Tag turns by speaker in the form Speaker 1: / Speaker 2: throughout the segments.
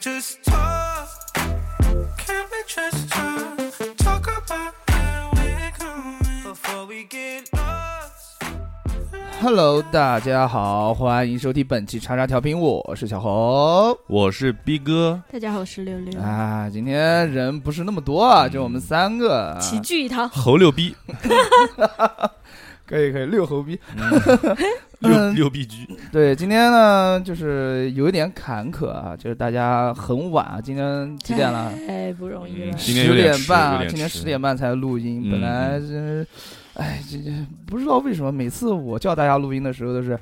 Speaker 1: just talk? Can we just talk? Talk about where we're going before we get lost.
Speaker 2: Hello，大家好，欢迎收听本期叉叉调频，我是小猴。
Speaker 3: 我是逼哥，
Speaker 4: 大家好，我是六六，
Speaker 2: 啊，今天人不是那么多啊，就我们三个。啊
Speaker 4: 齐聚一堂。
Speaker 3: 猴六逼，
Speaker 2: 可以可以，六猴逼。
Speaker 3: 六
Speaker 2: 嗯
Speaker 3: 六逼居，
Speaker 2: 对，今天呢，就是有一点坎坷啊，就是大家很晚啊，今天几点了？
Speaker 4: 太哎不容易了
Speaker 3: 嗯，今天
Speaker 2: 十
Speaker 3: 有点
Speaker 2: 点
Speaker 3: 迟
Speaker 2: 半啊
Speaker 3: 有，点
Speaker 2: 今天
Speaker 3: 迟
Speaker 2: 十点半才录音，
Speaker 3: 嗯
Speaker 2: 本来是，哎，这这不知道为什么，每次我叫大家录音的时候都是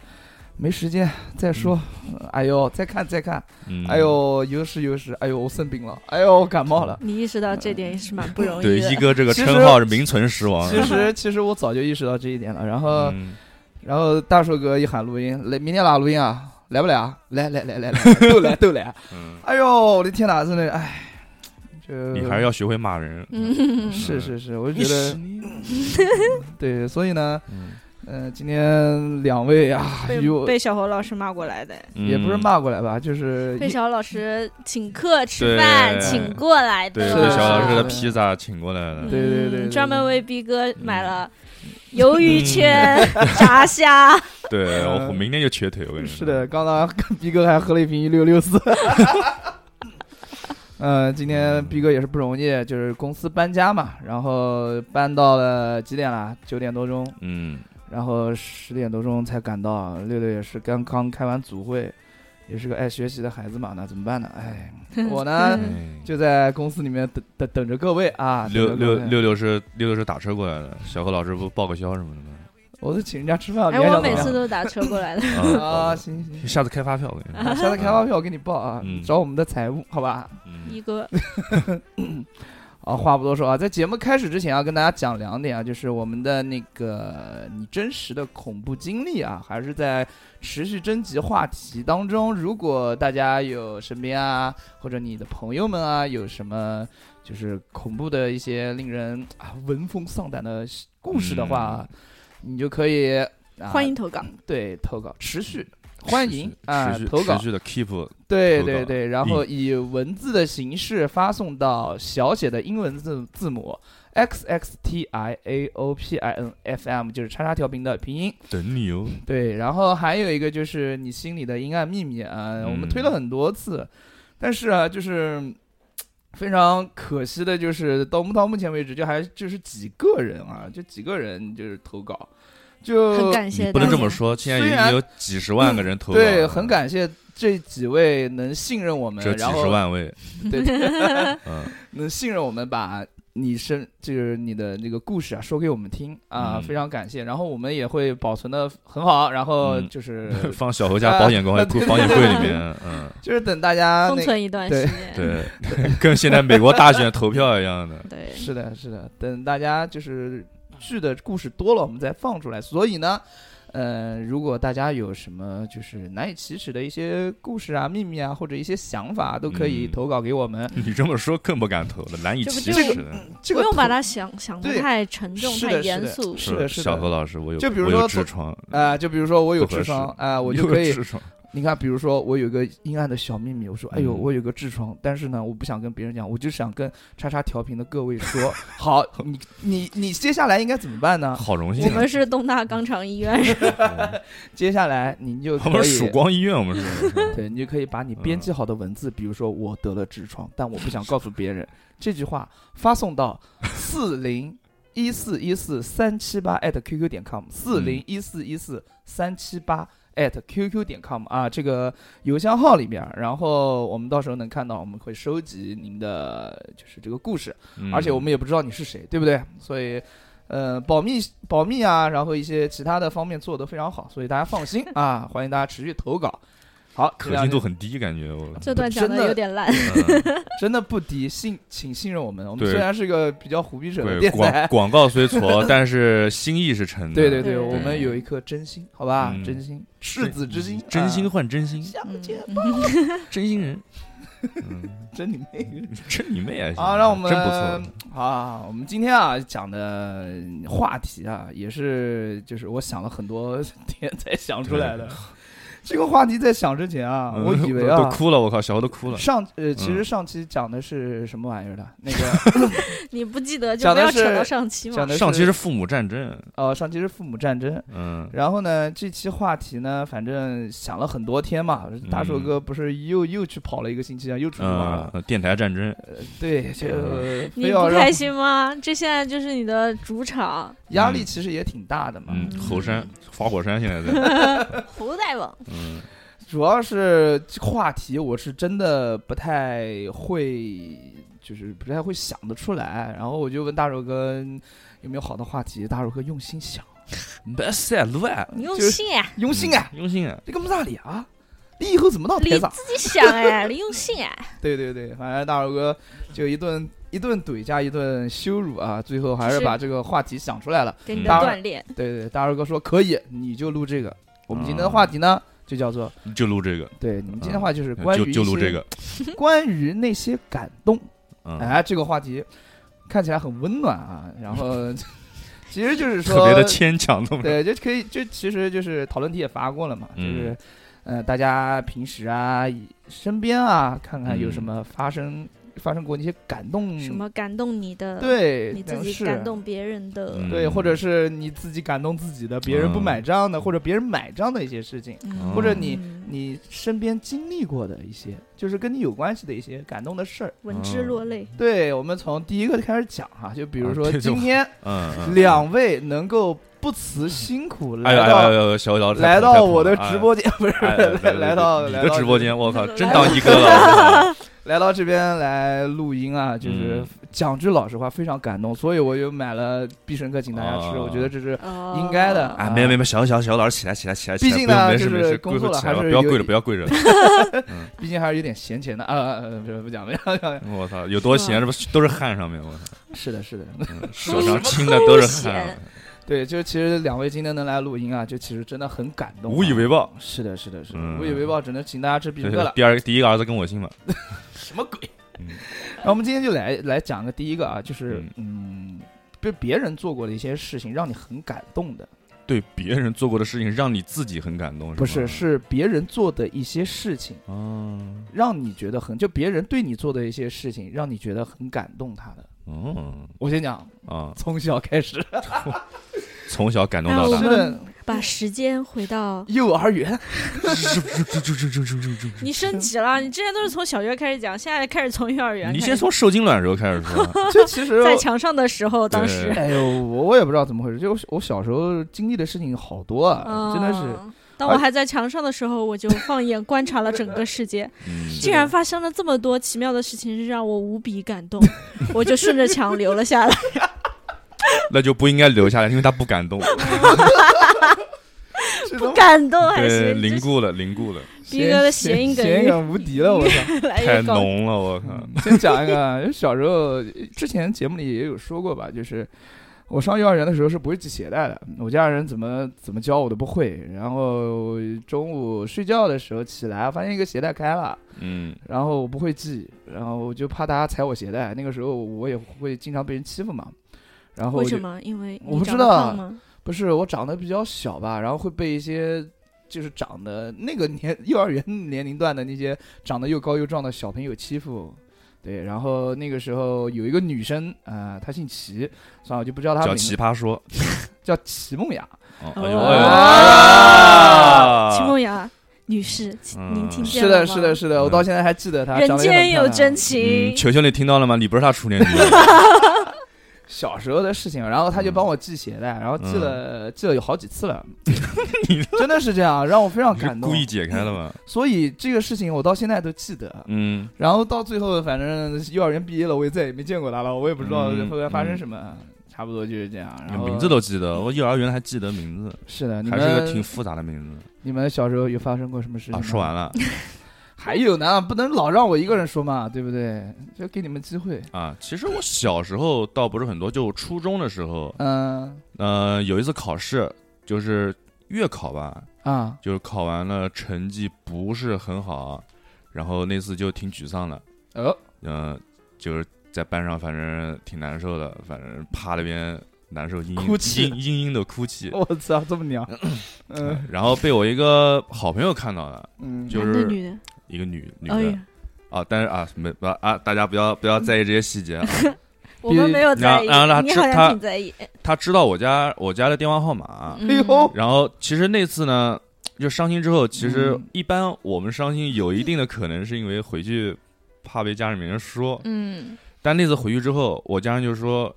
Speaker 2: 没时间，再说，呃哎呦，再看再看，
Speaker 3: 嗯
Speaker 2: 哎，呦，有事有事，哎呦，我生病了，哎呦，我感冒了。
Speaker 4: 你意识到这点也是蛮不容
Speaker 3: 对
Speaker 4: 易
Speaker 2: 嗯
Speaker 3: 一
Speaker 4: 的。
Speaker 3: 哥这个
Speaker 2: 其
Speaker 3: 称
Speaker 2: 实
Speaker 3: 号是名存实亡，
Speaker 2: 其实其实我早就意识到这一点了，然后
Speaker 3: 嗯
Speaker 2: 然后大硕哥一喊录音，来明天哪录音啊？来不来啊？来来来来来，都来都来！
Speaker 3: 嗯，
Speaker 2: 哎呦，我的天哪，真的哎，这
Speaker 3: 你还是要学会骂人，
Speaker 4: 嗯，
Speaker 2: 呃是是是，我就觉
Speaker 3: 你是
Speaker 2: 得
Speaker 3: 你，
Speaker 2: 对，所以呢，
Speaker 3: 嗯
Speaker 2: 呃，今天两位啊，
Speaker 4: 被
Speaker 2: 有
Speaker 4: 被小侯老师骂过来的，
Speaker 2: 也不是，
Speaker 3: 嗯
Speaker 2: 骂过来吧，就是
Speaker 4: 被
Speaker 2: 哎一
Speaker 4: 小侯老师请客吃饭，
Speaker 3: 对
Speaker 4: 请过来
Speaker 3: 嗯对，
Speaker 4: 的。
Speaker 2: 是是
Speaker 3: 被小老师的
Speaker 2: 是
Speaker 3: 披萨请过来了
Speaker 4: 嗯，
Speaker 2: 对对嗯对对
Speaker 4: 专门为逼哥买了鱿鱼圈、炸虾，
Speaker 3: 对
Speaker 2: 嗯
Speaker 3: 我明天就瘸腿，我跟你说，
Speaker 2: 是的，，刚刚跟逼哥还喝了一瓶一六六四。 呃，今
Speaker 3: 嗯
Speaker 2: 天逼哥也是不容易，就是公司搬家嘛，然后搬到了几点啦？九点多钟，
Speaker 3: 嗯，
Speaker 2: 然后十点多钟才赶到。六六也是刚刚开完组会，也是个爱学习的孩子嘛，那怎么办呢？ 哎，我呢
Speaker 4: 嗯
Speaker 3: 哎
Speaker 2: 就在公司里面等等等着各位啊，等
Speaker 3: 六
Speaker 2: 着各
Speaker 3: 六
Speaker 2: 位，
Speaker 3: 六六是六六是打车过来的，小何老师不报个销什么的吗？
Speaker 2: 我都请人家吃饭，
Speaker 4: 哎，
Speaker 2: 你还
Speaker 4: 我
Speaker 2: 想
Speaker 4: 每
Speaker 2: 怎
Speaker 4: 次
Speaker 2: 么
Speaker 4: 都打车过来 的。
Speaker 2: 样
Speaker 3: 啊
Speaker 2: 啊，，行 行。
Speaker 3: 下次开发票，我跟你说，
Speaker 2: 下次开发票我给你报啊，
Speaker 3: 嗯
Speaker 2: 找我们的财务，好吧？
Speaker 3: 嗯
Speaker 4: 一哥，
Speaker 2: 啊，话不多说啊，在节目开始之前要跟大家讲两点啊，就是我们的那个你真实的恐怖经历啊，还是在持续征集话题当中。如果大家有身边啊，或者你的朋友们啊，有什么就是恐怖的一些令人啊闻风丧胆的故事的话啊，
Speaker 3: 嗯
Speaker 2: 你就可以、啊、
Speaker 4: 欢迎投稿。
Speaker 2: 对投稿，持续欢迎
Speaker 3: 持续
Speaker 2: 啊
Speaker 3: 持续
Speaker 2: 投稿
Speaker 3: 持。续的 keep，
Speaker 2: 对
Speaker 3: 投
Speaker 2: 对
Speaker 3: 稿
Speaker 2: 对，然
Speaker 3: 印
Speaker 2: 后以文字的形式发送到小写的英文字字母 x x t i a o p i n f m，就是叉叉调频的拼音。
Speaker 3: 等你哦，
Speaker 2: 对，然后还有一个就是你心里的阴暗秘密啊，我们推了
Speaker 3: 嗯
Speaker 2: 很多次，但是啊，就是非常可惜的，就是到目到目前为止，就还就是几个人啊，就几个人就是投稿，就
Speaker 4: 很感谢
Speaker 3: 你
Speaker 4: 大家，
Speaker 3: 不能这么说，现在
Speaker 2: 虽
Speaker 3: 已
Speaker 2: 然
Speaker 3: 经有几十万个人投稿了，
Speaker 2: 对，很感谢这几位能信任我们
Speaker 3: 这，几
Speaker 2: 然后
Speaker 3: 十万位，
Speaker 2: 对。
Speaker 3: 嗯，
Speaker 2: 能信任我们把你身就是你的那个故事啊说给我们听啊，
Speaker 3: 嗯
Speaker 2: 非常感谢。然后我们也会保存的很好，啊然后
Speaker 3: 嗯
Speaker 2: 就是、
Speaker 3: 放小猴家保险柜
Speaker 2: 啊对
Speaker 3: 保险柜里面，嗯，
Speaker 2: 就是等大家
Speaker 4: 封
Speaker 2: 那
Speaker 4: 存一段时间。
Speaker 3: 对，跟现在美国大选投票一样的，
Speaker 4: 对，
Speaker 2: 是的，是的，等大家就是剧的故事多了，我们再放出来。所以呢。呃，如果大家有什么就是难以启齿的一些故事啊、秘密啊，或者一些想法，都可以
Speaker 3: 嗯
Speaker 2: 投稿给我们。
Speaker 3: 你这么说更不敢投了，难以
Speaker 4: 这不
Speaker 3: 启
Speaker 4: 就
Speaker 3: 齿的。
Speaker 2: 这
Speaker 4: 不
Speaker 2: 个
Speaker 4: 用把
Speaker 2: 投
Speaker 4: 它想想的
Speaker 2: 对
Speaker 4: 太沉重、
Speaker 2: 是的
Speaker 4: 太严肃。
Speaker 2: 是的是的
Speaker 3: 小何老师，我有，
Speaker 2: 就比如
Speaker 3: 我有
Speaker 2: 说
Speaker 3: 痔疮，
Speaker 2: 啊、就比如说我有
Speaker 3: 不合
Speaker 2: 痔
Speaker 3: 适
Speaker 2: 疮啊、我
Speaker 3: 你
Speaker 2: 就
Speaker 3: 有
Speaker 2: 可以
Speaker 3: 痔疮，
Speaker 2: 你看，比如说我有一个阴暗的小秘密，我说，哎呦，
Speaker 3: 嗯
Speaker 2: 我有个痔疮，但是呢，我不想跟别人讲，我就想跟叉叉调频的各位说，好，你你你接下来应该怎么办呢？
Speaker 3: 好荣幸
Speaker 4: 我
Speaker 3: 啊。
Speaker 4: 们是东大肛肠医院，
Speaker 3: 嗯
Speaker 2: 接下来您就
Speaker 3: 我
Speaker 2: 可
Speaker 3: 们是
Speaker 2: 以
Speaker 3: 曙，光医院，我们是。
Speaker 2: 对你就可以把你编辑好的文字，比如说我得了痔疮，但我不想告诉别人，这句话发送到四零一四一四三七八 at qq 点 com，四零一四一四三七八。at qq 点 com 啊，这个邮箱号里边儿，然后我们到时候能看到，我们会收集您的就是这个故事，
Speaker 3: 嗯
Speaker 2: 而且我们也不知道你是谁，对不对？所以，呃，保密保密啊，然后一些其他的方面做得非常好，所以大家放 心啊，欢迎大家持续投稿。好，
Speaker 3: 可信度很低，感觉 我。
Speaker 4: 这段讲
Speaker 2: 真
Speaker 4: 的
Speaker 2: 的
Speaker 4: 有点 烂。
Speaker 3: 嗯
Speaker 2: 真的不低，信请信任我们，我们
Speaker 3: 对
Speaker 2: 虽然是个比较虎逼者的
Speaker 3: 对，
Speaker 2: 电
Speaker 3: 广
Speaker 2: 台，
Speaker 3: 广告虽矬，但是心意是诚 的。
Speaker 2: 对对对，
Speaker 4: 对
Speaker 2: 我们有一颗真心，好吧，
Speaker 3: 嗯
Speaker 2: 真心赤子之心，
Speaker 3: 真心
Speaker 2: 啊
Speaker 3: 换真心，
Speaker 4: 嗯
Speaker 2: 相见
Speaker 3: 真心 人。嗯，
Speaker 2: 真你妹！
Speaker 3: 这你妹啊！
Speaker 2: 好，让我们
Speaker 3: 真不错。
Speaker 2: 啊，我们今天啊讲的话题啊，也是就是我想了很多天才想出来的，这个话题在想之前啊，我以为
Speaker 3: 都
Speaker 2: 啊，
Speaker 3: 哭了，嗯我靠，小何都哭了。
Speaker 2: 上呃，其实
Speaker 3: 嗯
Speaker 2: 上期讲的是什么玩意儿的？那 个
Speaker 4: 你不记得就
Speaker 2: 讲
Speaker 4: 不
Speaker 2: 的
Speaker 4: 要扯
Speaker 2: 是
Speaker 4: 到上期嘛
Speaker 2: 讲。的
Speaker 3: 上期是父母战争，
Speaker 2: 哦，上期是父母战争。
Speaker 3: 嗯，
Speaker 2: 然后呢，这期话题呢，反正想了很多天嘛。大硕哥不是又
Speaker 3: 嗯
Speaker 2: 又去跑了一个星期啊，又出去玩了。
Speaker 3: 呃，电台战争，
Speaker 2: 对，就非
Speaker 3: 嗯
Speaker 4: 你
Speaker 2: 要
Speaker 4: 不
Speaker 2: 让
Speaker 4: 开心吗？这现在就是你的主场，
Speaker 2: 压力其实也挺大的嘛。
Speaker 3: 嗯，猴山、花果山现在 在，
Speaker 4: 胡大王。
Speaker 3: 嗯
Speaker 2: 主要是这个话题，我是真的不太会，就是不太会想得出来。然后我就问大手哥有没有好的话题，大手哥用心想，
Speaker 3: 嗯没塞路啊，
Speaker 4: 你用
Speaker 2: 就是
Speaker 4: 心哎，
Speaker 2: 用心啊，
Speaker 3: 用心啊，
Speaker 2: 这个没咋理啊，你以后怎么当
Speaker 4: 你
Speaker 2: 台长？
Speaker 4: 自己想哎，你用心哎，
Speaker 2: 对对对，反正大手哥就一顿一顿怼加一顿羞辱啊，最后还是
Speaker 4: 是
Speaker 2: 把这个话题想出来了。
Speaker 4: 给你的
Speaker 3: 当
Speaker 2: 然
Speaker 4: 锻炼。
Speaker 2: 对对，大手哥说可以，你就录这个。
Speaker 3: 嗯
Speaker 2: 我们今天的话题呢，就叫做
Speaker 3: 就录这个，
Speaker 2: 对，你们今天的话就是关
Speaker 3: 就
Speaker 2: 于
Speaker 3: 嗯就录
Speaker 2: 一些
Speaker 3: 这个，
Speaker 2: 关于那些感动。
Speaker 3: 嗯，
Speaker 2: 哎，这个话题看起来很温暖啊，然 后其实就是说
Speaker 3: 特别的牵强，那么
Speaker 2: 对，就可以就其实就是讨论题也发过了嘛，就
Speaker 3: 嗯
Speaker 2: 是呃，大家平时啊以身边啊看看
Speaker 3: 嗯
Speaker 2: 有什么发生、发生过那些感动
Speaker 4: 什么感动你的？，
Speaker 2: 对
Speaker 4: 你自
Speaker 2: 那
Speaker 4: 己
Speaker 2: 是
Speaker 4: 感动别人的。
Speaker 3: 嗯
Speaker 2: 对，或者是你自己感动自己的，别人不
Speaker 3: 嗯
Speaker 2: 买账的，或者别人买账的一些事情。
Speaker 4: 嗯
Speaker 2: 或者你
Speaker 4: 嗯
Speaker 2: 你身边经历过的一些，就是跟你有关系的一些感动的事儿，
Speaker 4: 闻之落泪，
Speaker 2: 对，我们从第一个开始讲哈、就比如
Speaker 3: 啊
Speaker 2: 说
Speaker 3: 这
Speaker 2: 今
Speaker 3: 种
Speaker 2: 天
Speaker 3: 嗯， 嗯，
Speaker 2: 两位能够不辞辛苦来
Speaker 3: 哎呦哎呦哎
Speaker 2: 到
Speaker 3: 呦，小姚太
Speaker 2: 来
Speaker 3: 捧太
Speaker 2: 到
Speaker 3: 捧
Speaker 2: 我的
Speaker 3: 了
Speaker 2: 直播间， 不是
Speaker 3: 哎哎
Speaker 2: 来来到
Speaker 3: 你
Speaker 2: 来
Speaker 3: 的
Speaker 2: 到
Speaker 3: 直播间，我靠，
Speaker 4: 来
Speaker 3: 真当一哥 了，
Speaker 2: 来到这边来录音啊，就是
Speaker 3: 嗯
Speaker 2: 讲句老实话，非常感动，所以我就买了必胜客请大家吃，
Speaker 3: 哦
Speaker 2: 我觉得这是。
Speaker 4: 哦
Speaker 2: 应该的
Speaker 3: 啊，没有没有没有，小小小老师起来起来起来，
Speaker 2: 毕
Speaker 3: 起来
Speaker 2: 竟
Speaker 3: 不用
Speaker 2: 呢
Speaker 3: 没
Speaker 2: 就
Speaker 3: 事没
Speaker 2: 是
Speaker 3: 事，
Speaker 2: 工
Speaker 3: 跪
Speaker 2: 作
Speaker 3: 会
Speaker 2: 了
Speaker 3: 起
Speaker 2: 还
Speaker 3: 来吧
Speaker 2: 是
Speaker 3: 不要
Speaker 2: 有
Speaker 3: 跪着
Speaker 2: 一
Speaker 3: 不要跪 着，
Speaker 2: 毕竟还是有点闲钱的啊，呃不不讲了，不讲了。
Speaker 3: 我操，有多闲，这不都是汗上 面，我操，
Speaker 2: 是的，是的，
Speaker 3: 嗯手上青的都是汗，啊
Speaker 2: 对，就其实两位今天能来录音啊，就其实真的很感动啊，
Speaker 3: 无以为报。
Speaker 2: 是的，是的，是的，
Speaker 3: 嗯
Speaker 2: 无以为报，只能请大家吃必胜客了。
Speaker 3: 第二个第一个儿子跟我姓嘛，
Speaker 2: 什么鬼？
Speaker 3: 嗯
Speaker 2: 然后我们今天就来来讲个第一个啊，就是嗯，被别人做过的一些事情，让你很感动的，
Speaker 3: 对别人做过的事情让你自己很感
Speaker 4: 嗯
Speaker 3: 动，
Speaker 2: 不
Speaker 3: 是
Speaker 2: 是
Speaker 3: 吗
Speaker 2: 是别人做的一些事情，
Speaker 3: 哦
Speaker 2: 让你觉得很就别人对你做的一些事情，让你觉得很感动他的。
Speaker 3: 哦
Speaker 2: 我先讲，
Speaker 3: 啊，
Speaker 2: 从小开 始，
Speaker 3: 从小感动
Speaker 4: 那
Speaker 3: 到
Speaker 4: 哎我
Speaker 3: 大
Speaker 2: 是，的，
Speaker 4: 把时间回 到
Speaker 2: 幼儿园，
Speaker 4: 你升级了，你之前都是从小学开始讲，现在开始从幼儿园。
Speaker 3: 你先。从受精卵时候开始 说，
Speaker 2: 就其实
Speaker 4: 在墙上的时候，当
Speaker 3: 对
Speaker 4: 时
Speaker 2: 哎呦，我我也不知道怎么回事，就我我小时候经历的事情好多啊，真的是。
Speaker 4: 嗯当我还在墙上的时候，我就放眼观察了整个世界，
Speaker 3: 嗯
Speaker 4: 竟然发生了这么多奇妙的事情，让我无比感动。 我就顺着墙流了下来。
Speaker 3: 那就不应该留下来，因为他不感 动，
Speaker 2: 是
Speaker 4: 不感动
Speaker 3: 对，
Speaker 4: 还行，
Speaker 3: 凝
Speaker 4: 就是
Speaker 3: 固了，凝固了，
Speaker 4: 逼哥的谐音梗
Speaker 2: 谐音梗无敌了，我操！
Speaker 4: 越来
Speaker 3: 太
Speaker 4: 越高。
Speaker 3: 浓了，我靠， 嗯
Speaker 2: 先讲一个啊，就小时候之前节目里也有说过吧，就是我上幼儿园的时候是不会系鞋带的，我家人怎么怎么教我都不会。然后中午睡觉的时候起来，发现一个鞋带开了，
Speaker 3: 嗯
Speaker 2: 然后我不会系，然后我就怕大家踩我鞋带。那个时候我也会经常被人欺负嘛，然后我
Speaker 4: 为
Speaker 2: 就
Speaker 4: 什么？因为
Speaker 2: 我
Speaker 4: 你
Speaker 2: 不知
Speaker 4: 长得
Speaker 2: 道
Speaker 4: 胖吗？
Speaker 2: 不是我长得比较小吧，然后会被一些。就是长得那个年幼儿园年龄段的那些长得又高又壮的小朋友欺负，对，然后那个时候有一个女生啊、呃她姓齐，算了，我就不叫她
Speaker 3: 叫
Speaker 2: 名字，
Speaker 3: 奇葩说，
Speaker 2: 叫齐梦雅。
Speaker 3: 哦
Speaker 4: 哦
Speaker 3: 哎呦哎
Speaker 4: 啊齐
Speaker 3: 呦，
Speaker 4: 梦雅女士，请您
Speaker 3: 嗯
Speaker 4: 听见
Speaker 2: 是
Speaker 4: 了
Speaker 2: 的，
Speaker 4: 吗
Speaker 2: 是的，，是的，我到现在还记得她。
Speaker 4: 啊人
Speaker 2: 长得也很
Speaker 4: 间有
Speaker 2: 漂亮
Speaker 4: 真
Speaker 3: 嗯，
Speaker 4: 情。
Speaker 3: 球球你听到了吗？你不是他初恋女 友，
Speaker 2: 小时候的事情，然后她就帮我系鞋带，然后系了系了有好几次了，
Speaker 3: 嗯 你
Speaker 2: 真的是这样，让我非常
Speaker 3: 你是
Speaker 2: 感动
Speaker 3: 故。意解开的吗？
Speaker 2: 所以这个事情我到现在都记得。
Speaker 3: 嗯，
Speaker 2: 然后到最后，反正幼儿园毕业了，我也再也没见过他了，我也不知道
Speaker 3: 嗯
Speaker 2: 后来发生什么，差不多就是这样。然后
Speaker 3: 名字都记得，我幼儿园还记得名字，
Speaker 2: 是的，你
Speaker 3: 还是个
Speaker 2: 们
Speaker 3: 挺复杂的名字
Speaker 2: 你们小时候有发生过什么事情
Speaker 3: 啊。
Speaker 2: 吗？
Speaker 3: 说完了
Speaker 2: 还有呢，不能老让我一个人说嘛，对不对？就给你们机会。
Speaker 3: 啊，其实我小时候倒不是很多，就初中的时候，
Speaker 2: 嗯
Speaker 3: 呃，有一次考试，就是月考吧，
Speaker 2: 啊，
Speaker 3: 就是考完了成绩不是很好，然后那次就挺沮丧的，
Speaker 2: 哦，
Speaker 3: 呃嗯、就是在班上反正挺难受的，反正趴那边难受，嘤
Speaker 2: 哭
Speaker 3: 嘤
Speaker 2: 泣哦
Speaker 3: 嘤嘤嘤的哭泣。
Speaker 2: 我操，这么娘，嗯
Speaker 3: 然后被我一个好朋友看到了，
Speaker 2: 嗯，
Speaker 3: 就
Speaker 4: 男的
Speaker 3: 是
Speaker 4: 女的，
Speaker 3: 一个女女
Speaker 4: 哎
Speaker 3: 的
Speaker 4: 呀，
Speaker 3: 啊，但是啊没不啊，大家不要不要在意这些细节啊。
Speaker 4: 我们没有在意，
Speaker 3: 然后然后他
Speaker 4: 你好
Speaker 3: 他
Speaker 4: 像挺在意。
Speaker 3: 他知道我家我家的电话号码、啊
Speaker 4: 嗯
Speaker 2: 哎呦，
Speaker 3: 然后其实那次呢，就伤心之后，其实
Speaker 2: 嗯
Speaker 3: 一般我们伤心有一定的可能是因为回去怕被家里面人说，
Speaker 4: 嗯，
Speaker 3: 但那次回去之后，我家人就说，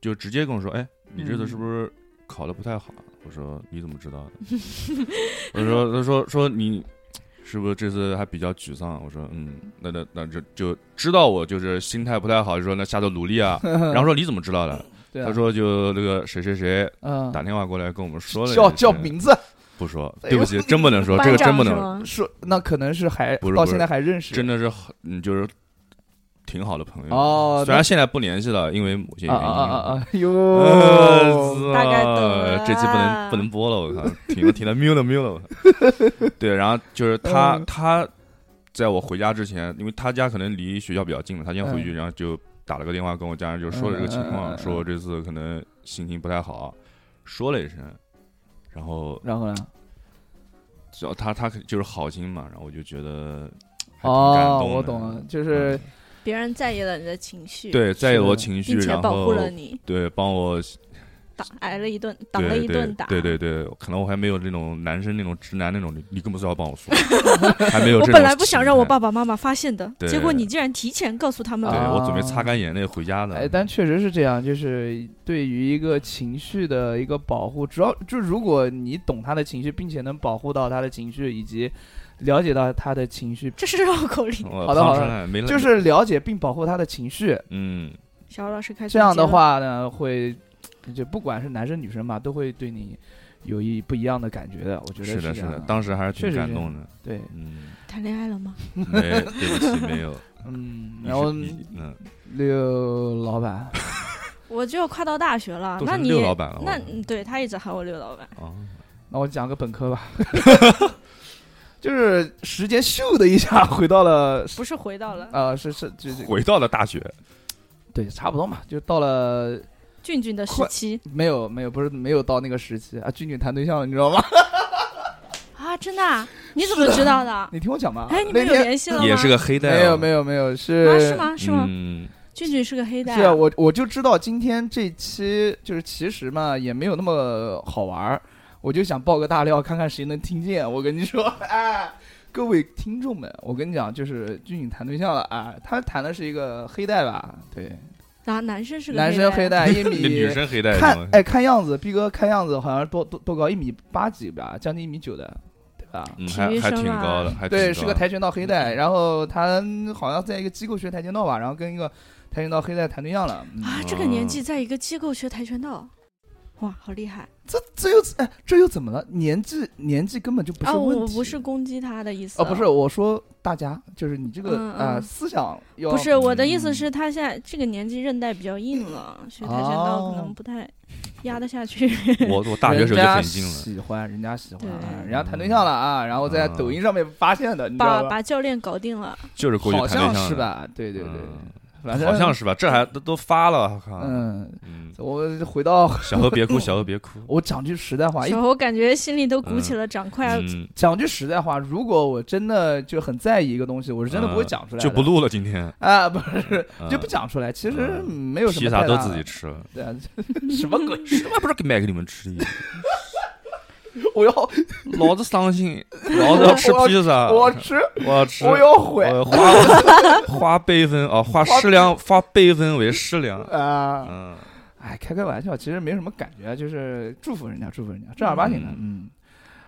Speaker 3: 就直接跟我说，哎，你这次
Speaker 2: 嗯
Speaker 3: 是不是考的不太好？啊我说你怎么知道的？ 我说他说说你。是不是这次还比较沮丧？我说，嗯，那那那就就知道我就是心态不太好，就说那下次努力 啊。然
Speaker 2: 然
Speaker 3: 后说你怎么知道的？
Speaker 2: 对啊
Speaker 3: 他，说就那个谁谁谁
Speaker 2: 嗯，
Speaker 3: 打电话过来跟我们说了一
Speaker 2: 叫
Speaker 3: 声
Speaker 2: 叫名字，
Speaker 3: 不说，
Speaker 2: 哎呦
Speaker 3: 对不起，真不能说，
Speaker 4: 班
Speaker 3: 这个真
Speaker 4: 长
Speaker 3: 不能
Speaker 4: 是
Speaker 3: 说，
Speaker 4: 吗
Speaker 2: 说那可能是还
Speaker 3: 不是
Speaker 2: 到
Speaker 3: 不是
Speaker 2: 现在还认识，
Speaker 3: 真的是很嗯，就是挺好的朋友。
Speaker 2: 哦，
Speaker 3: 虽然现在不联系了，因为某些
Speaker 2: 啊
Speaker 3: 原因。
Speaker 2: 啊啊啊啊
Speaker 3: 呃
Speaker 2: 哟，
Speaker 4: 大概懂了
Speaker 3: 这期不能不能播了，我靠，停了停了，喵了喵了，我靠。对，然后就是他
Speaker 2: 嗯
Speaker 3: 他在我回家之前，因为他家可能离学校比较近嘛，他先回去，然后就打了个电话跟我家人，就说了这个情
Speaker 2: 嗯嗯嗯嗯
Speaker 3: 况，
Speaker 2: 嗯
Speaker 3: 说我这次可能心情不太好，说了一声，然后
Speaker 2: 然后呢？
Speaker 3: 只要他他可就是好心嘛，然后我就觉得还挺感
Speaker 2: 哦
Speaker 3: 动的，嗯
Speaker 2: 我懂了，就是
Speaker 4: 别人在意了你的情绪，，
Speaker 3: 对，在意
Speaker 2: 是
Speaker 3: 我情绪，
Speaker 4: 并且
Speaker 3: 然
Speaker 4: 保护
Speaker 3: 后
Speaker 4: 了你，
Speaker 3: 对帮我
Speaker 4: 打挨了一顿，挡了
Speaker 3: 对
Speaker 4: 一顿
Speaker 3: 对
Speaker 4: 打。
Speaker 3: 对对对，可能我还没有那种男生那种直男那种，你你根本是要帮我 说，还没有
Speaker 4: 我
Speaker 3: 这种。
Speaker 4: 本来不想让我，爸爸妈妈发现的，
Speaker 3: 对
Speaker 4: 结果你竟然提前告诉他们
Speaker 3: 对
Speaker 4: 了。
Speaker 2: 啊
Speaker 3: 我准备擦干眼泪回家的。
Speaker 2: 哎，但确实是这样，就是对于一个情绪的一个保护，主要就如果你懂他的情绪，并且能保护到他的情绪，以及了解到他的情绪，
Speaker 4: 这是绕口令。
Speaker 3: 我
Speaker 2: 好的
Speaker 3: 胖
Speaker 2: 好的
Speaker 3: 出来，没了
Speaker 2: 就是了解并保护他的情绪，
Speaker 3: 嗯，
Speaker 4: 小老师开始
Speaker 2: 这样的，话呢，会就不管是男生女生吧，都会对你有一不一样的感觉的。我觉得
Speaker 3: 是的，
Speaker 2: 这
Speaker 3: 是
Speaker 2: 样
Speaker 3: 的，当时还是
Speaker 2: 确
Speaker 3: 挺
Speaker 2: 实
Speaker 3: 感
Speaker 2: 是
Speaker 3: 动的。
Speaker 2: 对，
Speaker 3: 嗯，
Speaker 4: 谈恋爱了吗？
Speaker 3: 没，对不起，没 有。
Speaker 2: 嗯，
Speaker 3: 你
Speaker 2: 然
Speaker 3: 是
Speaker 2: 后
Speaker 3: 你嗯，
Speaker 2: 六老板，
Speaker 4: 我就快到大学了，
Speaker 3: 都
Speaker 4: 啊那
Speaker 3: 成
Speaker 4: 你
Speaker 3: 六老板了。
Speaker 4: 那
Speaker 3: 我
Speaker 4: 嗯对他一直喊我刘老板，
Speaker 3: 啊，
Speaker 2: 那我讲个本科吧， 就是时间咻的一下回到了。
Speaker 4: 不是回到了、
Speaker 3: 嗯
Speaker 2: 呃，是是，就就
Speaker 3: 回到了大学，
Speaker 2: 对，差不多嘛，就到了
Speaker 4: 俊俊的时
Speaker 2: 快
Speaker 4: 期
Speaker 2: 没有没有不是没有到那个时期啊，俊俊谈对象了，你知道吗？
Speaker 4: 啊，真的啊、你怎么知 道的？
Speaker 2: 你听我讲嘛，
Speaker 4: 哎，你
Speaker 2: 那
Speaker 4: 们有
Speaker 2: 天
Speaker 4: 联系了吗？
Speaker 3: 也是个黑带啊。
Speaker 2: 没有没有没有是
Speaker 4: 啊，是吗？是吗？
Speaker 3: 嗯，
Speaker 4: 俊俊是个黑带、
Speaker 2: 呃是啊，我我就知道今天这期就是其实嘛也没有那么好玩儿，我就想爆个大料，看看谁能听见。我跟你说， 哎，各位听众们，我跟你讲，就是俊俊谈对象了啊，他谈的是一个黑带吧？对，
Speaker 4: 啊，男生是个
Speaker 2: 男生黑带一
Speaker 3: 那 女
Speaker 2: 米。
Speaker 3: 生黑带
Speaker 2: 看
Speaker 3: 是吗，
Speaker 2: 哎，看样子，逼哥看样子好像多多多高，一米八几吧，将近一米九的，对吧？
Speaker 3: 嗯，
Speaker 4: 体
Speaker 3: 还
Speaker 4: 育
Speaker 3: 还
Speaker 4: 生
Speaker 3: 挺
Speaker 4: 啊
Speaker 3: 高的，还
Speaker 2: 哎对，
Speaker 3: 挺
Speaker 2: 是
Speaker 3: 高嗯
Speaker 2: 个跆拳道黑带，然后他好像在一个机构学跆拳道吧，然后跟一个跆拳道黑带谈对象了。嗯、
Speaker 4: 啊，这个年纪在一个机构学跆拳道，哇，好厉害
Speaker 2: 这这又哎，这又怎么了？年纪年纪根本就不
Speaker 4: 啊！
Speaker 2: 是问题。
Speaker 4: 我不是攻击他的意思，
Speaker 2: 哦，不是，我说大家就是你这个
Speaker 4: 嗯
Speaker 2: 呃
Speaker 4: 嗯
Speaker 2: 思想要
Speaker 4: 不是我的意
Speaker 2: 嗯
Speaker 4: 思是，他现在这个年纪韧带比较硬了，学跆拳道可
Speaker 2: 哦
Speaker 4: 能不太压得下去。
Speaker 3: 我我大学时候就
Speaker 2: 人家
Speaker 3: 很近了，嗯
Speaker 2: 喜欢人家喜欢啊，
Speaker 4: 对
Speaker 2: 人家谈对象了啊，然后在抖音上面发现的，你知
Speaker 4: 把
Speaker 2: 道吧？
Speaker 4: 把教练搞定了，
Speaker 3: 就是过去
Speaker 2: 好
Speaker 3: 谈对
Speaker 2: 像
Speaker 3: 象
Speaker 2: 是
Speaker 3: 的？
Speaker 2: 吧？对对对，
Speaker 3: 嗯
Speaker 2: 反正
Speaker 3: 好像是吧？这还都都发了，我靠！
Speaker 2: 嗯，
Speaker 3: 嗯，
Speaker 2: 我回到
Speaker 3: 小 何别哭，小何别哭。
Speaker 2: 我讲句实在话，一
Speaker 4: 小侯感觉心里都鼓起了掌，快要
Speaker 3: 嗯，
Speaker 2: 讲句实在话，如果我真的就很在意一个东西，我是真的不会
Speaker 3: 嗯
Speaker 2: 讲出来的，
Speaker 3: 就不录了，今天
Speaker 2: 啊，不是
Speaker 3: 嗯
Speaker 2: 就不讲出来。其实
Speaker 3: 嗯
Speaker 2: 没有什么
Speaker 3: 披萨
Speaker 2: 太
Speaker 3: 都
Speaker 2: 大
Speaker 3: 自己
Speaker 2: 的
Speaker 3: 吃了，
Speaker 2: 对啊， 什么鬼？
Speaker 3: 什么不是买给你 们吃的？
Speaker 2: 我要
Speaker 3: 老子伤心，老子要吃披萨，
Speaker 2: 我
Speaker 3: 我
Speaker 2: 吃，
Speaker 3: 要啊吃，
Speaker 2: 我要毁
Speaker 3: 我花 花辈分啊，化食粮，化辈分为食粮。
Speaker 2: 啊！
Speaker 3: 嗯，
Speaker 2: 哎，开开玩笑，其实没什么感觉，啊就是祝福人家，祝福人家，正儿八经的。嗯，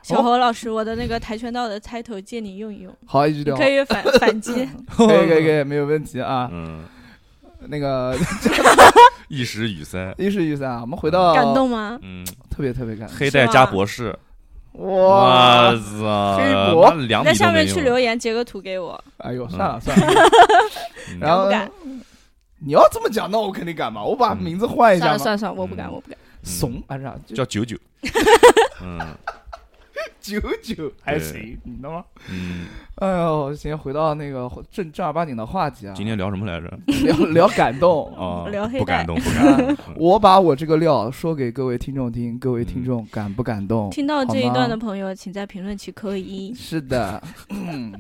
Speaker 4: 小侯老师，我的那个跆拳道的 title 借你用一用，
Speaker 2: 好，一句
Speaker 4: 你
Speaker 2: 对话，
Speaker 4: 可以反 反击。
Speaker 2: 可以，可以， 可以，没有问题啊。
Speaker 3: 嗯，
Speaker 2: 那个
Speaker 3: 一时语塞。
Speaker 2: 一是意思啊，我们回到
Speaker 4: 感，动吗？
Speaker 3: 嗯，
Speaker 2: 特别特别感动。
Speaker 3: 黑带加博士，
Speaker 2: 哇
Speaker 3: 我，操，
Speaker 2: 黑博
Speaker 3: 妈两
Speaker 4: 你
Speaker 3: 米
Speaker 4: 在
Speaker 3: 都
Speaker 4: 下
Speaker 3: 没
Speaker 4: 面去
Speaker 3: 有。
Speaker 4: 留言，截个图给我。
Speaker 2: 哎呦，
Speaker 3: 嗯
Speaker 2: 算了算了，
Speaker 3: 嗯
Speaker 2: 然后
Speaker 4: 敢不敢
Speaker 2: 你要这么讲，那我肯定敢嘛，我把名字换一
Speaker 4: 算
Speaker 2: 下嗯
Speaker 4: 了
Speaker 2: 嘛。啊
Speaker 4: 算了算了，我不敢，
Speaker 3: 嗯
Speaker 4: 我不敢。
Speaker 3: 嗯
Speaker 2: 怂啊，这样就
Speaker 3: 叫九九，嗯，
Speaker 2: 九九还行，你懂吗？
Speaker 3: 嗯，
Speaker 2: 哎呦，先回到那个正正儿八经的话题啊，
Speaker 3: 今天聊什么 来着？。
Speaker 2: 聊聊感动
Speaker 3: 哦，
Speaker 4: 聊黑
Speaker 3: 不
Speaker 4: 带
Speaker 3: 感动，不感动。 嗯
Speaker 2: 我把我这个料说给各位听众听，各位听众感不感动？
Speaker 4: 听到这一
Speaker 2: 好吗
Speaker 4: 段的朋友，请在评论区扣一。
Speaker 2: 是的，嗯。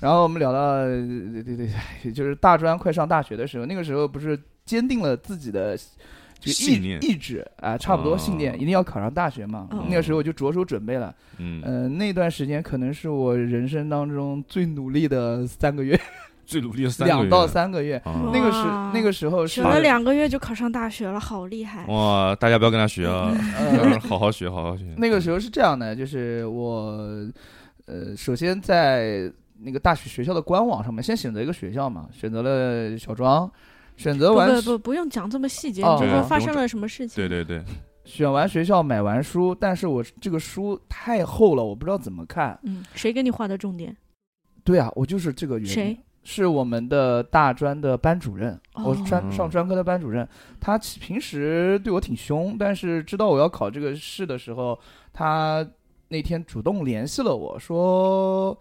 Speaker 2: 然后我们聊到，对对对，也就是大专快上大学的时候，那个时候不是坚定了自己的这个
Speaker 3: 信
Speaker 2: 意
Speaker 3: 念
Speaker 2: 意志啊、差不多信念，
Speaker 3: 哦
Speaker 2: 一定要考上大学嘛。
Speaker 4: 哦
Speaker 2: 那个时候我就着手准备了，
Speaker 3: 嗯，
Speaker 2: 呃，那段时间可能是我人生当中最努力的三个月，
Speaker 3: 最努力的三个
Speaker 2: 两
Speaker 3: 月
Speaker 2: 到三个月。
Speaker 3: 啊
Speaker 4: 嗯
Speaker 2: 那个时
Speaker 4: 哇
Speaker 2: 那个时候是哦
Speaker 4: 学了两个月就考上大学了，好厉害！
Speaker 3: 哇，大家不要跟他学啊，
Speaker 2: 呃
Speaker 3: 好好学，好好学。
Speaker 2: 那个时候是这样的，就是我呃，首先在那个大学学校的官网上面先选择一个学校嘛，选择了小庄，选择
Speaker 4: 不
Speaker 2: 完
Speaker 4: 不不，不用讲这么细节，
Speaker 2: 哦
Speaker 4: 你就
Speaker 2: 对
Speaker 4: 说
Speaker 2: 啊
Speaker 4: 发生了什么事情。
Speaker 3: 对对对，
Speaker 2: 选完学校买完书，但是我这个书太厚了，我不知道怎么看。
Speaker 4: 嗯，谁给你画的重点？
Speaker 2: 对啊，我就是这个原因。
Speaker 4: 谁？
Speaker 2: 是我们的大专的班主任，
Speaker 4: 哦
Speaker 2: 我专
Speaker 3: 嗯
Speaker 2: 上专科的班主任，他其平时对我挺凶，但是知道我要考这个试的时候，他那天主动联系了我说。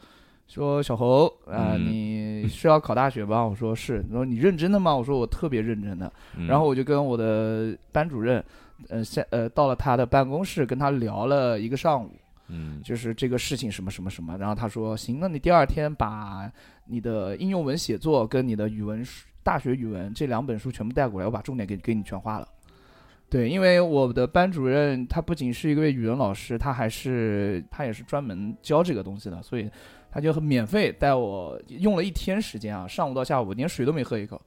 Speaker 2: 说小侯啊、
Speaker 3: 嗯
Speaker 2: 你是要考大学吧？我说是。他说你认真的吗？我说我特别认真的。
Speaker 3: 嗯
Speaker 2: 然后我就跟我的班主任，呃，下呃到了他的办公室跟他聊了一个上午。
Speaker 3: 嗯
Speaker 2: 就是这个事情什么什么什么。然后他说行，那你第二天把你的应用文写作跟你的语文书大学语文这两本书全部带过来，我把重点给给你全画了。对，因为我的班主任他不仅是一位语文老师，他还是他也是专门教这个东西的，所以他就很免费带我用了一天时间啊，上午到下午连水都没喝一口，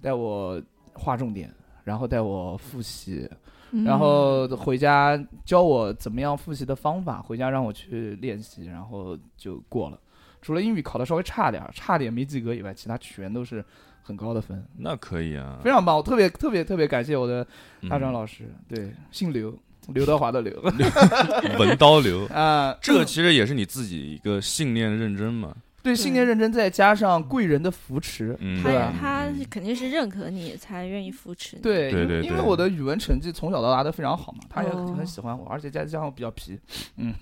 Speaker 2: 带我画重点，然后带我复习，
Speaker 4: 嗯
Speaker 2: 然后回家教我怎么样复习的方法，回家让我去练习，然后就过了。除了英语考的稍微差点儿，差点没及格以外，其他全都是很高的分，
Speaker 3: 那可以啊，嗯
Speaker 2: 非常棒。我特别特别特别感谢我的大专
Speaker 3: 老
Speaker 2: 老师，对，姓刘，刘德华的刘，
Speaker 3: 文刀流
Speaker 2: 啊，
Speaker 3: 这其实也是你自己一个信念认真嘛，
Speaker 2: 对，信念认真，再加上贵人的扶持，
Speaker 3: 嗯，
Speaker 4: 他
Speaker 2: 对
Speaker 4: 也
Speaker 2: 吧
Speaker 4: 他肯定是认可你，才愿意扶持你。
Speaker 2: 对，因
Speaker 3: 对
Speaker 2: 为
Speaker 3: 对
Speaker 2: 因为
Speaker 3: 对
Speaker 2: 我的语文成绩从小到大都非常好嘛，他也
Speaker 4: 哦
Speaker 2: 很喜欢我，而且再加上我比较皮，嗯。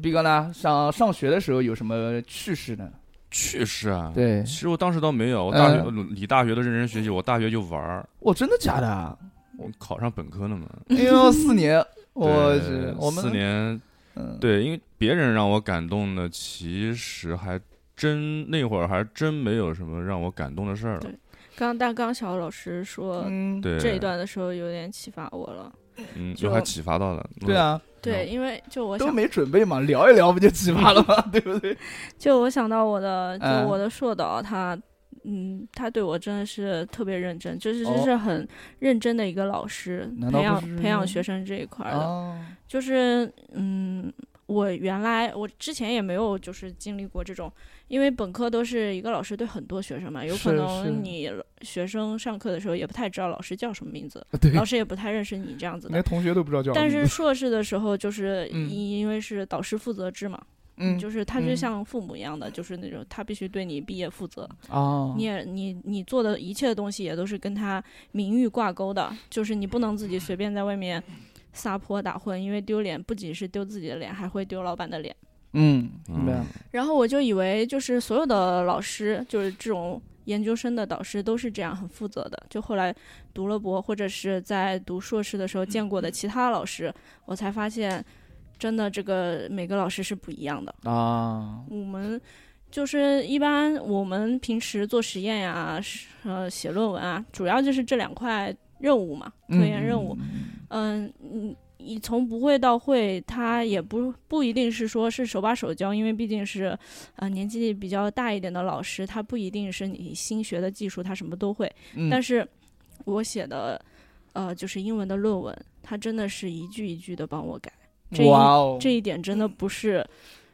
Speaker 2: 毕哥呢？上上学的时候有什么趣事呢？
Speaker 3: 去世啊，。
Speaker 2: 对
Speaker 3: 其，实我当时倒没有，我大学、
Speaker 2: 嗯
Speaker 3: 你大学的认真学习，我大学就玩儿，
Speaker 2: 我真的假的啊？
Speaker 3: 我考上本科了嘛。
Speaker 2: 哎呦，四年，我
Speaker 3: 对
Speaker 2: 去，我们
Speaker 3: 四，年，
Speaker 2: 嗯，
Speaker 3: 对，因为别人让我感动的，其实还真那会儿还真没有什么让我感动的事儿了
Speaker 4: 对。刚刚但刚小老师说
Speaker 2: 嗯，
Speaker 3: 对，
Speaker 4: 这一段的时候，有点启发我了。
Speaker 3: 嗯，
Speaker 4: 就
Speaker 3: 就还启发到了。
Speaker 2: 对啊，
Speaker 4: 对，因为就我
Speaker 2: 都
Speaker 4: 想，
Speaker 2: 没准备嘛，聊一聊不就奇葩了吗？ 对不对？
Speaker 4: 就我想到我的，就
Speaker 2: 嗯
Speaker 4: 我的硕导他。嗯，他对我真的是特别认真，就是
Speaker 2: 哦
Speaker 4: 就是很认真的一个老师，
Speaker 2: 难道
Speaker 4: 培
Speaker 2: 不
Speaker 4: 养
Speaker 2: 是
Speaker 4: 培养学生这一块儿的。
Speaker 2: 哦，
Speaker 4: 就是嗯，我原来我之前也没有就是经历过这种，因为本科都是一个老师对很多学生嘛，有可
Speaker 2: 是是
Speaker 4: 能你学生上课的时候也不太知道老师叫什么名字，
Speaker 2: 啊对，
Speaker 4: 老师也不太认识你这样子的
Speaker 2: 连。同学都不知道叫什么
Speaker 4: 但
Speaker 2: 名字，
Speaker 4: 是硕士的时候，就是
Speaker 2: 嗯
Speaker 4: 因因为是导师负责制嘛，
Speaker 2: 嗯，
Speaker 4: 就是他
Speaker 2: 嗯
Speaker 4: 就像父母一样的，就是那种他必须对你毕业负责，
Speaker 2: 哦，
Speaker 4: 你也你你做的一切东西也都是跟他名誉挂钩的，就是你不能自己随便在外面撒泼打混，因为丢脸不仅是丢自己的脸，还会丢老板的脸。
Speaker 2: 嗯，
Speaker 3: 嗯
Speaker 2: 明白了，
Speaker 4: 然后我就以为就是所有的老师，就是这种研究生的导师都是这样很负责的。就后来读了博，或者是在读硕士的时候见过的其他老师，我才发现，真的这个每个老师是不一样的。
Speaker 2: 啊，
Speaker 4: 我们就是一般我们平时做实验呀、是呃，写论文啊，主要就是这两块任务嘛，科研任务。嗯，你你从不会到会，它也不不一定是说是手把手教，因为毕竟是，呃，年纪比较大一点的老师，他不一定是你新学的技术，他什么都会。
Speaker 2: 嗯，
Speaker 4: 但
Speaker 2: 是
Speaker 4: 是我写的，呃，就是英文的论文，他真的是一句一句的帮我改，这一
Speaker 2: 哇哦，
Speaker 4: 这一点真的不是。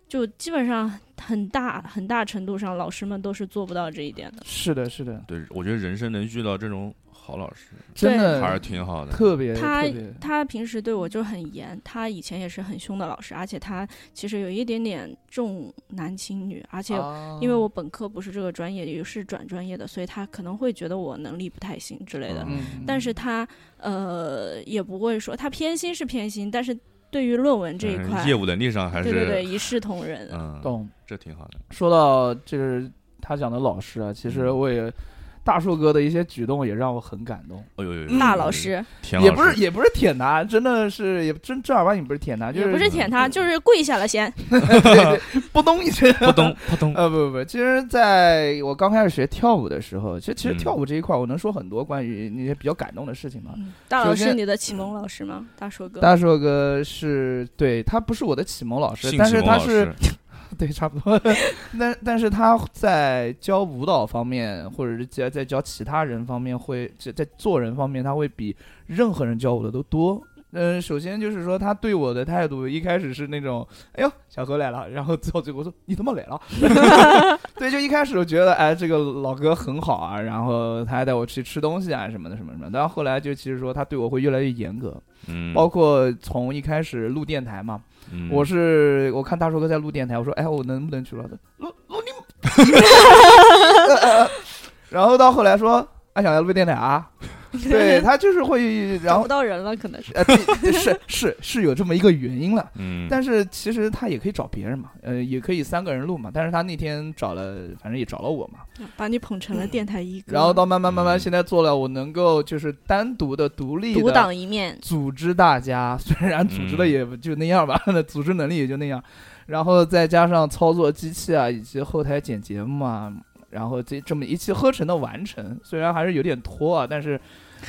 Speaker 4: 就基本上很大很大程度上，老师们都是做不到这一点的。
Speaker 2: 是的，是的，
Speaker 3: 对，我觉得人生能遇到这种好老师
Speaker 2: 真
Speaker 3: 还是
Speaker 2: 的
Speaker 3: 挺好的。
Speaker 2: 特别
Speaker 4: 他
Speaker 2: 特别
Speaker 4: 他平时对我就很严，他以前也是很凶的老师，而且他其实有一点点重男轻女，而且
Speaker 2: 啊
Speaker 3: 哦
Speaker 4: 因为我本科不是这个专业，也是转专业的，所以他可能会觉得我能力不太行之类的。
Speaker 3: 嗯
Speaker 2: 嗯，
Speaker 4: 但是他呃也不会说他偏心是偏心，但是对于论文这一块，
Speaker 3: 嗯业务能力上还是
Speaker 4: 对对对一视同仁的。
Speaker 3: 嗯，
Speaker 2: 懂。
Speaker 3: 这挺好的。
Speaker 2: 说到就是他讲的老师啊，其
Speaker 3: 嗯
Speaker 2: 实我也大树哥的一些举动也让我很感动，
Speaker 3: 哎呦呦，
Speaker 2: 嗯
Speaker 4: 大老，师
Speaker 3: 田老
Speaker 2: 也
Speaker 3: 师
Speaker 2: 不是也不是舔他，真的是也真正儿八经不是舔
Speaker 3: 嗯
Speaker 2: 他，就
Speaker 4: 也
Speaker 2: 是
Speaker 4: 不是舔他，就是跪下了先。
Speaker 2: 对对扑通一声，
Speaker 3: 扑通扑通，
Speaker 2: 呃，不不不，其实在我刚开始学跳舞的时候，其实其实
Speaker 3: 嗯
Speaker 2: 跳舞这一块，我能说很多关于那些比较感动的事情嘛。
Speaker 4: 大老
Speaker 2: 啊首
Speaker 4: 师，
Speaker 2: 先嗯
Speaker 4: 你的启蒙老师吗？大硕哥，
Speaker 2: 大硕哥是对他不是我的启蒙老师，
Speaker 3: 性
Speaker 2: 但
Speaker 3: 启
Speaker 2: 是
Speaker 3: 蒙
Speaker 2: 他
Speaker 3: 老
Speaker 2: 是
Speaker 3: 师
Speaker 2: 对差不多， 但但是他在教舞蹈方面，或者是在在教其他人方面会，在在做人方面，他会比任何人教我的都多。嗯，首先就是说，他对我的态度一开始是那种，哎呦，小何来了，然后到最后说你他妈来了， 对，就一开始我觉得，哎，这个老哥很好啊，然后他还带我去吃东西啊什么的什么什么的，但后来就其实说他对我会越来越严格，
Speaker 3: 嗯，
Speaker 2: 包括从一开始录电台嘛，
Speaker 3: 嗯
Speaker 2: 我是我看大叔哥在录电台，我说哎，我能不能去了？录录你， 然后到后来说，俺想要录电台啊， 对他就是会，然
Speaker 4: 找不
Speaker 2: 后
Speaker 4: 到人了，可能 是。
Speaker 2: 呃，对 是是是有这么一个原因了。
Speaker 3: 嗯，
Speaker 2: 但是其实他也可以找别人嘛，呃，也可以三个人录嘛。但是他那天找了，反正也找了我嘛。
Speaker 4: 把你捧成了电台一哥，
Speaker 2: 嗯然后到慢慢慢慢，
Speaker 3: 嗯
Speaker 2: 现在做了，我能够就是单独的、独立
Speaker 4: 独
Speaker 2: 的
Speaker 4: 当一面，
Speaker 2: 组织大家，虽然组织的也就那样吧， 那组织能力也就那样，然后再加上操作机器啊，以及后台剪节目啊，然后这这么一气呵成的完成，虽然还是有点拖啊，但是，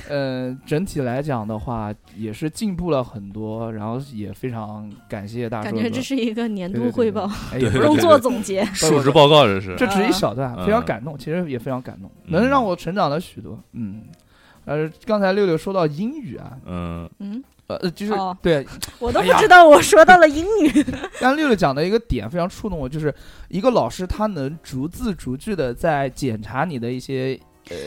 Speaker 2: 呃，整体来讲的话也是进步了很多，然后也非常感谢大
Speaker 4: 感
Speaker 2: 叔哥，
Speaker 4: 觉这是一个年
Speaker 2: 对
Speaker 4: 度汇报、啊
Speaker 2: 对对对哎也不是
Speaker 4: 工作总结。
Speaker 3: 述职报告这是，
Speaker 2: 这只是一小段，
Speaker 3: 嗯
Speaker 2: 非常感动，其实也非常感动，
Speaker 3: 嗯
Speaker 2: 能让我成长了许多，嗯。呃，刚才六六说到英语啊，
Speaker 3: 嗯，
Speaker 4: 嗯，
Speaker 2: 呃，就是、
Speaker 4: 哦
Speaker 2: 对，
Speaker 4: 我都
Speaker 2: 哎
Speaker 4: 不
Speaker 2: 呀
Speaker 4: 知道我说到了英语。
Speaker 2: 刚六六讲的一个点非常触动我，就是一个老师他能逐字逐句的在检查你的一些，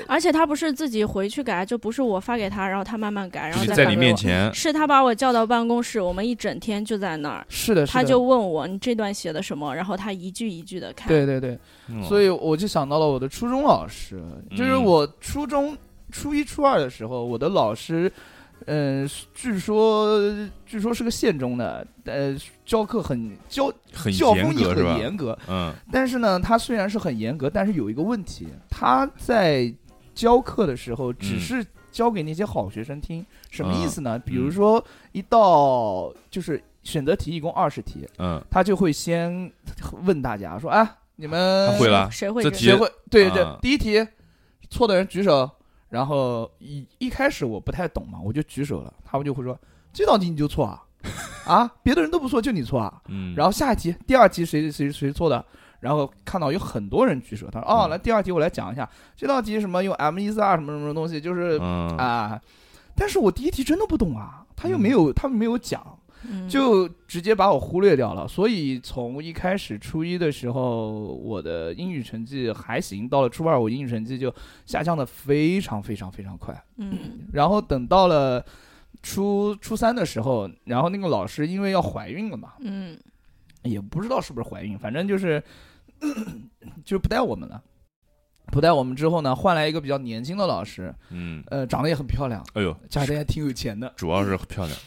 Speaker 4: 而且他不是自己回去改，就不是我发给他，然后他慢慢改，然
Speaker 3: 就
Speaker 4: 后
Speaker 3: 是
Speaker 4: 再
Speaker 3: 在
Speaker 4: 发
Speaker 3: 你
Speaker 4: 给
Speaker 3: 面
Speaker 4: 我。
Speaker 3: 前，
Speaker 4: 是他把我叫到办公室，我们一整天就在那儿。
Speaker 2: 是的，是的
Speaker 4: 他就问我你这段写的什么，然后他一句一句的看。
Speaker 2: 对对对，所
Speaker 3: 以
Speaker 2: 以我就想到了我的初中老师，就是
Speaker 3: 嗯
Speaker 2: 我初中初一初二的时候，我的老师，嗯、据说据说是个县中的，呃，教课很教
Speaker 3: 嗯很
Speaker 2: 教风
Speaker 3: 严
Speaker 2: 也
Speaker 3: 格是
Speaker 2: 很
Speaker 3: 吧？
Speaker 2: 严格，
Speaker 3: 嗯，
Speaker 2: 但是呢，他虽然是很严格，但是有一个问题，他在教课的时候只是
Speaker 3: 嗯
Speaker 2: 教给那些好学生听，什么意思呢？比如说一道就是选择题，一共二十题，
Speaker 3: 嗯，
Speaker 2: 他就会先问大家说：“啊，你们
Speaker 3: 他会了
Speaker 4: 谁会
Speaker 3: 这
Speaker 4: 这
Speaker 3: 题
Speaker 2: 谁会？对对，
Speaker 3: 啊
Speaker 2: 第一题错的人举手。”然后一一开始我不太懂嘛，我就举手了，他们就会说：“这道题你就错啊，啊，别的人都不错，就你错啊。”
Speaker 3: 嗯，
Speaker 2: 然后下一题，第二题谁谁谁做的？然后看到有很多人举手，他说：“哦，
Speaker 3: 嗯
Speaker 2: 来第二题我来讲一下，这道题什么用 M 一四二什么什么东西，就是啊、
Speaker 3: 嗯，
Speaker 2: 但是我第一题真的不懂啊，他又没有、他没有讲，
Speaker 4: 嗯
Speaker 2: 就直接把我忽略掉了。所以从一开始初一的时候，我的英语成绩还行，到了初二我英语成绩就下降的非常非常非常快。
Speaker 4: 嗯，
Speaker 2: 然后等到了初初三的时候，然后那个老师因为要怀孕了嘛，
Speaker 4: 嗯，
Speaker 2: 也不知道是不是怀孕，反正就是就是不带我们了。不带我们之后呢，换来一个比较年轻的老师，
Speaker 3: 嗯，
Speaker 2: 呃，长得也很漂亮，
Speaker 3: 哎呦，
Speaker 2: 家里还挺有钱的。
Speaker 3: 主要是漂亮，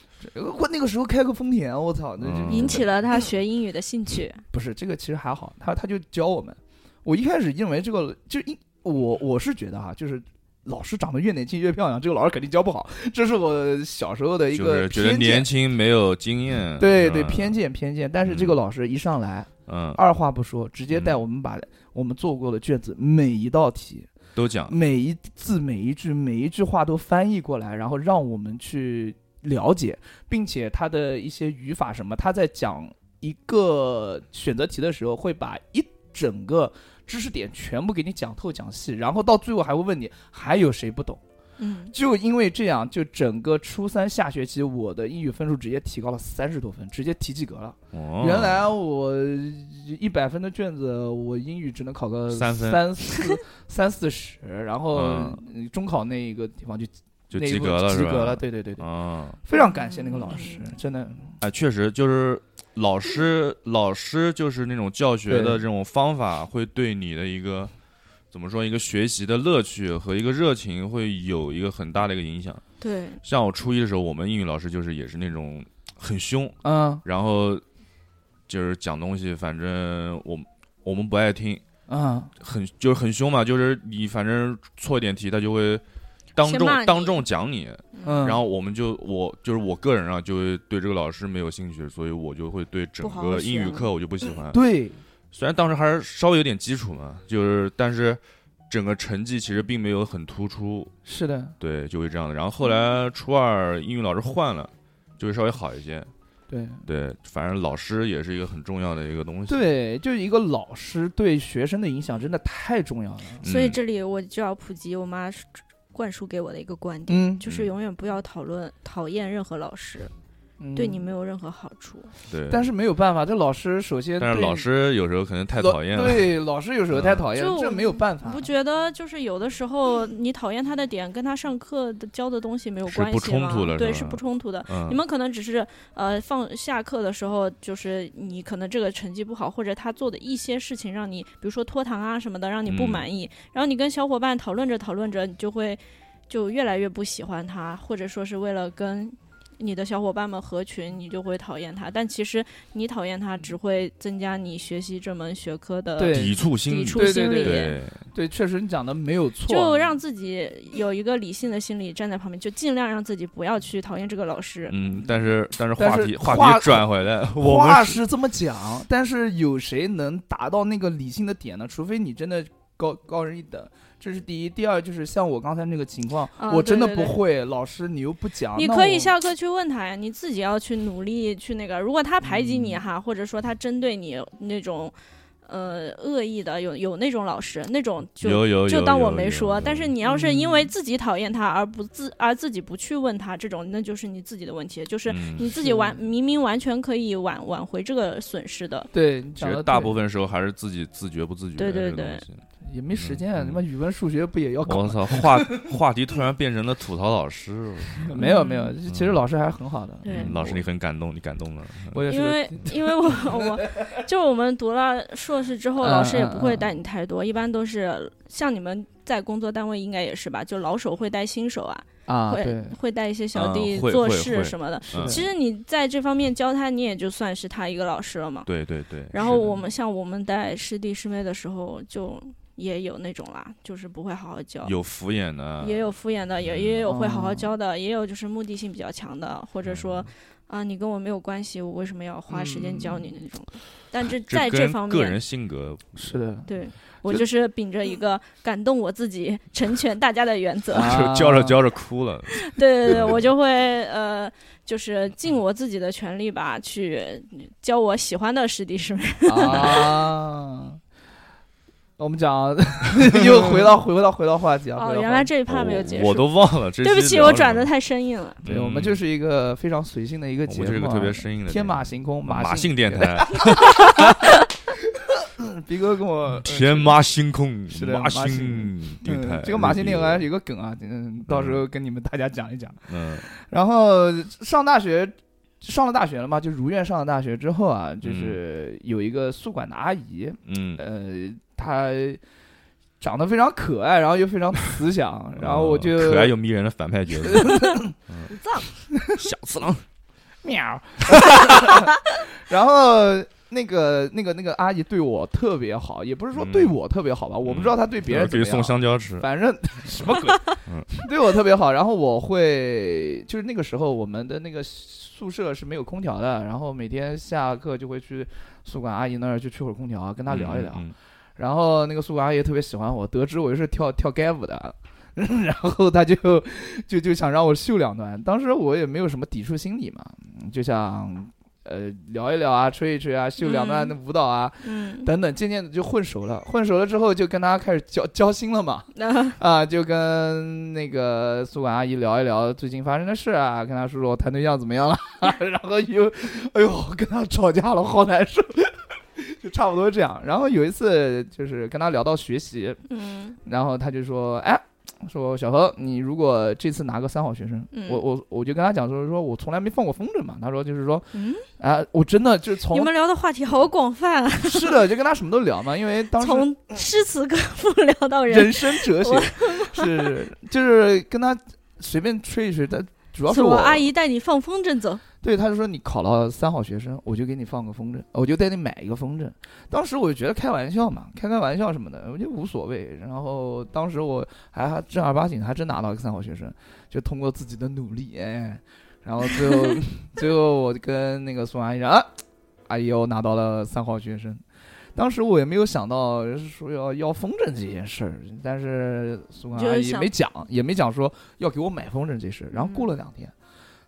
Speaker 2: 我那个时候开个丰田，啊我操，那就、
Speaker 3: 嗯
Speaker 4: 引起了他学英语的兴趣。
Speaker 2: 不是这个其实还好，他他就教我们。我一开始认为这个就一我我是觉得哈、就是老师长得越年轻越漂亮，这个老师肯定教不好，这是我小时候的一
Speaker 3: 就
Speaker 2: 个
Speaker 3: 是觉得
Speaker 2: 偏见
Speaker 3: 年。轻没有经验，
Speaker 2: 对
Speaker 3: 嗯
Speaker 2: 对，偏，见偏见。但是这个
Speaker 3: 嗯
Speaker 2: 老师一上来，
Speaker 3: 嗯，
Speaker 2: 二话不说，直接带
Speaker 3: 嗯
Speaker 2: 我们把我们做过的卷子每一道题、
Speaker 3: 都讲，
Speaker 2: 每一字、每一句、每一句话都翻译过来，然后让我们去了解，并且他的一些语法什么，他在讲一个选择题的时候，会把一整个知识点全部给你讲透讲细，然后到最后还会问你还有谁不懂。
Speaker 4: 嗯，
Speaker 2: 就因为这样，就整个初三下学期，我的英语分数直接提高了三十多分，直接提及格了。
Speaker 3: 哦
Speaker 2: 嗯原来我一百分的卷子，我英语只能考个
Speaker 3: 三分
Speaker 2: 三 四三四十，然后
Speaker 3: 嗯
Speaker 2: 嗯中考那一个地方就
Speaker 3: 就
Speaker 2: 那一
Speaker 3: 及
Speaker 2: 步
Speaker 3: 格了，
Speaker 2: 及
Speaker 3: 是吧？
Speaker 2: 格了，对对对对，
Speaker 3: 啊，
Speaker 2: 非常感谢那个老师，真的，
Speaker 3: 哎，确实就是老师，老师就是那种教学
Speaker 2: 对
Speaker 3: 的这种方法，会对你的一个怎么说，一个学习的乐趣和一个热情，会有一个很大的一个影响。
Speaker 4: 对，
Speaker 3: 像我初一的时候，我们英语老师就是也是那种很凶，
Speaker 2: 嗯
Speaker 3: 然后就是讲东西，反正我我们不爱听，
Speaker 2: 嗯
Speaker 3: 很就是很凶嘛，就是你反正错一点题，他就会当
Speaker 4: 先骂
Speaker 3: 众
Speaker 4: 你
Speaker 3: 当众讲你，
Speaker 2: 嗯，
Speaker 3: 然后我们就我就是我个人啊，就会对这个老师没有兴趣，所以我就会对整
Speaker 4: 不好好
Speaker 3: 个英语
Speaker 4: 学啊
Speaker 3: 课我就不喜欢。
Speaker 2: 对，
Speaker 3: 虽然当时还是稍微有点基础嘛，就是但是整个成绩其实并没有很突出，
Speaker 2: 是的，
Speaker 3: 对，就会这样的。然后后来初二英语老师换了，就会稍微好一些。
Speaker 2: 对
Speaker 3: 对，反正老师也是一个很重要的一个东西。
Speaker 2: 对，就一个老师对学生的影响真的太重要了。
Speaker 4: 所以
Speaker 3: 嗯
Speaker 4: 这里我就要普及我妈灌输给我的一个观点，
Speaker 2: 嗯，
Speaker 4: 就是永远不要讨论讨厌任何老师，对你
Speaker 3: 嗯
Speaker 4: 没有任何好处。
Speaker 3: 对，
Speaker 2: 嗯但是没有办法，这老师首先
Speaker 3: 但是
Speaker 2: 对
Speaker 3: 老师有时候可能太讨厌
Speaker 2: 老
Speaker 3: 了。嗯
Speaker 2: 对老师有时候太讨厌了，
Speaker 4: 就
Speaker 2: 这没有
Speaker 3: 啊
Speaker 2: 办法
Speaker 4: 你不。觉得就是有的时候你讨厌他的点跟他上课的教的东西没有
Speaker 3: 是
Speaker 4: 关系吗？
Speaker 3: 不冲突的
Speaker 4: 对，
Speaker 3: 是
Speaker 4: 是
Speaker 3: 吧
Speaker 4: 不冲突的。
Speaker 2: 啊
Speaker 3: 嗯
Speaker 4: 你们可能只是呃放下课的时候，就是你可能这个成绩不好，或者他做的一些事情让你，比如说拖堂啊什么的，让你不
Speaker 3: 嗯
Speaker 4: 满意，然后你跟小伙伴讨论着讨论着，你就会就越来越不喜欢他，或者说是为了跟。你的小伙伴们合群，你就会讨厌他，但其实你讨厌他只会增加你学习这门学科的
Speaker 2: 对
Speaker 3: 抵触心
Speaker 4: 抵
Speaker 3: 理，
Speaker 4: 触
Speaker 2: 对对
Speaker 4: 心理。
Speaker 2: 对
Speaker 3: 对，
Speaker 2: 对，确实你讲的没有错，
Speaker 4: 就让自己有一个理性的心理站在旁边，就尽量让自己不要去讨厌这个老师。
Speaker 3: 嗯，但是但是
Speaker 2: 但
Speaker 3: 话
Speaker 2: 是
Speaker 3: 题
Speaker 2: 话
Speaker 3: 题转回来，我
Speaker 2: 话
Speaker 3: 们
Speaker 2: 是这么讲，但是有谁能达到那个理性的点呢？除非你真的高高人一等，这是第一。第二就是像我刚才那个情况，
Speaker 4: 啊
Speaker 2: 我
Speaker 4: 对
Speaker 2: 真的
Speaker 4: 对
Speaker 2: 不
Speaker 4: 对
Speaker 2: 会，老师你又不
Speaker 3: 啊
Speaker 2: 讲，
Speaker 4: 你
Speaker 2: 那
Speaker 4: 可以
Speaker 2: 我
Speaker 4: 下课去问他呀，你自己要去努力去那个。如果他排挤你
Speaker 3: 嗯
Speaker 4: 哈，或者说他针对你那种，呃，恶意的，有有那种老师，那种
Speaker 3: 有有
Speaker 4: 就
Speaker 3: 有
Speaker 4: 就当我
Speaker 3: 有
Speaker 4: 没
Speaker 3: 有
Speaker 4: 说。
Speaker 3: 有嗯
Speaker 4: 但是你要是因为自己讨厌他而不自而自己不去问他，这种那就是你自己的问题，就是
Speaker 3: 嗯
Speaker 4: 你自己
Speaker 2: 是
Speaker 4: 完明明完全可以挽挽回这个损失的。
Speaker 2: 对，你
Speaker 3: 其
Speaker 2: 讲的
Speaker 3: 实大
Speaker 2: 对
Speaker 3: 部分时候还是自己自觉不自觉
Speaker 4: 对
Speaker 3: 的这
Speaker 4: 对
Speaker 3: 个
Speaker 4: 对
Speaker 3: 东西。
Speaker 2: 也没时
Speaker 3: 嗯
Speaker 2: 间啊，他
Speaker 3: 嗯
Speaker 2: 妈语文、数学不也要搞
Speaker 3: 我
Speaker 2: 吗？
Speaker 3: 操，话话题突然变成了吐槽老师，我
Speaker 2: 没有没有，其实
Speaker 3: 嗯
Speaker 2: 老师还是很好的。
Speaker 4: 对
Speaker 3: 嗯老师你很感动，你感动了。
Speaker 2: 我也是
Speaker 4: 因
Speaker 2: 个
Speaker 4: 为因为我我就我们读了硕士之后，
Speaker 2: 嗯
Speaker 4: 老师也
Speaker 2: 嗯
Speaker 4: 不会
Speaker 2: 嗯
Speaker 4: 带你太多，一般都是像你们在工作单位应该也是吧，就老手会带新手啊，
Speaker 2: 啊，
Speaker 4: 会
Speaker 2: 对，
Speaker 4: 会带一些
Speaker 3: 嗯
Speaker 4: 小弟
Speaker 3: 会
Speaker 4: 做
Speaker 3: 会
Speaker 4: 事
Speaker 3: 会
Speaker 4: 什么的。
Speaker 2: 的
Speaker 3: 嗯
Speaker 4: 其实你在这方面教他，你也就算是他一个老师了嘛。
Speaker 3: 对对对。
Speaker 4: 然后
Speaker 3: 是的
Speaker 4: 我们像我们带师弟师妹的时候，就也有那种啦，就是不会好好教。
Speaker 3: 有敷衍啊的，
Speaker 4: 也有敷衍的，也也有会好好
Speaker 2: 哦
Speaker 4: 教的，也有就是目的性比较强的，或者
Speaker 3: 嗯
Speaker 4: 说啊，你跟我没有关系，我为什么要花时间教你那种的？但这
Speaker 3: 这
Speaker 4: 在
Speaker 3: 跟
Speaker 4: 这方
Speaker 3: 个人
Speaker 4: 面，
Speaker 3: 性格
Speaker 2: 是的。
Speaker 4: 对我就是秉着 一个感动我自己、成全大家的原则。
Speaker 2: 啊
Speaker 3: 就教着教着哭 了。
Speaker 4: 对对对， 我就会呃，就是尽我自己的全力吧，去教我喜欢的师弟师妹。
Speaker 2: 啊， 我们讲又回到回到回到话题啊，
Speaker 4: 哦
Speaker 2: 回，到
Speaker 4: 原
Speaker 2: 话
Speaker 4: 来
Speaker 2: 题
Speaker 4: 这一趴没有
Speaker 3: 我
Speaker 4: 结
Speaker 3: 哦我
Speaker 4: 束，
Speaker 3: 都忘了。这
Speaker 4: 对不
Speaker 3: 期
Speaker 4: 起，
Speaker 3: 聊
Speaker 4: 我
Speaker 3: 了
Speaker 4: 转
Speaker 3: 什
Speaker 4: 的
Speaker 3: 么
Speaker 4: 太生硬了。
Speaker 2: 对，我们
Speaker 3: 嗯
Speaker 2: 就是一个非常随性的一个
Speaker 3: 我
Speaker 2: 节目
Speaker 3: 们
Speaker 2: 啊，
Speaker 3: 这是个特别生硬的
Speaker 2: 天马
Speaker 3: 节
Speaker 2: 行空，
Speaker 3: 目马
Speaker 2: 性
Speaker 3: 性电 台，
Speaker 2: 逼哥跟我
Speaker 3: 天马行空
Speaker 2: 是，的
Speaker 3: 马
Speaker 2: 马
Speaker 3: 性电台
Speaker 2: 嗯。这个马性电台
Speaker 3: 嗯
Speaker 2: 有个梗啊，嗯，到时候跟你们大家讲一讲。
Speaker 3: 嗯，
Speaker 2: 然后上大学，上了大学了嘛，就如愿上了大学之后啊，就是有一个宿管的阿姨，
Speaker 3: 嗯，
Speaker 2: 呃，她长得非常可爱，然后又非常慈祥，然后我就
Speaker 3: 哦可爱又迷人的反派角色，
Speaker 4: 藏
Speaker 3: 小次郎，
Speaker 2: 喵， 然后。那个、那个、那个阿姨对我特别好，也不是说对
Speaker 3: 嗯
Speaker 2: 我特别好吧，我不知道她对 别人
Speaker 3: 可
Speaker 2: 怎
Speaker 3: 以
Speaker 2: 么样
Speaker 3: 呃送。香蕉吃。
Speaker 2: 反 正什么鬼
Speaker 3: 嗯，
Speaker 2: 对我特别好。然后我会就是那个时候我们的那个宿舍是没有空调的，然后每天下课就会去宿管阿姨那儿去吹会儿空调，啊跟她聊一聊。
Speaker 3: 嗯，嗯
Speaker 2: 然后那个宿管阿姨特别喜欢我，得知我是跳跳街舞的。 然后她就就就想让我秀两段，当时我也没有什么抵触心理嘛，嗯就想呃聊一聊啊，吹一吹啊，秀两段
Speaker 4: 嗯
Speaker 2: 的舞蹈啊，
Speaker 4: 嗯，
Speaker 2: 等等，渐渐的就混熟了。混熟了之后，就跟她开始交交心了嘛。
Speaker 4: 那
Speaker 2: 啊，就跟那个宿管阿姨聊一聊最近发生的事啊，跟她说说我谈对象怎么样了， 然后又，哎呦，跟她吵架了，好难受， 就差不多这样。然后有一次就是跟她聊到学习，
Speaker 4: 嗯
Speaker 2: 然后她就说，哎。说小何，你如果这次拿个三好学生，
Speaker 4: 嗯
Speaker 2: 我我我就跟她讲说，说我从来没放过风筝嘛。她说就是说
Speaker 4: 嗯，
Speaker 2: 啊、我真的就是
Speaker 4: 你
Speaker 2: 从
Speaker 4: 们聊的话题好广泛啊。
Speaker 2: 是的，就跟她什么都聊嘛，因为当时嗯
Speaker 4: 从诗词歌赋聊到人，
Speaker 2: 人生哲学，是就是跟他随便吹一吹，他主要是
Speaker 4: 怎么
Speaker 2: 我
Speaker 4: 阿姨带你放风筝走？
Speaker 2: 对，他就说你考了三好学生，我就给你放个风筝，我就带你买一个风筝。当时我就觉得开玩笑嘛，开开玩笑什么的，我觉得无所谓。然后当时我还还正儿八经还真拿到一个三好学生，就通过自己的努力，哎，然后最 后最后我就跟那个宋阿姨讲，啊，阿姨我拿到了三好学生。当时我也没有想到是说要要风筝这件事儿，但是苏阿
Speaker 4: 就是
Speaker 2: 姨
Speaker 4: 想
Speaker 2: 没讲，也没讲说要给我买风筝这事儿。然后过
Speaker 4: 嗯
Speaker 2: 了两天，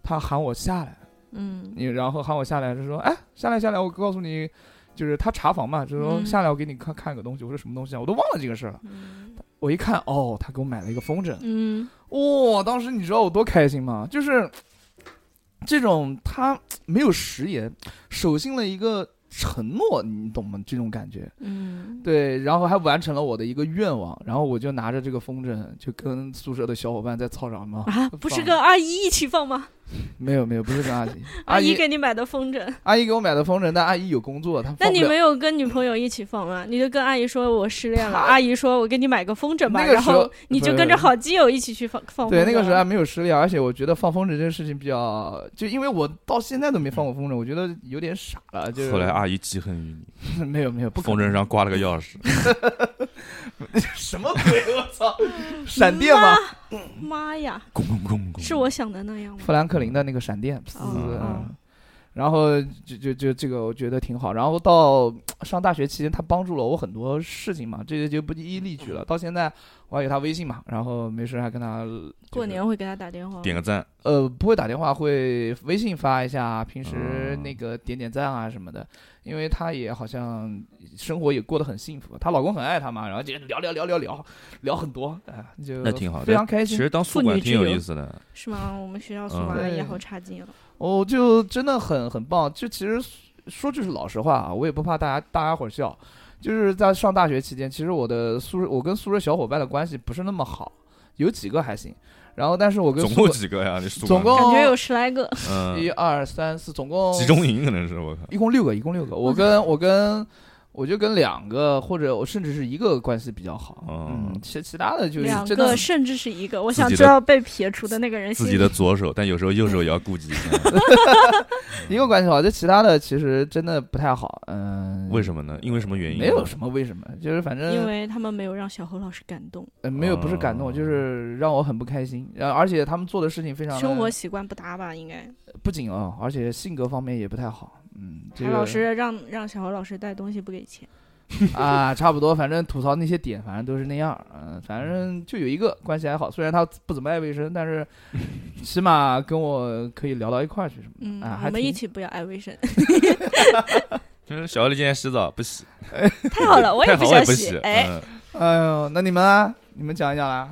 Speaker 2: 她喊我下来。
Speaker 4: 嗯
Speaker 2: 你然后喊我下来，就说哎下来下来，我告诉你，就是他查房嘛，就说
Speaker 4: 嗯
Speaker 2: 下来我给你看看个东西，我说什么东西啊，我都忘了这个事儿了。
Speaker 4: 嗯
Speaker 2: 我一看哦，他给我买了一个风筝，
Speaker 4: 嗯
Speaker 2: 哇、当时你知道我多开心吗？就是这种他没有食言，守信了一个承诺，你懂吗？这种感觉。
Speaker 4: 嗯，
Speaker 2: 对，然后还完成了我的一个愿望，然后我就拿着这个风筝，就跟宿舍的小伙伴在操场嘛
Speaker 4: 啊，不是
Speaker 2: 放
Speaker 4: 跟阿姨一起放吗？
Speaker 2: 没有没有，不是跟阿姨，
Speaker 4: 阿
Speaker 2: 姨
Speaker 4: 姨给你买的风筝，
Speaker 2: 阿姨给我买的风筝，但阿姨有工作，她
Speaker 4: 那
Speaker 2: 放不
Speaker 4: 你
Speaker 2: 了
Speaker 4: 没有跟女朋友一起放吗？你就跟阿姨说我失恋了，
Speaker 2: 她
Speaker 4: 阿姨说我给你买个风筝吧，
Speaker 2: 那个
Speaker 4: 然
Speaker 2: 时候
Speaker 4: 后你就跟着好基友一起去放放风筝。
Speaker 2: 对，那个时候还没有失恋，而且我觉得放风筝这件事情比较，就因为我到现在都没放过风筝，我觉得有点傻了。就是
Speaker 3: 后来阿姨记恨于你，
Speaker 2: 没有没有不可
Speaker 3: 风
Speaker 2: 能
Speaker 3: 筝上挂了个钥匙，
Speaker 2: 什么鬼，我 操，闪电
Speaker 4: 嗯
Speaker 2: 吗？
Speaker 4: 啊妈呀，
Speaker 3: 咣咣咣
Speaker 2: 嗯
Speaker 3: 咣，
Speaker 4: 是我想的那样吗？
Speaker 2: 富兰克林的那个闪电，
Speaker 4: 哦
Speaker 2: 嗯
Speaker 4: 哦
Speaker 2: 然后就就就这个我觉得挺好。然后到上大学期间，他帮助了我很多事情嘛，这些就不一一例举了。到现在我还有他微信嘛，然后没事还跟他
Speaker 4: 过年会给他打电话。
Speaker 3: 点个赞，
Speaker 2: 呃，不会打电话，会微信发一下，啊平时
Speaker 3: 嗯
Speaker 2: 那个点点赞啊什么的，因为她也好像生活也过得很幸福，她老公很爱她嘛，然后就聊聊聊聊聊聊很多，啊、就
Speaker 3: 那挺好的
Speaker 2: 非常开
Speaker 3: 其
Speaker 2: 心。
Speaker 3: 实当宿管挺有意思的，
Speaker 4: 是吗？我们学校宿
Speaker 3: 嗯
Speaker 4: 管阿姨
Speaker 2: 对
Speaker 4: 好差劲哦。
Speaker 2: 哦，就真的很很棒。就其实说句老实话啊，我也不怕大家大家伙儿笑，就是在上大学期间，其实我的宿舍我跟宿舍小伙伴的关系不是那么好，有几个还行，然后但是我跟
Speaker 3: 总
Speaker 2: 宿
Speaker 3: 共
Speaker 2: 管
Speaker 3: 几个呀？你宿
Speaker 2: 总
Speaker 3: 管
Speaker 2: 共
Speaker 4: 感觉有十来个，
Speaker 3: 嗯
Speaker 2: 一，二三四，总共
Speaker 3: 集中营可能是我靠，
Speaker 2: 一共六个，一共六个。
Speaker 3: 嗯
Speaker 2: 我跟我跟我就跟两个或者我甚至是一个关系比较好，
Speaker 3: 哦
Speaker 2: 嗯，其其他的就是
Speaker 4: 两
Speaker 2: 真的
Speaker 4: 个甚至是一个，我
Speaker 3: 自己
Speaker 4: 想
Speaker 3: 的
Speaker 4: 知道被撇除的那个人
Speaker 3: 自己
Speaker 4: 心里
Speaker 3: 的左手，但有时候右手也要顾及 一下，
Speaker 2: 一个关系好，这其他的其实真的不太好，嗯，
Speaker 3: 为什么呢？因为什么原因？
Speaker 2: 没有什么为什么，就是反
Speaker 4: 因
Speaker 2: 正、
Speaker 4: 为他们没有让小侯老师感动，
Speaker 2: 呃、没有不是感动，
Speaker 3: 哦
Speaker 2: 就是让我很不开心，然后而且他们做的事情非常的
Speaker 4: 生活习惯不搭吧？应该。
Speaker 2: 不仅啊、而且性格方面也不太好。嗯，这
Speaker 4: 韩
Speaker 2: 个
Speaker 4: 老师让让小侯老师带东西不给钱，
Speaker 2: 啊，差不多，反正吐槽那些点，反正都是那样。嗯、反正就有一个关系还好，虽然他不怎么爱卫生，但 是起码跟我可以聊到一块儿去什么的。
Speaker 4: 嗯，
Speaker 2: 啊还
Speaker 4: 我们一
Speaker 2: 挺
Speaker 4: 起不要爱卫生，
Speaker 3: 就是小丽今天洗澡不洗，
Speaker 4: 太好了，我也
Speaker 3: 太
Speaker 4: 不
Speaker 3: 好我也
Speaker 4: 想
Speaker 3: 不
Speaker 4: 洗
Speaker 3: 洗，，
Speaker 4: 哎，
Speaker 3: 嗯，
Speaker 2: 哎呦，那你们啊，你们讲一讲啦，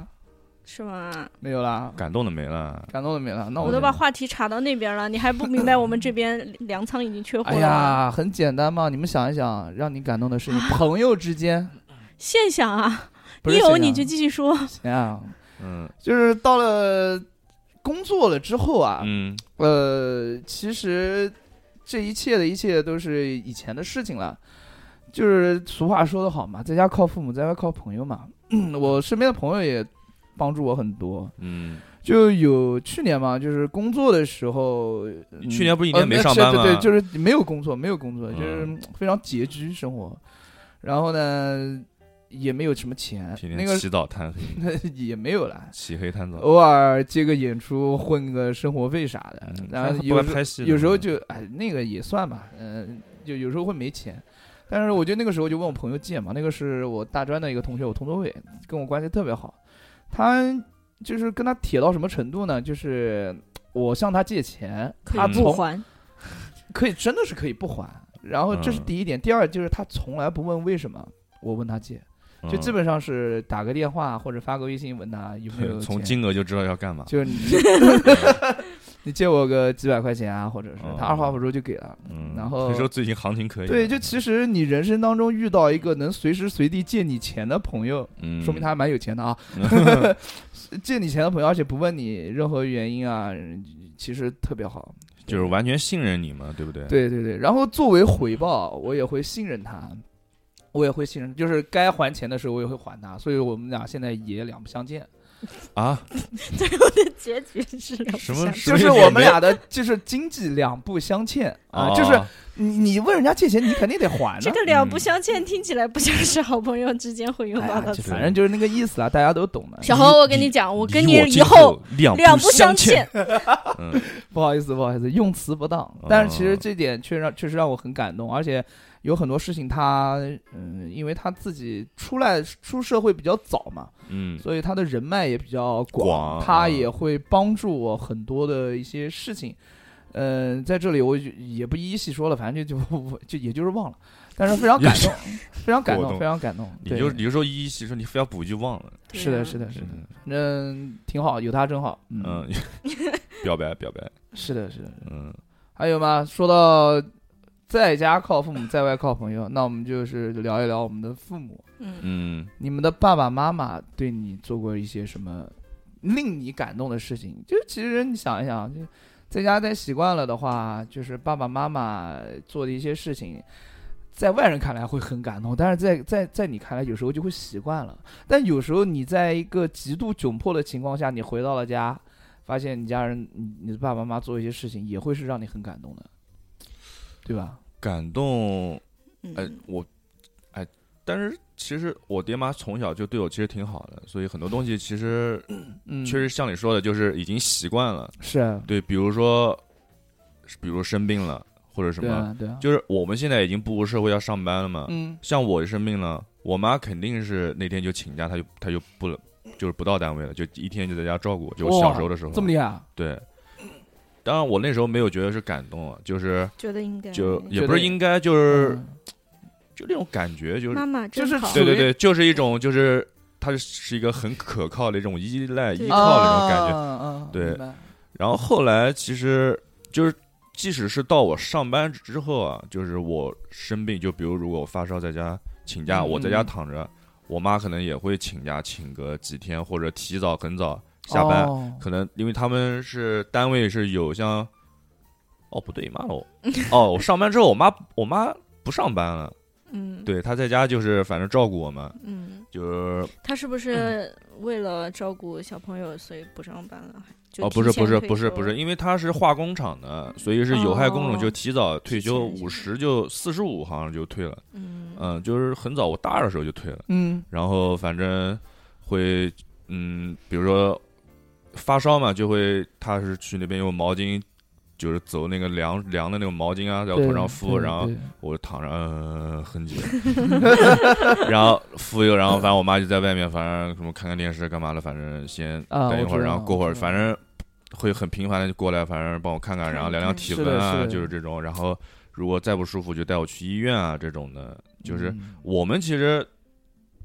Speaker 4: 是吗？
Speaker 2: 没有啦，
Speaker 3: 感动的没了。
Speaker 2: 感动的没了。那
Speaker 4: 我
Speaker 2: 我
Speaker 4: 都
Speaker 2: 就
Speaker 4: 把话题岔到那边了，你还不明白我们这边粮仓已经缺货
Speaker 2: 哎
Speaker 4: 了吗？
Speaker 2: 呀，很简单嘛，你们想一想，让你感动的事 情，朋友之间，
Speaker 4: 现象啊，
Speaker 2: 不
Speaker 4: 你
Speaker 2: 是
Speaker 4: 有
Speaker 2: 现
Speaker 4: 你
Speaker 2: 象
Speaker 4: 就继续说，
Speaker 2: 行啊，
Speaker 3: 嗯
Speaker 2: 就是到了工作了之后啊，
Speaker 3: 嗯，
Speaker 2: 呃，其实这一切的一切都是以前的事情了。就是俗话说得好嘛，在家靠父母，在外靠朋友嘛。嗯我身边的朋友也帮助我很多。
Speaker 3: 嗯，
Speaker 2: 就有去年嘛，就是工作的时候，嗯
Speaker 3: 去年不是一年没上班吗
Speaker 2: 呃对对对，就是没有工作，没有工作，
Speaker 3: 嗯
Speaker 2: 就是非常拮据生活。然后呢，也没有什么钱，
Speaker 3: 天
Speaker 2: 那
Speaker 3: 天
Speaker 2: 个
Speaker 3: 起早贪黑，
Speaker 2: 也没有了。
Speaker 3: 起黑贪早，
Speaker 2: 偶尔接个演出混个生活费啥的
Speaker 3: 嗯，
Speaker 2: 然后
Speaker 3: 不
Speaker 2: 有
Speaker 3: 爱
Speaker 2: 时
Speaker 3: 拍戏的嗯
Speaker 2: 有时候
Speaker 3: 嘛
Speaker 2: 就哎那个也算吧，嗯，就有时候会没钱，但是我就那个时候就问我朋友借嘛，那个是我大专的一个同学，我同桌位，跟我关系特别好，他就是跟他铁到什么程度呢？就是我向他借钱，
Speaker 4: 可
Speaker 2: 他
Speaker 4: 以不
Speaker 2: 从
Speaker 4: 还，
Speaker 2: 可以真的是可以不还，然后这是
Speaker 3: 嗯
Speaker 2: 第一点，第二就是他从来不问为什么。我问他借，
Speaker 3: 嗯
Speaker 2: 就基本上是打个电话或者发个微信问他有没有
Speaker 3: 嗯从
Speaker 2: 钱
Speaker 3: 金额就知道要干嘛。
Speaker 2: 就是 你 借你借我个几百块钱啊，或者是他
Speaker 3: 哦
Speaker 2: 二话不说就给了。
Speaker 3: 嗯，
Speaker 2: 然后
Speaker 3: 那时候最近行情可以了，
Speaker 2: 对，就其实你人生当中遇到一个能随时随地借你钱的朋友，
Speaker 3: 嗯，
Speaker 2: 说明他还蛮有钱的 啊。 借你钱的朋友，而且不问你任何原因啊，其实特别好。
Speaker 3: 就是完全信任你嘛，对不对？，
Speaker 2: 对对对，然后作为回报，我也会信任他，我也会信任，就是该还钱的时候我也会还他，所以我们俩现在也两不相见。
Speaker 3: 啊，
Speaker 4: 最后的结局是
Speaker 3: 什么？
Speaker 2: 就
Speaker 3: 什
Speaker 2: 是
Speaker 3: 么也
Speaker 2: 我们
Speaker 3: 没
Speaker 2: 俩的，就是经济两不相欠啊，就是
Speaker 3: 哦
Speaker 2: 你你问人家借钱，你肯定得还啊
Speaker 4: 这
Speaker 2: 的。
Speaker 4: 个两不相欠，听起来不像是好朋友之间会
Speaker 2: 嗯
Speaker 4: 用
Speaker 2: 哎
Speaker 4: 到
Speaker 2: 呀
Speaker 4: 的
Speaker 2: 就
Speaker 4: 词。
Speaker 2: 反正就是那个意思啊，大家都懂的。
Speaker 4: 小侯，我跟你讲，我跟你
Speaker 3: 离
Speaker 4: 以
Speaker 3: 今
Speaker 4: 后
Speaker 3: 两
Speaker 4: 两
Speaker 3: 不
Speaker 4: 不相
Speaker 3: 欠
Speaker 4: 欠。
Speaker 3: 嗯
Speaker 2: 不好意思，不好意思，用词不当。
Speaker 3: 哦
Speaker 2: 但是其实这点确让确实让我很感动，而且有很多事情他嗯，因为他自己出来出社会比较早嘛，
Speaker 3: 嗯
Speaker 2: 所以他的人脉也比较
Speaker 3: 广
Speaker 2: 他也会帮助我很多的一些事情。嗯，在这里我就也不一一细说了，反正就就就也就是忘了，但是非常感动，非常感
Speaker 3: 我
Speaker 2: 动，
Speaker 3: 懂
Speaker 2: 非常感动。
Speaker 3: 你
Speaker 2: 对
Speaker 3: 就你就说一一细说，你非要补一句忘了，
Speaker 4: 对
Speaker 2: 是
Speaker 4: 啊
Speaker 2: 的，是的，是的，
Speaker 3: 嗯
Speaker 2: 嗯，挺好，有他真好。嗯，
Speaker 3: 嗯，表白表白，
Speaker 2: 是的，是的。
Speaker 3: 嗯，
Speaker 2: 还有吗？说到在家靠父母，在外靠朋友，那我们就是聊一聊我们的父母。
Speaker 4: 嗯，
Speaker 3: 嗯，
Speaker 2: 你们的爸爸妈妈对你做过一些什么令你感动的事情？就其实你想一想，就在家待习惯了的话，就是爸爸妈妈做的一些事情，在外人看来会很感动，但是在在在你看来，有时候就会习惯了。但有时候你在一个极度窘迫的情况下，你回到了家，发现你家人、你你的爸爸妈妈做一些事情，也会是让你很感动的，对吧？
Speaker 3: 感动，哎
Speaker 4: 嗯，
Speaker 3: 我，哎，但是其实我爹妈从小就对我其实挺好的，所以很多东西其实
Speaker 2: 嗯，
Speaker 3: 确实像你说的，就是已经习惯了。
Speaker 2: 是啊，
Speaker 3: 对，比如说，比如生病了或者什
Speaker 2: 对
Speaker 3: 么，
Speaker 2: 啊，对啊，
Speaker 3: 就是我们现在已经步入社会要上班了嘛。
Speaker 2: 嗯
Speaker 3: 像我生病了，我妈肯定是那天就请假，她就她就不就是不到单位了，就一天就在家照顾我。就我小时候的时候，
Speaker 2: 哇这么厉害啊，
Speaker 3: 对。当然，我那时候没有觉得是感动啊，就是
Speaker 4: 觉得应该
Speaker 3: 就也
Speaker 2: 觉
Speaker 3: 不
Speaker 2: 得
Speaker 3: 是应该，就是
Speaker 2: 嗯
Speaker 3: 就那种感觉，就是
Speaker 4: 妈妈真
Speaker 2: 就是
Speaker 4: 好
Speaker 3: 对对
Speaker 2: 属于
Speaker 3: 对，就是一种就是它是一个很可靠的一种依赖
Speaker 2: 哦
Speaker 3: 依靠的那种感觉。
Speaker 2: 啊啊
Speaker 3: 对
Speaker 2: 明白
Speaker 3: 然后后来其实就是，即使是到我上班之后啊，就是我生病，就比如如果我发烧在家请假，
Speaker 2: 嗯
Speaker 3: 我在家躺着，我妈可能也会请假，请个几天或者提早很早下班，
Speaker 2: 哦
Speaker 3: 可能因为他们是单位是有像，哦不对 妈我哦我上班之后我妈我妈不上班了，
Speaker 4: 嗯
Speaker 3: 对她在家就是反正照顾我们，
Speaker 4: 嗯，
Speaker 3: 就是
Speaker 4: 他是不
Speaker 3: 嗯
Speaker 4: 是为了照顾小朋友，所以不上班了？就
Speaker 3: 哦，不是
Speaker 4: 提前
Speaker 3: 不是
Speaker 4: 退
Speaker 3: 不是
Speaker 4: 休
Speaker 3: 不是，因为他是化工厂的，所以是有害工种就
Speaker 4: 哦
Speaker 3: 提早退休，
Speaker 4: 提前
Speaker 3: 五十就四十五好像就退了，
Speaker 4: 嗯
Speaker 3: 嗯，就是很早，我大二的时候就退了，
Speaker 2: 嗯
Speaker 3: 然后反正会嗯，比如说发烧嘛，就会他是去那边用毛巾。就是走那个凉凉的那种毛巾啊，在我头上敷，然后我躺着，嗯，很久， 然后敷又，然后反正我妈就在外面，反正什么看看电视干嘛的，反正先
Speaker 2: 啊
Speaker 3: 等一
Speaker 2: 我
Speaker 3: 会儿，
Speaker 2: 知
Speaker 3: 然后
Speaker 2: 道
Speaker 3: 过会
Speaker 2: 我
Speaker 3: 儿，
Speaker 2: 知
Speaker 3: 反正会很频繁的过来，反正帮我看看，然后量量体
Speaker 2: 是
Speaker 3: 温
Speaker 2: 的
Speaker 3: 啊，
Speaker 2: 是的
Speaker 3: 就是这种。然后如果再不舒服，就带我去医院啊，这种的。就是
Speaker 2: 嗯
Speaker 3: 我们其实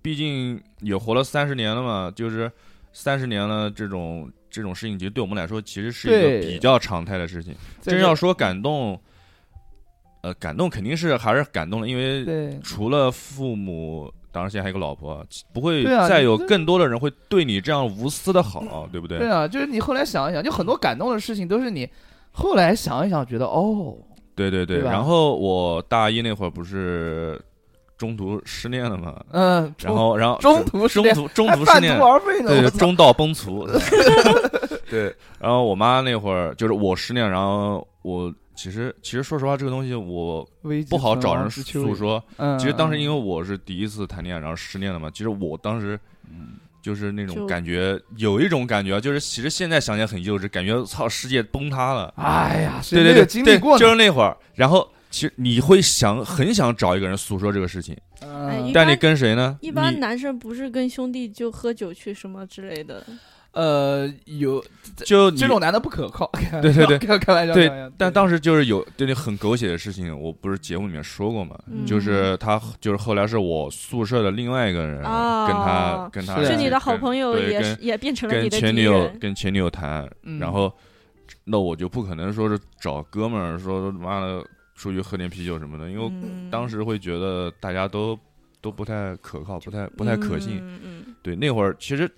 Speaker 3: 毕竟也活了三十年了嘛，就是三十年了，这种这种事情，其实对我们来说，其实是一个
Speaker 2: 对
Speaker 3: 比较常态的事情。
Speaker 2: 在
Speaker 3: 真
Speaker 2: 这
Speaker 3: 要说感动，呃，感动肯定是还是感动的，因为
Speaker 2: 对
Speaker 3: 除了父母，当然现在还有个老婆，不会
Speaker 2: 对啊
Speaker 3: 再
Speaker 2: 你
Speaker 3: 有
Speaker 2: 这
Speaker 3: 更多的人会对你这样无私的好，对不对？
Speaker 2: 对啊，就是你后来想一想，就很多感动的事情都是你后来想一想觉得哦，
Speaker 3: 对对对
Speaker 2: 对吧
Speaker 3: 然后我大一那会儿不是中途失恋了嘛，
Speaker 2: 嗯，
Speaker 3: 然后然后
Speaker 2: 中途失
Speaker 3: 中
Speaker 2: 恋
Speaker 3: 途中
Speaker 2: 还
Speaker 3: 途失
Speaker 2: 半
Speaker 3: 恋
Speaker 2: 途，而废呢，
Speaker 3: 对
Speaker 2: 我，操
Speaker 3: 中道崩殂。 对，然后我妈那会儿就是我失恋，然后我其实其实说实话，这个东西我
Speaker 2: 危机
Speaker 3: 不好
Speaker 2: 存
Speaker 3: 找
Speaker 2: 亡
Speaker 3: 人
Speaker 2: 之秋
Speaker 3: 诉
Speaker 2: 也。
Speaker 3: 说。
Speaker 2: 嗯，
Speaker 3: 其实当时因
Speaker 2: 为
Speaker 3: 为我是第一次谈恋爱，然后失恋了嘛，其实我当时。
Speaker 2: 嗯
Speaker 3: 就是那种
Speaker 4: 就
Speaker 3: 感觉，有一种感觉，就是其实现在想起来很幼稚，感觉操世界崩塌了。
Speaker 2: 哎呀，谁
Speaker 3: 对对
Speaker 2: 没有
Speaker 3: 对，
Speaker 2: 经
Speaker 3: 对
Speaker 2: 历过呢
Speaker 3: 就是那会儿，然后其实你会想很想找一个人诉说这个事情，
Speaker 4: 哎
Speaker 2: 嗯
Speaker 4: 一
Speaker 3: 但
Speaker 4: 般
Speaker 3: 你跟谁呢？
Speaker 4: 一般
Speaker 3: 你
Speaker 4: 男生不是跟兄弟就喝酒去什么之类的，
Speaker 3: 嗯
Speaker 2: 呃有
Speaker 3: 就你
Speaker 2: 这种男的不可靠，
Speaker 3: 对对对
Speaker 2: 开开玩笑，
Speaker 3: 对
Speaker 2: 开玩笑
Speaker 3: 但当时就是有对那很狗血的事情，我不是节目里面说过嘛，
Speaker 4: 嗯
Speaker 3: 就是他就是后来是我宿舍的另外一个人跟他、
Speaker 4: 哦
Speaker 3: 跟他
Speaker 2: 对
Speaker 4: 是
Speaker 3: 跟
Speaker 4: 你的好朋友
Speaker 3: 对
Speaker 4: 也是
Speaker 3: 跟
Speaker 4: 也变成了
Speaker 3: 跟
Speaker 4: 你的
Speaker 3: 前
Speaker 4: 敌
Speaker 3: 女友
Speaker 4: 人，
Speaker 3: 跟前女友谈，
Speaker 2: 嗯
Speaker 3: 然后那我就不可能说是找哥们儿说妈的出去喝点啤酒什么的，因为我
Speaker 4: 嗯
Speaker 3: 当时会觉得大家都都不太可靠，不太不太可信。
Speaker 4: 嗯嗯
Speaker 3: 对，那会儿其实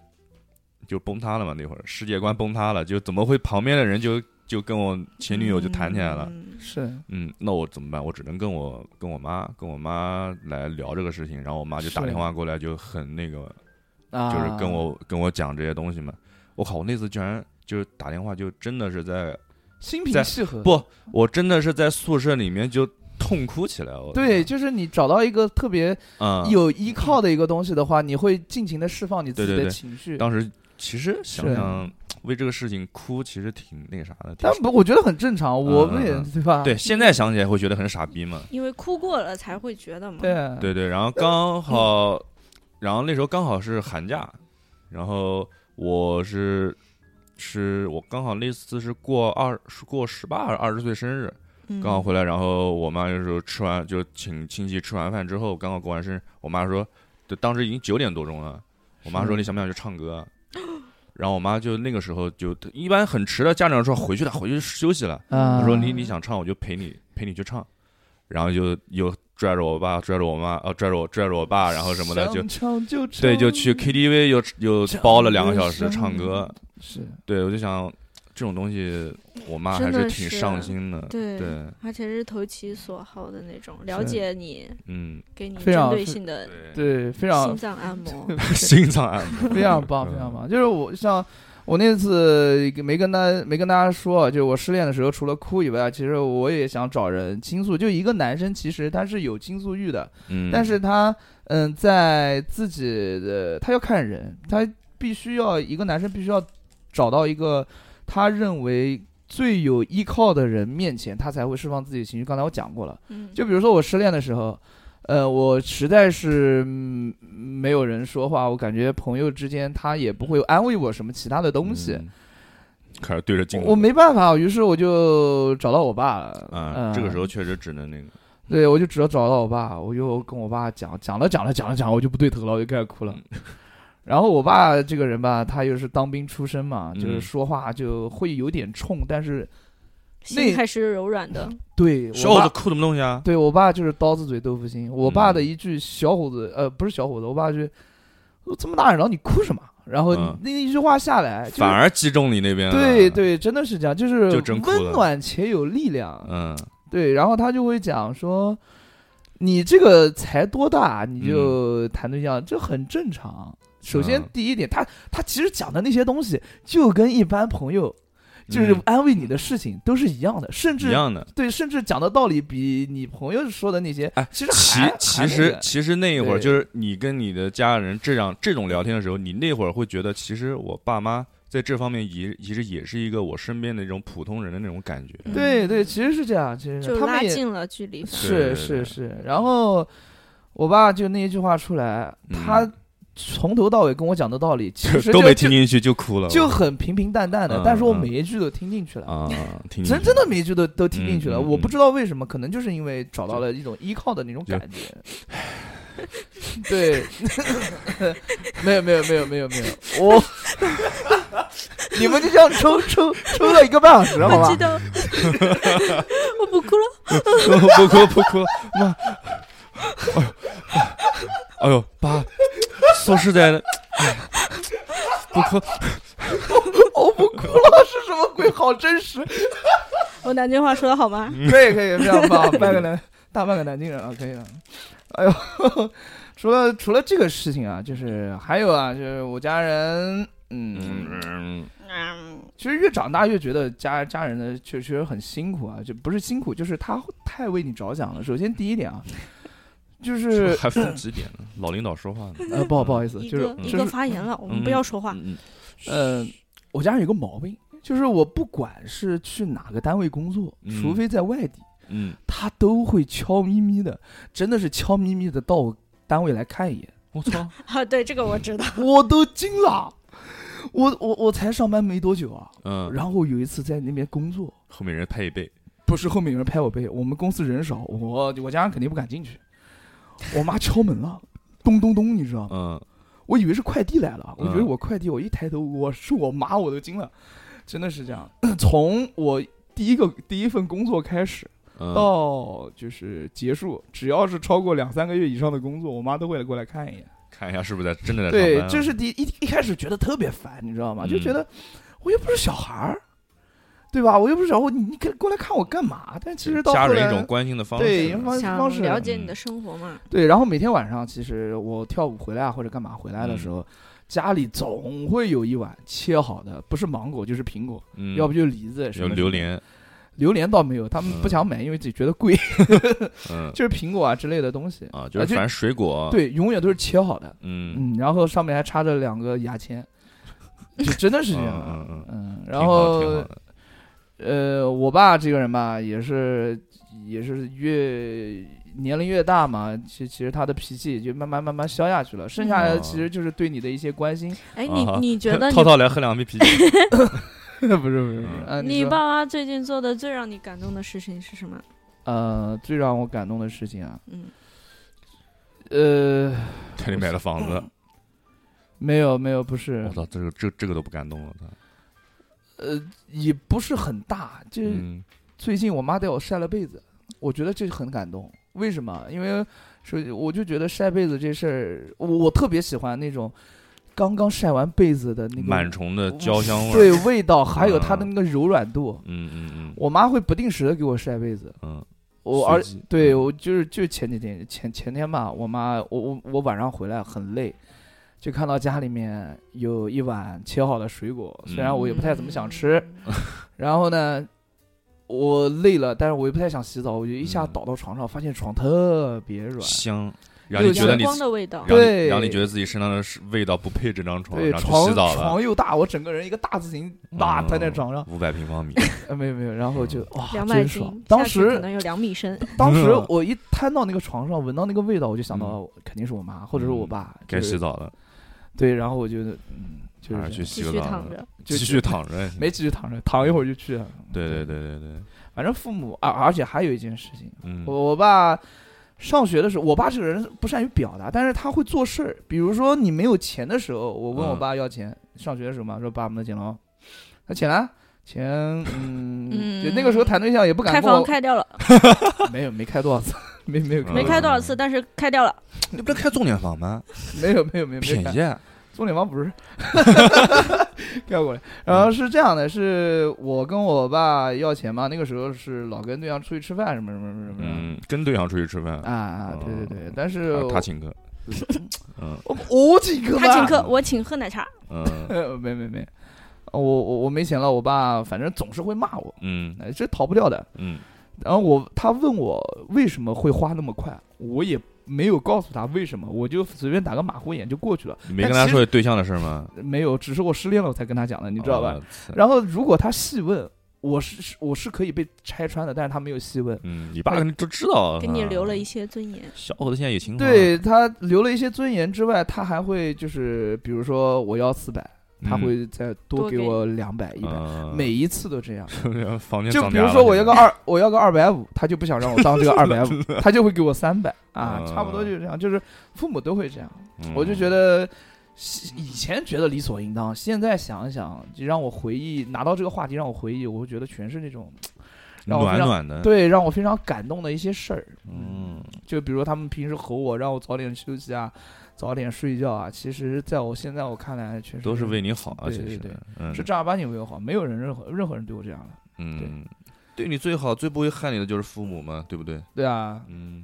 Speaker 3: 就崩塌了嘛，那会儿世界观崩塌了，就怎么会旁边的人就就跟我前女友就谈起来了。
Speaker 4: 嗯
Speaker 2: 是
Speaker 3: 嗯，那我怎么办？我只能跟我跟我妈跟我妈来聊这个事情，然后我妈就打
Speaker 2: 是
Speaker 3: 电话过来，就很那个，
Speaker 2: 啊，
Speaker 3: 就是跟我跟我讲这些东西嘛。我靠，我那次居然就是打电话，就真的是在
Speaker 2: 心平
Speaker 3: 在
Speaker 2: 气和。
Speaker 3: 不，我真的是在宿舍里面就痛哭起来。我
Speaker 2: 对，，就是你找到一个特别
Speaker 3: 嗯，
Speaker 2: 有依靠的一个东西的话，你会尽情的释放你自己
Speaker 3: 对对
Speaker 2: 的
Speaker 3: 对
Speaker 2: 情绪。
Speaker 3: 当时其实想
Speaker 2: 是
Speaker 3: 想为这个事情哭，其实挺那个啥的。挺
Speaker 2: 但不，我觉得很正常，我们也
Speaker 3: 嗯嗯
Speaker 2: 对吧？
Speaker 3: 对，现在想起来会觉得很傻逼嘛。
Speaker 4: 因为哭过了才会觉得嘛。
Speaker 2: 对
Speaker 3: 对对，然后刚好，然后那时候刚好是寒假，然后我是是我刚好那次是过二是过十八还是二十岁生日，
Speaker 4: 嗯，
Speaker 3: 刚好回来，然后我妈就是吃完就请亲戚吃完饭之后，刚好过完生日，我妈说，就当时已经九点多钟了，我妈说
Speaker 2: 是
Speaker 3: 你想不想去唱歌啊？然后我妈就那个时候就一般很迟的家长说回去了，回去休息了。
Speaker 2: 啊，
Speaker 3: 我说你你想唱我就陪你陪你去唱，然后就又拽着我爸拽着我妈呃拽着我拽着我爸然后什么的就
Speaker 2: 想唱就唱
Speaker 3: 对就去 KTV 又又
Speaker 2: 唱
Speaker 3: 包了两个小
Speaker 2: 歌
Speaker 3: 时唱歌，
Speaker 2: 是
Speaker 3: 对我就想这种东西我妈还
Speaker 4: 真的
Speaker 3: 挺
Speaker 4: 是
Speaker 3: 上心的，
Speaker 4: 对
Speaker 3: 对，
Speaker 4: 而且是投其所好的那种，了
Speaker 2: 是
Speaker 4: 解你，
Speaker 3: 嗯
Speaker 4: 给你
Speaker 2: 非
Speaker 4: 针
Speaker 2: 常
Speaker 4: 对
Speaker 2: 是
Speaker 4: 性的
Speaker 3: 对
Speaker 2: 对，非常
Speaker 4: 心脏 按摩。
Speaker 3: 心脏啊按摩
Speaker 2: 非常
Speaker 3: 嗯
Speaker 2: 棒，非常棒。就是我像我那次没跟他没跟大家说，就是我失恋的时候，除了哭以外，其实我也想找人倾诉。就一个男生，其实他是有倾诉欲的，
Speaker 3: 嗯，
Speaker 2: 但是他嗯，在自己的他要看人，他必须要一个男生必须要找到一个他认为。最有依靠的人面前，他才会释放自己的情绪。刚才我讲过了，
Speaker 4: 嗯，
Speaker 2: 就比如说我失恋的时候，呃，我实在是、嗯没有人说话，我感觉朋友之间他也不会安慰我什么其他的东西，
Speaker 3: 嗯开始对着镜
Speaker 2: 我
Speaker 3: 子，
Speaker 2: 我没办法，于是我就找到我爸了。
Speaker 3: 啊
Speaker 2: 嗯，
Speaker 3: 这个时候确实只能那个，
Speaker 2: 对我就只要找到我爸，我就跟我爸讲，讲了讲了讲了讲，我就不对头了，我就开始哭了。
Speaker 3: 嗯
Speaker 2: 然后我爸这个人吧，他又是当兵出身嘛，就是
Speaker 3: 嗯
Speaker 2: 说话就会有点冲，但是
Speaker 4: 心
Speaker 2: 那嗯
Speaker 4: 开始柔软的，
Speaker 2: 对
Speaker 3: 小
Speaker 2: 我
Speaker 3: 伙
Speaker 2: 爸
Speaker 3: 子哭什么东西啊？
Speaker 2: 对我爸就是刀子嘴豆腐心，我爸的
Speaker 3: 嗯
Speaker 2: 一句“小伙子”呃不是小伙子，我爸就我这么大人了你哭什么？然后
Speaker 3: 嗯
Speaker 2: 那一句话下来，就是
Speaker 3: 反而击中你那边了，
Speaker 2: 对对，真的是这样，就是
Speaker 3: 就真哭了
Speaker 2: 温暖且有力量。
Speaker 3: 嗯，
Speaker 2: 对，然后他就会讲说。你这个才多大，啊你就谈对象，这很正常。首先
Speaker 3: 嗯
Speaker 2: 第一点，他他其实讲的那些东西，就跟一般朋友就是
Speaker 3: 嗯
Speaker 2: 安慰你的事情都是一样的，甚
Speaker 3: 一
Speaker 2: 至
Speaker 3: 样的。
Speaker 2: 对，甚至讲的道理比你朋友说的那些，
Speaker 3: 哎
Speaker 2: 其实
Speaker 3: 其
Speaker 2: 还
Speaker 3: 其实其实那一会儿
Speaker 2: 对
Speaker 3: 就是你跟你的家人这样这种聊天的时候，你那会儿会觉得，其实我爸妈在这方面也其实也是一个我身边的那种普通人的那种感觉。
Speaker 4: 嗯
Speaker 2: 对对，其实是这样，其实
Speaker 4: 就是
Speaker 2: 他
Speaker 4: 拉
Speaker 2: 们也
Speaker 4: 近了距离。
Speaker 3: 对
Speaker 2: 是
Speaker 3: 对
Speaker 2: 是
Speaker 3: 对
Speaker 2: 是，然后我爸就那一句话出来，他
Speaker 3: 嗯
Speaker 2: 从头到尾跟我讲的道理，其
Speaker 3: 就
Speaker 2: 实
Speaker 3: 都
Speaker 2: 就
Speaker 3: 没听进去就哭了，
Speaker 2: 就，就很平平淡淡的
Speaker 3: 嗯，
Speaker 2: 但是我
Speaker 3: 嗯
Speaker 2: 每一句都听进去了。
Speaker 3: 啊，听进去
Speaker 2: 真真的每一句都都听进去了，
Speaker 3: 嗯嗯
Speaker 2: 我
Speaker 3: 嗯
Speaker 2: 不知道为什么，可能就是因为找到了一种依靠的那种感觉。对，没有没有没有没有没有， 我你们就这样抽抽抽了一个半小时，好
Speaker 4: 我
Speaker 2: 吧
Speaker 4: 知？道，我不哭了。
Speaker 3: 不哭不哭，妈，哎呦哎呦爸，说实在的，哎，不哭，
Speaker 2: 我不哭了，是什么鬼？好真实！
Speaker 4: 我南京话说的好吗？
Speaker 2: 可以可以，非常棒，半个南大半个南京人啊，可以了。哎呦， 除了除了这个事情啊，就是还有啊，就是我家人，嗯，
Speaker 3: 嗯，
Speaker 4: 嗯，
Speaker 2: 其实越长大越觉得家家人的确确实很辛苦啊，就不是辛苦，就是他太为你着想了。首先第一点啊， 就是
Speaker 3: 嗯还分几点呢？老领导说话呢，
Speaker 2: 呃，不好不好意思，
Speaker 4: 一
Speaker 2: 就
Speaker 4: 个
Speaker 2: 是
Speaker 4: 一
Speaker 2: 就
Speaker 4: 个
Speaker 2: 是
Speaker 4: 发言了，我们
Speaker 3: 嗯
Speaker 4: 不要说话。
Speaker 3: 嗯
Speaker 2: 呃，我家人有个毛病，就是我不管是去哪个单位工作，
Speaker 3: 嗯
Speaker 2: 除非在外地，
Speaker 3: 嗯
Speaker 2: 他都会悄咪咪的，真的是悄咪咪的到我单位来看一眼，
Speaker 3: 我 操，
Speaker 4: 啊，对，这个我知道。
Speaker 2: 我都惊了。我我我才上班没多久啊，
Speaker 3: 嗯，
Speaker 2: 然后有一次在那边工作，
Speaker 3: 后面人拍一背，
Speaker 2: 不是后面有人拍我背，我们公司人少，我我家人肯定不敢进去，我妈敲门了，咚咚咚，你知道吗？
Speaker 3: 嗯，
Speaker 2: 我以为是快递来了，我
Speaker 3: 嗯
Speaker 2: 觉得我快递，我一抬头，我是我妈，我都惊了，真的是这样。从我第一个第一份工作开始，
Speaker 3: 嗯，
Speaker 2: 到就是结束，只要是超过两三个月以上的工作，我妈都会过来看一眼。
Speaker 3: 看一下是不是在真的在上
Speaker 2: 对
Speaker 3: 班啊，
Speaker 2: 这是第一一开始觉得特别烦，你知道吗？就觉
Speaker 3: 嗯
Speaker 2: 得我又不是小孩儿，对吧？我又不是小孩儿，你你给过来看我干嘛？但其实到
Speaker 3: 家
Speaker 2: 后
Speaker 3: 人
Speaker 2: 来
Speaker 3: 一种关心的方式，啊
Speaker 2: 对方
Speaker 4: 想
Speaker 2: 方式嗯
Speaker 4: 了解你的生活嘛？
Speaker 3: 嗯
Speaker 2: 对，然后每天晚上其实我跳舞回来啊或者干嘛回来的时候，家里总会有一碗切好的，不是芒果就是苹果，
Speaker 3: 嗯，
Speaker 2: 要不就是梨子，什
Speaker 3: 有
Speaker 2: 么
Speaker 3: 榴，莲，
Speaker 2: 榴莲倒没有，他们不
Speaker 3: 嗯
Speaker 2: 想买，因为自己觉得贵，
Speaker 3: 嗯
Speaker 2: 就是苹果啊之类的东西
Speaker 3: 啊，就是
Speaker 2: 就
Speaker 3: 反正水果，，
Speaker 2: 对，永远都是切好的，
Speaker 3: 嗯，
Speaker 2: 嗯，然后上面还插着两个牙 签，就真的是这样啊，
Speaker 3: 嗯嗯
Speaker 2: 嗯，
Speaker 3: 挺
Speaker 2: 然
Speaker 3: 好挺好
Speaker 2: 后
Speaker 3: 的
Speaker 2: 呃，我爸这个人吧，也是也是越年龄越大嘛，其其实他的脾气也就慢慢慢慢消下去
Speaker 3: 嗯
Speaker 2: 了，剩下来的其实就是对你的一些关心，
Speaker 4: 哎，你
Speaker 3: 啊
Speaker 4: 你觉得
Speaker 3: 涛
Speaker 4: 你
Speaker 3: 涛来喝两杯啤酒，
Speaker 2: 不是不是
Speaker 3: 嗯
Speaker 2: 呃，
Speaker 4: 你
Speaker 2: 说
Speaker 4: 爸妈最近做的最让你感动的事情是什么？
Speaker 2: 呃，最让我感动的事情啊，
Speaker 4: 嗯，
Speaker 2: 呃，
Speaker 3: 给你买了 房子，
Speaker 2: 没有没有，不是
Speaker 3: 我，操，这个这这个都不感动了，他，
Speaker 2: 呃，也不是很大，就是
Speaker 3: 嗯
Speaker 2: 最近我妈带我晒了被子，我觉得这很感动。为什么？因为是我就觉得晒被子这事儿，我我特别喜欢那种刚刚晒完被子的那个
Speaker 3: 螨虫的焦香味儿，
Speaker 2: 对味道，还有它的那个柔软度。
Speaker 3: 嗯嗯嗯
Speaker 2: 我妈会不定时的给我晒被子，
Speaker 3: 嗯，
Speaker 2: 我
Speaker 3: 随
Speaker 2: 而
Speaker 3: 机
Speaker 2: 对
Speaker 3: 嗯
Speaker 2: 我就是就前几天前前天吧，我妈我我我晚上回来很累，就看到家里面有一碗切好的水果，虽然我也不太怎么
Speaker 3: 嗯
Speaker 2: 想吃，
Speaker 4: 嗯
Speaker 2: 然后呢，我累了，但是我又不太想洗澡，我就一下
Speaker 3: 嗯
Speaker 2: 倒到床上，发现床特别软，
Speaker 3: 香，
Speaker 2: 又
Speaker 3: 让你
Speaker 2: 是
Speaker 3: 觉得
Speaker 4: 阳
Speaker 3: 你
Speaker 4: 光的味道
Speaker 2: 对，
Speaker 3: 让你让你觉得自己身上的是味道不配这张床，
Speaker 2: 对，
Speaker 3: 然后去
Speaker 2: 床
Speaker 3: 洗澡了，
Speaker 2: 床又大，我整个人一个大字形大瘫在床上，
Speaker 3: 五百平方米，
Speaker 2: 呃，没有没有，然后就哇，
Speaker 4: 两百
Speaker 2: 真爽
Speaker 4: 斤，，
Speaker 2: 当
Speaker 4: 下去可
Speaker 2: 时
Speaker 4: 能有两米深。
Speaker 2: 当时我一瘫到那个床上，闻到那个味道，我就想
Speaker 3: 嗯
Speaker 2: 到肯定是我妈或者是我爸，
Speaker 3: 该
Speaker 2: 就是
Speaker 3: 洗澡了，
Speaker 2: 对，然后我就嗯，就
Speaker 3: 马
Speaker 2: 是这
Speaker 3: 上
Speaker 2: 样
Speaker 3: 去洗
Speaker 4: 继
Speaker 3: 个
Speaker 4: 续
Speaker 3: 澡
Speaker 4: 躺，着，
Speaker 2: 就
Speaker 3: 继续，躺着，
Speaker 2: 没继续躺着，躺一会儿就去了。
Speaker 3: 对对对对对，
Speaker 2: 反正父母啊，而且还有一件事情，
Speaker 3: 嗯，
Speaker 2: 我我爸上学的时候，我爸这个人不善于表达，但是他会做事儿。比如说你没有钱的时候，我问我
Speaker 3: 嗯
Speaker 2: 爸要钱，上学的时候嘛，说爸我们的钱了哦，他钱啊。钱，嗯，
Speaker 4: 嗯
Speaker 2: 就那个时候谈对象也不敢
Speaker 4: 开
Speaker 2: 跟我
Speaker 4: 房开掉了，
Speaker 2: 没有没开多少次，没没有
Speaker 3: 嗯
Speaker 4: 没开多少次，但是开掉了。
Speaker 3: 你不是开重点房吗？
Speaker 2: 没有没有没有没有
Speaker 3: 便
Speaker 2: 开
Speaker 3: 宜啊，
Speaker 2: 重点房不是盖过来。然
Speaker 3: 嗯
Speaker 2: 后是这样的，是我跟我爸要钱嘛，那个时候是老跟对象出去吃饭，什么什么什么什么。
Speaker 3: 嗯，跟对象出去吃饭，
Speaker 2: 啊啊，对对对，但是
Speaker 3: 啊他 请客，嗯
Speaker 2: 我我请客，
Speaker 4: 他请客，，我请喝奶茶。
Speaker 3: 嗯
Speaker 2: 呃 没没没，我我我没钱了，我爸反正总是会骂我，
Speaker 3: 嗯
Speaker 2: 哎这逃不掉的。
Speaker 3: 嗯
Speaker 2: 然后我他问我为什么会花那么快，我也没有告诉他为什么，我就随便打个马虎眼就过去了，
Speaker 3: 你没跟他说对象的事儿吗？
Speaker 2: 没有，只是我失恋了我才跟他讲的，你知道吧？
Speaker 3: 哦？
Speaker 2: 然后如果他细问，我是是我是可以被拆穿的，但是他没有细问，
Speaker 3: 嗯，你爸肯定都知道，
Speaker 4: 给你留了一
Speaker 3: 啊。
Speaker 4: 些尊严。
Speaker 3: 小伙子现在有情怀，
Speaker 2: 对他留了一些尊严之外，他还会就是比如说我要四百，
Speaker 3: 嗯，
Speaker 2: 他会再多
Speaker 4: 多
Speaker 2: 给
Speaker 4: 给
Speaker 2: 我两百一百。
Speaker 3: 啊
Speaker 2: 每一次都这样，
Speaker 3: 房间
Speaker 2: 就
Speaker 3: 涨
Speaker 2: 比
Speaker 3: 价
Speaker 2: 如
Speaker 3: 了
Speaker 2: 说我要个
Speaker 3: 现在
Speaker 2: 二，我要个二百五，他就不想让我当这个二百 五，他就会给我三百啊，
Speaker 3: 嗯
Speaker 2: 差不多就是这样，就是父母都会这样，我就觉，得以前觉得理所应当，现在想一想，就让我回忆拿到这个话题让我回忆，我会觉得全是那种
Speaker 3: 嗯
Speaker 2: 让我非
Speaker 3: 暖
Speaker 2: 常
Speaker 3: 暖的，，
Speaker 2: 对，让我非常感动的一些事儿。
Speaker 3: 嗯，
Speaker 2: 就比如他们平时吼我，让我早点休息啊，早点睡觉啊。其实，在我现在我看来，确实
Speaker 3: 都是为你好啊，
Speaker 2: 对
Speaker 3: 其
Speaker 2: 对
Speaker 3: 实
Speaker 2: 对，
Speaker 3: 嗯，
Speaker 2: 是正儿八经为我好，没有人任何任何人对我这样的，
Speaker 3: 嗯，对你最好、最不会害你的就是父母嘛，对不对？
Speaker 2: 对啊，
Speaker 3: 嗯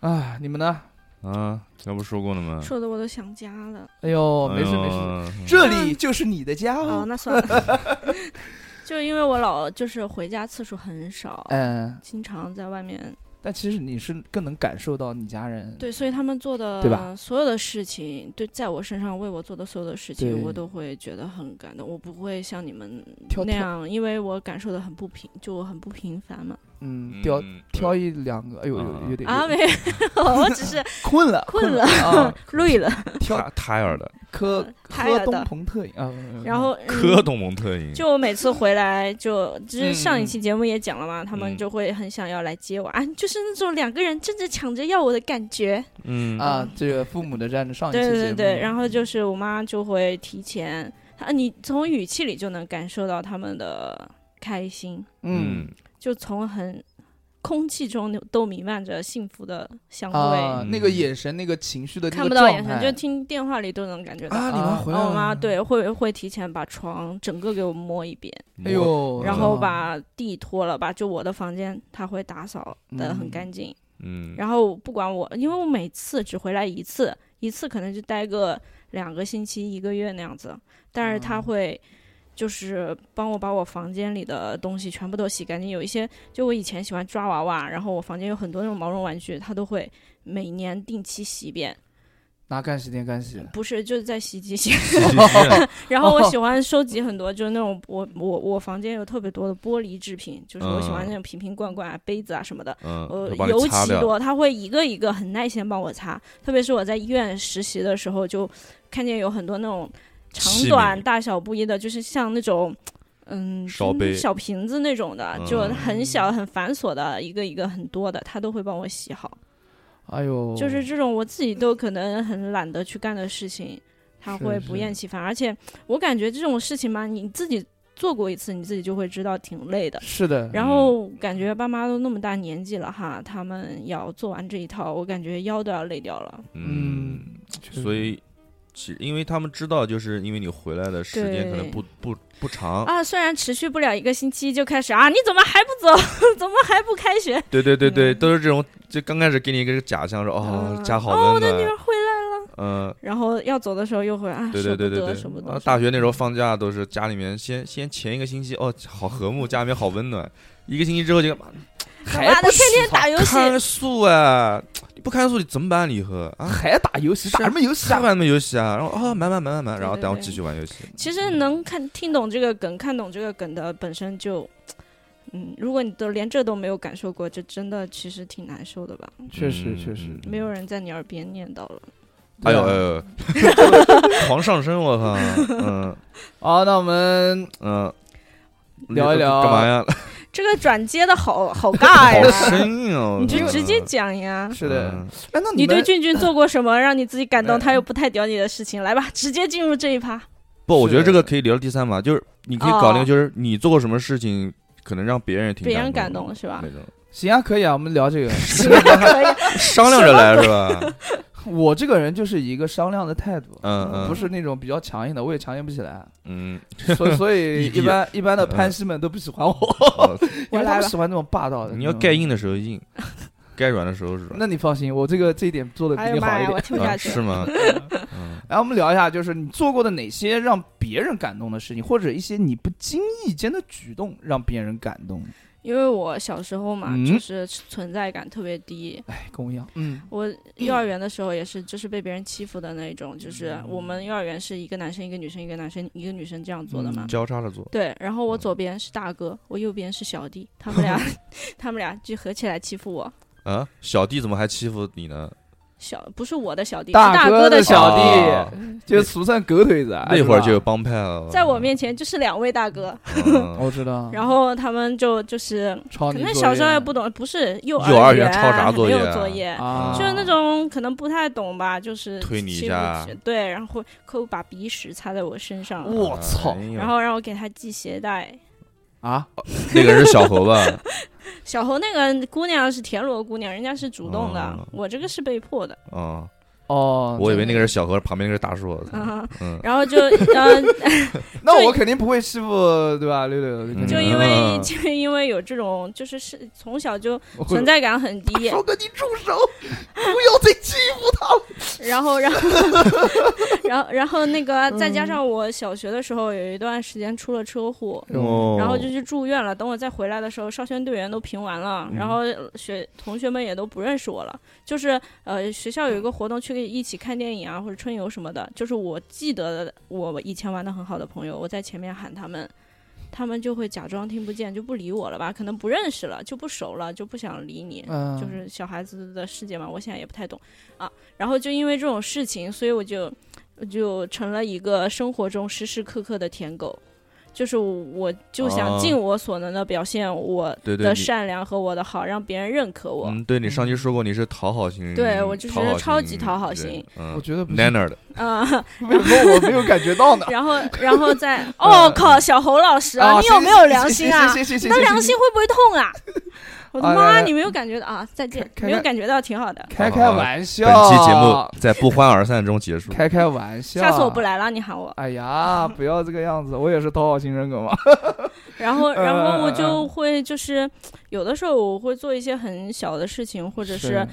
Speaker 2: 啊，你们呢？
Speaker 3: 啊，要不说过了吗？
Speaker 4: 说的我都想家了。
Speaker 2: 哎呦，没事没事，
Speaker 3: 事，
Speaker 2: 这里就是你的家
Speaker 4: 嗯哦，
Speaker 2: 哦。
Speaker 4: 那算了。 就因为我老就是回家次数很少，
Speaker 2: 嗯，
Speaker 4: 经常在外面，
Speaker 2: 但其实你是更能感受到你家人，
Speaker 4: 对，所以他们做的
Speaker 2: 对吧
Speaker 4: 所有的事情，对，在我身上为我做的所有的事
Speaker 2: 对
Speaker 4: 情，我都会觉得很感动。我不会像你们
Speaker 2: 挑
Speaker 4: 那
Speaker 2: 挑，
Speaker 4: 样，因为我感受的很不平，就我很不平凡嘛。
Speaker 3: 哎
Speaker 2: 嗯，挑挑一两个，哎
Speaker 3: 嗯
Speaker 2: 呦，有有点
Speaker 4: 啊，
Speaker 2: 有
Speaker 4: 没
Speaker 2: 点
Speaker 4: 有，我只是
Speaker 2: 困了
Speaker 4: 困
Speaker 2: 了
Speaker 4: 了
Speaker 3: 嗯
Speaker 2: 啊，
Speaker 4: 累了，
Speaker 2: 挑
Speaker 3: 他胎儿的
Speaker 2: 科
Speaker 4: 太热
Speaker 2: 科东
Speaker 4: 的
Speaker 2: 彭特饮啊，不是不是
Speaker 4: 然后
Speaker 3: 科
Speaker 4: 嗯
Speaker 3: 东蒙特饮，
Speaker 4: 就我每次回来就，就是上
Speaker 2: 嗯
Speaker 4: 一
Speaker 2: 嗯
Speaker 4: 期节目也讲了嘛，他们
Speaker 3: 嗯
Speaker 4: 就会很想要来接我啊，就是那种两个人争着抢着要我的感觉。
Speaker 3: 嗯
Speaker 2: 啊，这个父母的站上一期
Speaker 4: 对
Speaker 2: 哦节
Speaker 4: 对
Speaker 2: 目
Speaker 4: 对，然后就是我妈就会提前，啊，你从语气里就能感受到他们的开心，
Speaker 2: 嗯。
Speaker 4: 就从很空气中都弥漫着幸福的香味，
Speaker 2: 啊，
Speaker 3: 对
Speaker 2: 那个眼神，那个情绪的那
Speaker 4: 看
Speaker 2: 个
Speaker 4: 不到眼
Speaker 2: 状
Speaker 4: 神，
Speaker 2: 态，
Speaker 4: 就听电话里都能感觉到。
Speaker 2: 啊，你啊妈回
Speaker 4: 然
Speaker 2: 来了，
Speaker 4: 后我妈，对会会提前把床整个给我摸一遍，
Speaker 3: 嗯
Speaker 2: 哎呦，
Speaker 4: 然后把地拖了吧，就我的房间她会打扫的很
Speaker 2: 嗯
Speaker 4: 干净，
Speaker 3: 嗯，
Speaker 4: 然后不管我，因为我每次只回来一次，一次可能就待个两个星期、一个月那样子，但是他会就是帮我把我房间里的东西全部都洗干净。有一些就我以前喜欢抓娃娃，然后我房间有很多那种毛绒玩具，他都会每年定期洗一遍，
Speaker 2: 拿干洗店干洗，
Speaker 4: 不是就是在洗衣机洗。
Speaker 3: 对，
Speaker 4: 然后我
Speaker 3: 哦
Speaker 4: 喜欢收集很多，就是那种我我我房间有特别多的玻璃制品，就是我喜欢那种瓶瓶罐罐、啊、杯子啊什么的。
Speaker 3: 嗯，
Speaker 4: 呃
Speaker 3: 要把，
Speaker 4: 尤
Speaker 3: 你擦
Speaker 4: 其
Speaker 3: 掉，
Speaker 4: 多，他会一个一个很耐心地帮我擦。特别是我在医院实习的时候，就看见有很多那种长
Speaker 3: 器皿
Speaker 4: 短、大小不一的，就是像那种嗯
Speaker 3: 烧
Speaker 4: 嗯
Speaker 3: 杯嗯
Speaker 4: 小瓶子那种的，就很小、很繁琐的，一个一个很多的，他都会帮我洗好。
Speaker 2: 哎呦，
Speaker 3: 哦
Speaker 4: 就是这种我自己都可能很懒得去干的事情，他
Speaker 2: 是
Speaker 4: 会
Speaker 2: 是
Speaker 4: 不厌其烦。而且我感觉这种事情嘛，你自己做过一次，你自己就会知道挺累的。
Speaker 2: 是的，
Speaker 3: 嗯
Speaker 4: 然后感觉爸妈都那么大年纪了哈，他们要做完这一套，我感觉腰都要累掉了。
Speaker 2: 嗯
Speaker 3: 嗯，，所以其因为他们知道，就是因为你回来的时间可能
Speaker 4: 对
Speaker 3: 不不不长，
Speaker 4: 啊，虽然持续不了一个星期就开始啊，你怎么还不走？ 怎么还不开学？
Speaker 3: 对对对对，
Speaker 4: 嗯
Speaker 3: 都是这种，就刚开始给你一个假象，说哦
Speaker 4: 嗯
Speaker 3: 家好
Speaker 4: 哦，我
Speaker 3: 温
Speaker 4: 的女
Speaker 3: 暖，
Speaker 4: 儿回来了。
Speaker 3: 嗯，
Speaker 4: 然后要走的时候又会啊，
Speaker 3: 对对对对对
Speaker 4: 舍不得，舍不，得。
Speaker 3: 啊
Speaker 4: 舍不
Speaker 3: 大
Speaker 4: 得
Speaker 3: 学那时候放假都是家里面先先前一个星期哦好和睦，家里面好温暖，一个星期之后就
Speaker 2: 还
Speaker 4: 妈的
Speaker 2: 不洗
Speaker 4: 天天打游戏，
Speaker 3: 看素哎，你不看素你怎么办？你和 啊，
Speaker 2: 还打游戏，
Speaker 3: 是
Speaker 2: 打什么游戏
Speaker 3: 瞎
Speaker 2: 啊？
Speaker 3: 玩那游戏啊，然后哦买买买买买，然后
Speaker 4: 对对
Speaker 3: 然后
Speaker 4: 对
Speaker 3: 继续玩游戏，
Speaker 4: 其实
Speaker 2: 嗯
Speaker 4: 能看听懂这个梗，看懂这个梗的本身就，嗯，如果你都连这都没有感受过，这真的其实挺难受的吧？
Speaker 2: 确实
Speaker 3: 嗯
Speaker 2: 确实，
Speaker 4: 没有人在你耳边念叨了。
Speaker 3: 哎呦哎
Speaker 2: 对啊
Speaker 3: 呦， 狂上升我靠，嗯
Speaker 2: 好，那我们
Speaker 3: 嗯，
Speaker 2: 聊一聊
Speaker 3: 干嘛呀？
Speaker 4: 这个转接的好 好尬
Speaker 3: 好
Speaker 4: 哎呀！
Speaker 3: 生硬哦，
Speaker 4: 你就
Speaker 3: 嗯
Speaker 4: 直接讲呀。
Speaker 2: 是的，
Speaker 3: 嗯
Speaker 2: 哎，那
Speaker 4: 你对
Speaker 2: 们
Speaker 4: 俊俊做过什么让你自己感
Speaker 2: 嗯
Speaker 4: 动，
Speaker 3: 哎
Speaker 4: 他又不太屌你的事情？来吧，直接进入这 一趴。
Speaker 3: 不，我
Speaker 2: 是
Speaker 3: 觉得这个可以留到第三嘛，就是你可以
Speaker 4: 哦
Speaker 3: 搞定，就是你做过什么事情，可能让别人挺
Speaker 4: 别人
Speaker 3: 感
Speaker 4: 感动是吧
Speaker 3: 那种
Speaker 2: 行啊，可以啊，我们聊这个。
Speaker 4: 可以，啊
Speaker 3: 商量着来是吧？
Speaker 2: 我这个人就是一个商量的态度，
Speaker 3: 嗯嗯
Speaker 2: 不是那种比较强硬的，我也强硬不起 来，
Speaker 3: 嗯，
Speaker 2: 所以所以
Speaker 3: 异地
Speaker 2: 一般一般的潘西们都不喜欢我，
Speaker 3: 哦
Speaker 2: 因为他
Speaker 4: 来
Speaker 2: 们
Speaker 4: 吧
Speaker 2: 喜欢那种霸道的。
Speaker 3: 你要
Speaker 2: 嗯
Speaker 3: 该硬的时候硬，该软的时候软。
Speaker 2: 那你放心，我这个这一点做的 比
Speaker 4: 哎呀
Speaker 2: 你好
Speaker 4: 妈
Speaker 2: 一
Speaker 4: 呀，
Speaker 2: 点
Speaker 4: 我。听不
Speaker 3: 啊
Speaker 4: 下去
Speaker 3: 是
Speaker 4: 了。
Speaker 3: 吗？嗯
Speaker 2: 来，我们聊一下，就是你做过的哪些让别人感动的事情，或者一些你不经意间的举动让别人感动。
Speaker 4: 因为我小时候嘛
Speaker 2: 嗯，
Speaker 4: 就是存在感特别低，
Speaker 2: 哎，跟我一样，嗯，
Speaker 4: 我幼儿园的时候也是，就是被别人欺负的那一种，就是
Speaker 3: 嗯
Speaker 4: 我们幼儿园是一个男生一个女生一个男生一个女生这样做的嘛。
Speaker 3: 交叉着做，
Speaker 4: 对，然后
Speaker 3: 嗯
Speaker 4: 我左边是大哥，我右边是小弟，他 们俩他们俩就合起来欺负我。
Speaker 3: 啊，小弟怎么还欺负你呢？
Speaker 4: 小不是我的小弟，是
Speaker 2: 大
Speaker 4: 大
Speaker 2: 哥
Speaker 4: 的
Speaker 2: 的小弟
Speaker 3: 啊
Speaker 2: 就是俗称狗腿子啊，
Speaker 3: 那会儿就有
Speaker 2: 是吧，
Speaker 3: 帮派了。
Speaker 4: 在我面前就是两位大哥，
Speaker 3: 嗯，哦
Speaker 2: 我知道。
Speaker 4: 然后他们就就是
Speaker 2: 抄
Speaker 4: 可
Speaker 2: 你
Speaker 4: 能
Speaker 2: 作
Speaker 4: 小时候
Speaker 2: 业
Speaker 4: 也不懂，不是幼
Speaker 3: 幼儿园
Speaker 4: 园
Speaker 3: 抄啥作
Speaker 4: 没
Speaker 3: 业
Speaker 4: 有
Speaker 3: 啊
Speaker 4: 作业。
Speaker 2: 啊，
Speaker 4: 就是那种可能不太懂吧， 就是
Speaker 3: 推你一
Speaker 4: 欺负
Speaker 3: 下啊
Speaker 4: 对，然后扣把鼻屎擦在我身上，
Speaker 2: 我操
Speaker 3: 哎呦
Speaker 4: 然后让我给他系鞋带。
Speaker 2: 啊，
Speaker 3: 那个人是小猴吧？
Speaker 4: 小侯那个姑娘是田螺姑娘，人家是主动的，
Speaker 3: 哦
Speaker 4: 我这个是被迫的。
Speaker 3: 啊，
Speaker 2: 哦，
Speaker 3: 我以为那个是小猴，旁边那个是大树。
Speaker 4: 嗯，
Speaker 3: 嗯，
Speaker 4: 然后就呃，
Speaker 2: 那我肯定不会欺负，对吧？六六，肯定
Speaker 4: 就
Speaker 3: 嗯
Speaker 4: 因为
Speaker 3: 嗯
Speaker 4: 就因为有这种，就是是从小就
Speaker 2: 我会
Speaker 4: 存在感很 低，
Speaker 2: 说哥，你住手，不要再欺负他了。
Speaker 4: 然后然后然后然后那个再加上我小学的时候有一段时间出了车祸。
Speaker 3: 哦
Speaker 4: 然后就去住院了。等我再回来的时候，少先队员都评完了，然后学同学们也都不认识我了。就是呃，学校有一个活动，去一起看电影啊，或者春游什么的。就是我记得的，我以前玩的很好的朋友，我在前面喊他们，他们就会假装听不见，就不理我了吧？可能不认识了，就不熟了，就不想理你。
Speaker 2: 嗯，
Speaker 4: 就是小孩子的世界嘛，我现在也不太懂啊。然后就因为这种事情，所以我就我就成了一个生活中时时刻刻的舔狗，就是我就想
Speaker 3: 哦
Speaker 4: 尽我所能的表现我
Speaker 3: 对对
Speaker 4: 的
Speaker 3: 你
Speaker 4: 善良和我的好，让别人认可我。
Speaker 3: 嗯，对你上期说过你是讨好型，
Speaker 4: 对我就是
Speaker 3: 好
Speaker 4: 超级讨好型
Speaker 3: 人，嗯
Speaker 2: 我觉得不是
Speaker 3: Nanner 的，
Speaker 4: 嗯，
Speaker 2: 为什么我没有感觉到呢？
Speaker 4: 然后然后 再哦靠，小侯老师啊，
Speaker 2: 嗯啊
Speaker 4: 你有没有良心啊？
Speaker 2: 行行行行行行
Speaker 4: 你的
Speaker 2: 行
Speaker 4: 良心会不会痛啊？我的
Speaker 2: 啊来
Speaker 4: 妈！
Speaker 2: 来
Speaker 4: 你没有感觉到啊？再见，
Speaker 2: 看看
Speaker 4: 没有感觉到，挺好的。
Speaker 2: 开开玩笑，
Speaker 3: 本期节目在不欢而散中结束。
Speaker 2: 开开玩笑。啊
Speaker 4: 下次我不。来了，你喊我。
Speaker 2: 哎呀，不要这个样子，我也是讨好型人格嘛。
Speaker 4: 然后，
Speaker 2: 嗯
Speaker 4: 然后
Speaker 2: 嗯
Speaker 4: 我
Speaker 2: 嗯
Speaker 4: 就会就是，有的时候我会做一些很小的事情，或者是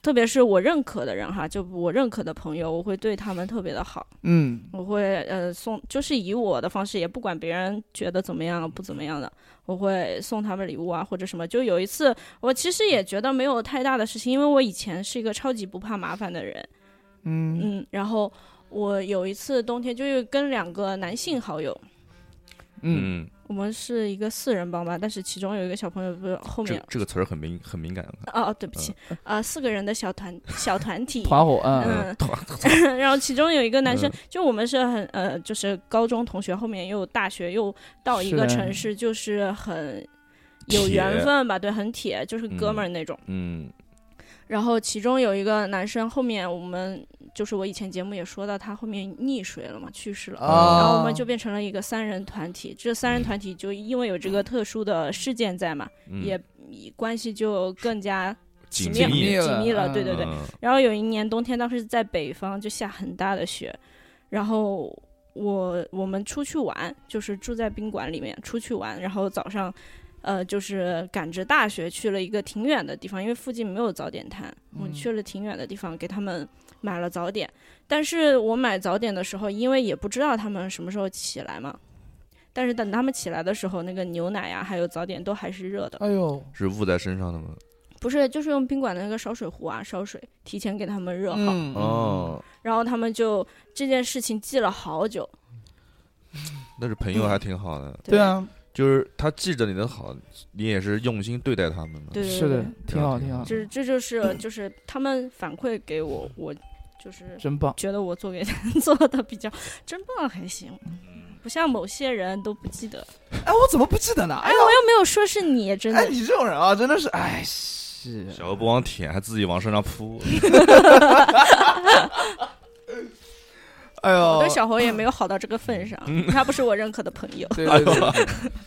Speaker 4: 特别是我认可的人哈，就我认可的朋友，我会对他们特别的好，
Speaker 2: 嗯
Speaker 4: 我会呃送，就是以我的方式，也不管别人觉得怎么样不怎么样的，我会送他们礼物啊或者什么。就有一次，我其实也觉得没有太大的事情，因为我以前是一个超级不怕麻烦的人，
Speaker 2: 嗯
Speaker 4: 嗯，然后我有一次冬天就是跟两个男性好友，
Speaker 2: 嗯，，
Speaker 3: 嗯，
Speaker 4: 我们是一个四人帮吧，但是其中有一个小朋友不是后
Speaker 3: 这
Speaker 4: 面
Speaker 3: 个这个词儿很敏很敏感，
Speaker 4: 哦哦，对不起，呃，四个人的小团小团体
Speaker 2: 嗯团嗯伙，嗯
Speaker 4: 嗯， 然后其中有一个男生，就我们是很呃，就是高中同学，后面又大学又到一
Speaker 2: 是
Speaker 4: 个
Speaker 2: 的
Speaker 4: 城市，就是很有
Speaker 3: 铁
Speaker 4: 缘分吧，对，很铁，就是哥们儿那种。
Speaker 3: 嗯
Speaker 4: 然后其中有一个男生，后面我们就是我以前节目也说到，他后面溺水了嘛，去世了。
Speaker 2: 啊，
Speaker 4: 嗯然后我们就变成了一个三人团体，这
Speaker 2: 嗯
Speaker 4: 三人团体就因为有这个特殊的事件在嘛，
Speaker 3: 嗯，
Speaker 4: 也也关系就更加
Speaker 3: 紧
Speaker 4: 密
Speaker 3: 密
Speaker 4: 紧密了，对对对。
Speaker 3: 嗯
Speaker 4: 然后有一年冬天，当时在北方就下很大的雪，然后我我们出去玩，就是住在宾馆里面出去玩，然后早上，呃，就是赶着大学去了一个挺远的地方，因为附近没有早点摊，我
Speaker 2: 嗯
Speaker 4: 去了挺远的地方给他们买了早点，但是我买早点的时候，因为也不知道他们什么时候起来嘛。但是等他们起来的时候，那个牛奶呀、还有早点都还是热的，
Speaker 2: 哎呦，
Speaker 3: 是捂在身上的吗？
Speaker 4: 不是就是用宾馆的那个烧水壶啊烧水，提前给他们热好。
Speaker 2: 嗯，
Speaker 3: 哦，
Speaker 4: 然后他们就这件事情记了好久。
Speaker 3: 那是朋友还挺好的，
Speaker 2: 对，啊，
Speaker 3: 就是他记着你的好，你也是用心对待他们的。
Speaker 4: 对对对，
Speaker 2: 是的，挺好，
Speaker 3: 这
Speaker 2: 挺
Speaker 3: 样
Speaker 2: 好，
Speaker 4: 这这就是就是他们反馈给我，我就是
Speaker 2: 真棒。
Speaker 4: 觉得我做给他们 做的比较真棒，还行，
Speaker 3: 嗯
Speaker 4: 不像某些人都不记得。
Speaker 2: 哎，我怎么不记得呢？哎
Speaker 4: 哎，我又没有说是你，真
Speaker 2: 哎，
Speaker 4: 的。
Speaker 2: 你这种人啊，真的是，哎，是
Speaker 3: 小何不光舔，还自己往身上扑。
Speaker 2: 哎呦，
Speaker 4: 我对小侯也没有好到这个份上，
Speaker 3: 嗯
Speaker 4: 他不是我认可的朋友。
Speaker 2: 对对对，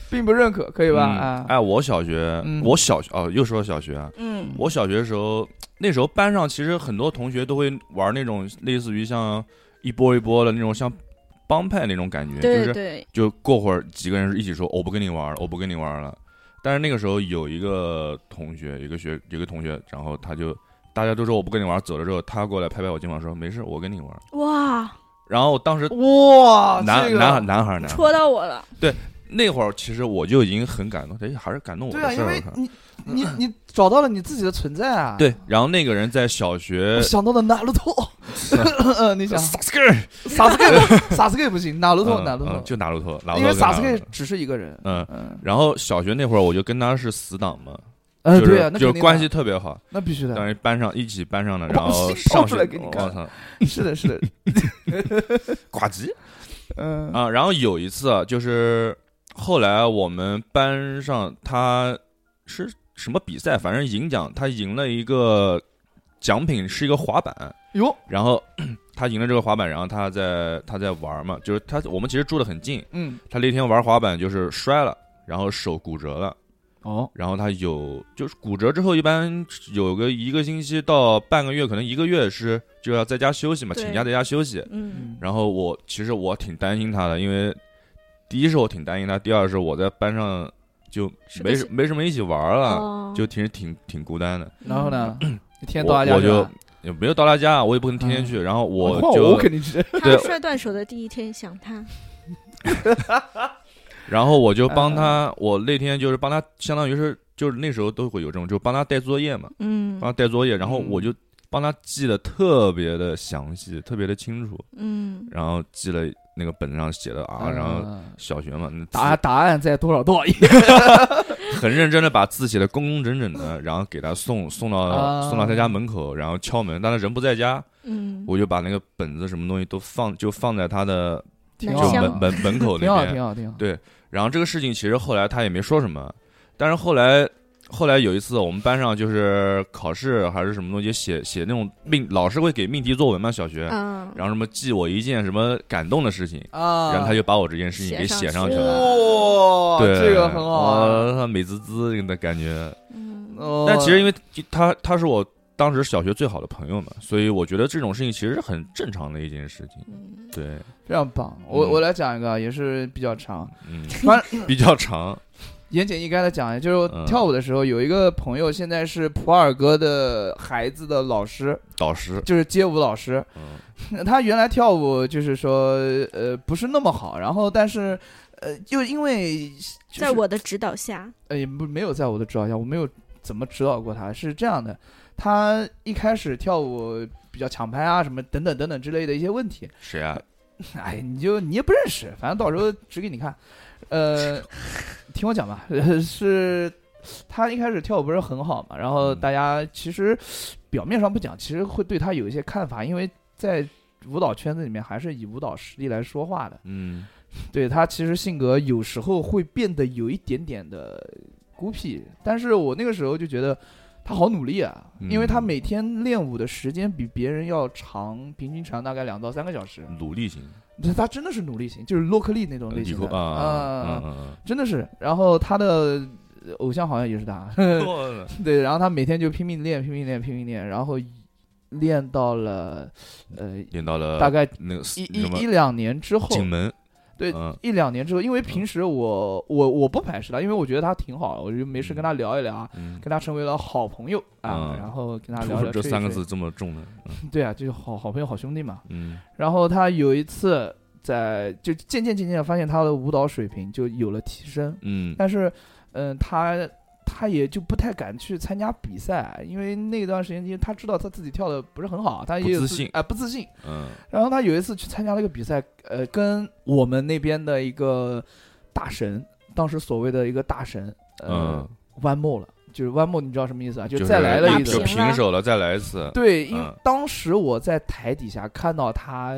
Speaker 2: 并不认可，可以吧？
Speaker 3: 嗯
Speaker 2: 啊，
Speaker 3: 哎，我小学
Speaker 2: 嗯，
Speaker 3: 我小学哦，又说到小学啊，
Speaker 4: 嗯，
Speaker 3: 我小学的时候，那时候班上其实很多同学都会玩那种类似于像一波一波的那种像帮派那种感觉，
Speaker 4: 对
Speaker 3: 就是
Speaker 4: 对，
Speaker 3: 就过会儿几个人一起说我不跟你玩了，我不跟你玩了。但是那个时候有一个同学，有一个学有一个同学，然后他就大家都说我不跟你玩，走了之后，他过来拍拍我肩膀说没事，我跟你玩。
Speaker 4: 哇，
Speaker 3: 然后当时
Speaker 2: 哇，
Speaker 3: 男、
Speaker 2: 这个
Speaker 3: 男孩男孩男孩
Speaker 4: 戳到我了。
Speaker 3: 那会儿，其实我就已经很感动，哎，还是感动我
Speaker 2: 对
Speaker 3: 的
Speaker 2: 啊，
Speaker 3: 事
Speaker 2: 因
Speaker 3: 儿。
Speaker 2: 为
Speaker 3: 我靠
Speaker 2: 你你你找到了你自己的存在啊。，
Speaker 3: 对，呃然后那个人在小学
Speaker 2: 我，想到了哪路头，嗯你想
Speaker 3: 萨斯克尔
Speaker 2: 傻子 K 傻子 K 不行，哪路头
Speaker 3: 啊嗯
Speaker 2: 哪路头
Speaker 3: 嗯，就拿路头，拿
Speaker 2: 因为傻子
Speaker 3: 跟拿
Speaker 2: K
Speaker 3: 路头
Speaker 2: 只是一个人。
Speaker 3: 嗯。
Speaker 2: 嗯，
Speaker 3: 然后小学那会儿，我就跟他是死党嘛，
Speaker 2: 哎，
Speaker 3: 就是、
Speaker 2: 对啊，那
Speaker 3: 就
Speaker 2: 肯
Speaker 3: 是
Speaker 2: 定
Speaker 3: 关
Speaker 2: 的啊
Speaker 3: 系特别好，
Speaker 2: 那必须
Speaker 3: 当
Speaker 2: 的，
Speaker 3: 然班上一起班上的，
Speaker 2: 把
Speaker 3: 然
Speaker 2: 我
Speaker 3: 后
Speaker 2: 心掏出
Speaker 3: 上学哦
Speaker 2: 来给你
Speaker 3: 我
Speaker 2: 看
Speaker 3: 操，
Speaker 2: 是的，是的，
Speaker 3: 挂机
Speaker 2: 嗯
Speaker 3: 啊！然后有一次啊，就是后来我们班上他是什么比赛，反正赢奖，他赢了一个奖品是一个滑板，
Speaker 2: 哟，
Speaker 3: 然后 他赢了这个滑板，然后他在他在玩嘛，就是他我们其实住的很近，
Speaker 2: 嗯，
Speaker 3: 他那天玩滑板就是摔了，然后手骨折了。
Speaker 2: 哦，
Speaker 3: 然后他有就是骨折之后，一般有个一个星期到半个月，可能一个月是就要在家休息嘛，
Speaker 4: 对
Speaker 3: 请假在家休息。
Speaker 4: 嗯，
Speaker 3: 然后我其实我挺担心他的，因为第一是我挺担心他，第二是我在班上就
Speaker 4: 是
Speaker 3: 没
Speaker 4: 个
Speaker 3: 什没什么一起玩了，
Speaker 4: 哦
Speaker 3: 嗯啊就其实挺挺孤单的。
Speaker 2: 然后呢，一天
Speaker 3: 我
Speaker 2: 到晚聊
Speaker 3: 嗯我
Speaker 2: 天
Speaker 3: 就
Speaker 2: 啊
Speaker 3: 也没有到他家，我也不可能天天
Speaker 4: 嗯
Speaker 3: 去。然后我
Speaker 2: 换
Speaker 3: 就
Speaker 2: 哦我肯定是，
Speaker 4: 他
Speaker 3: 对
Speaker 4: 摔断手的第一天想他，
Speaker 3: 然后我就帮
Speaker 4: 嗯
Speaker 3: 他，我那天就是帮他，相当于是就是那时候都会有这种，就帮他带作业嘛。
Speaker 4: 嗯
Speaker 3: 帮他带作业，然后
Speaker 2: 嗯
Speaker 3: 我就帮他记得特别的详细，特别的清楚，
Speaker 4: 嗯，
Speaker 3: 然后记了那个本子上写的啊，然后
Speaker 2: 嗯
Speaker 3: 小学嘛， 那字
Speaker 2: 答案答案在多少多少页？
Speaker 3: 很认真的把字写的工工整整的，然后给他送送
Speaker 2: 嗯啊
Speaker 3: 到送到他家门口，然后敲门，但他人不在家，
Speaker 4: 嗯，
Speaker 3: 我就把那个本子什么东西都放就放在他的
Speaker 2: 挺
Speaker 4: 南
Speaker 2: 好
Speaker 3: 就
Speaker 4: 香
Speaker 3: 门门门口
Speaker 2: 挺好，
Speaker 3: 那
Speaker 2: 挺
Speaker 3: 边，
Speaker 2: 好，挺好。
Speaker 3: 对然后这个事情其实后来他也没说什么，但是后来。后来有一次，我们班上就是考试还是什么东西，写写那种命，老师会给命题作文嘛，小学，
Speaker 4: 嗯，
Speaker 3: 然后什么记我一件什么感动的事情，
Speaker 2: 啊，
Speaker 3: 然后他就把我这件事情给写
Speaker 4: 写
Speaker 3: 上
Speaker 4: 上
Speaker 3: 去
Speaker 4: 去
Speaker 3: 了。
Speaker 2: 哇，
Speaker 3: 对，
Speaker 2: 这个很好啊。
Speaker 3: 哇，他美滋滋的感觉。
Speaker 4: 嗯
Speaker 2: 哦
Speaker 3: 但其实因为他他是我当时小学最好的朋友嘛，所以我觉得这种事情其实是很正常的一件事情。
Speaker 4: 嗯
Speaker 3: 对，
Speaker 2: 非常棒，我
Speaker 3: 嗯
Speaker 2: 我来讲一个啊，也是比较长。
Speaker 3: 嗯，
Speaker 2: 反
Speaker 3: 比较长。
Speaker 2: 言简意赅的讲，就是
Speaker 3: 嗯
Speaker 2: 我跳舞的时候，有一个朋友现在是普洱哥的孩子的老师，
Speaker 3: 导师，
Speaker 2: 就是街舞老师。
Speaker 3: 嗯，
Speaker 2: 他原来跳舞就是说，呃，不是那么好，然后但是，呃，就因为、就是、
Speaker 4: 在我的指导下，
Speaker 2: 呃，也不没有在我的指导下，我没有怎么指导过他。是这样的，他一开始跳舞比较抢拍啊，什么等等等等之类的一些问题。
Speaker 3: 谁 啊？
Speaker 2: 哎，你就你也不认识，反正到时候指给你看。呃，听我讲吧， 是他一开始跳舞不是很好嘛，然后
Speaker 3: 嗯
Speaker 2: 大家其实表面上不讲，其实会对他有一些看法，因为在舞蹈圈子里面还是以舞蹈实力来说话的。
Speaker 3: 嗯，
Speaker 2: 对他其实性格有时候会变得有一点点的孤僻，但是我那个时候就觉得他好努力啊，因为他
Speaker 3: 嗯
Speaker 2: 每天练舞的时间比别人要长，平均长大概两到三个小时。
Speaker 3: 嗯努力型，
Speaker 2: 他真的是努力型，就是洛克利那种类
Speaker 3: 理
Speaker 2: 型
Speaker 3: 科
Speaker 2: 的
Speaker 3: 啊
Speaker 2: 啊
Speaker 3: 啊，嗯
Speaker 2: 真的是。然后他的呃偶像好像也是 他，
Speaker 3: 嗯嗯，
Speaker 2: 对。然后他每天就拼命练，拼命练，拼命练，然后练到了呃
Speaker 3: 练到了
Speaker 2: 大概
Speaker 3: 那个
Speaker 2: 一
Speaker 3: 什么
Speaker 2: 一一两年之后，
Speaker 3: 景门，
Speaker 2: 对
Speaker 3: 嗯
Speaker 2: 一两年之后，因为平时我我我不排斥他，因为我觉得他挺好，我就没事跟他聊一聊啊。
Speaker 3: 嗯，
Speaker 2: 跟他成为了好朋友啊，
Speaker 3: 嗯
Speaker 2: 然后跟他
Speaker 3: 突
Speaker 2: 聊
Speaker 3: 然
Speaker 2: 聊
Speaker 3: 这
Speaker 2: 吹一
Speaker 3: 三个
Speaker 2: 吹
Speaker 3: 字这么重的，
Speaker 2: 对啊，就是好好朋友、好兄弟嘛。
Speaker 3: 嗯
Speaker 2: 然后他有一次在就渐渐渐渐地发现他的舞蹈水平就有了提升，
Speaker 3: 嗯
Speaker 2: 但是，嗯、他他也就不太敢去参加比赛，啊因为那段时间，因为他知道他自己跳的不是很好，他
Speaker 3: 不
Speaker 2: 也有
Speaker 3: 自
Speaker 2: 己
Speaker 3: 信
Speaker 2: 哎、不自信。
Speaker 3: 嗯
Speaker 2: 然后他有一次去参加了一个比赛，呃，跟我们那边的一个大神，当时所谓的一个大神，呃
Speaker 3: 嗯，，
Speaker 2: 弯幕、了，就是弯幕，你知道什么意思啊？就
Speaker 3: 就是
Speaker 2: 再来了一
Speaker 4: 次
Speaker 3: 就
Speaker 2: 个。
Speaker 3: 平手了，再来一次，
Speaker 2: 对，因为
Speaker 3: 嗯
Speaker 2: 当时我在台底下看到他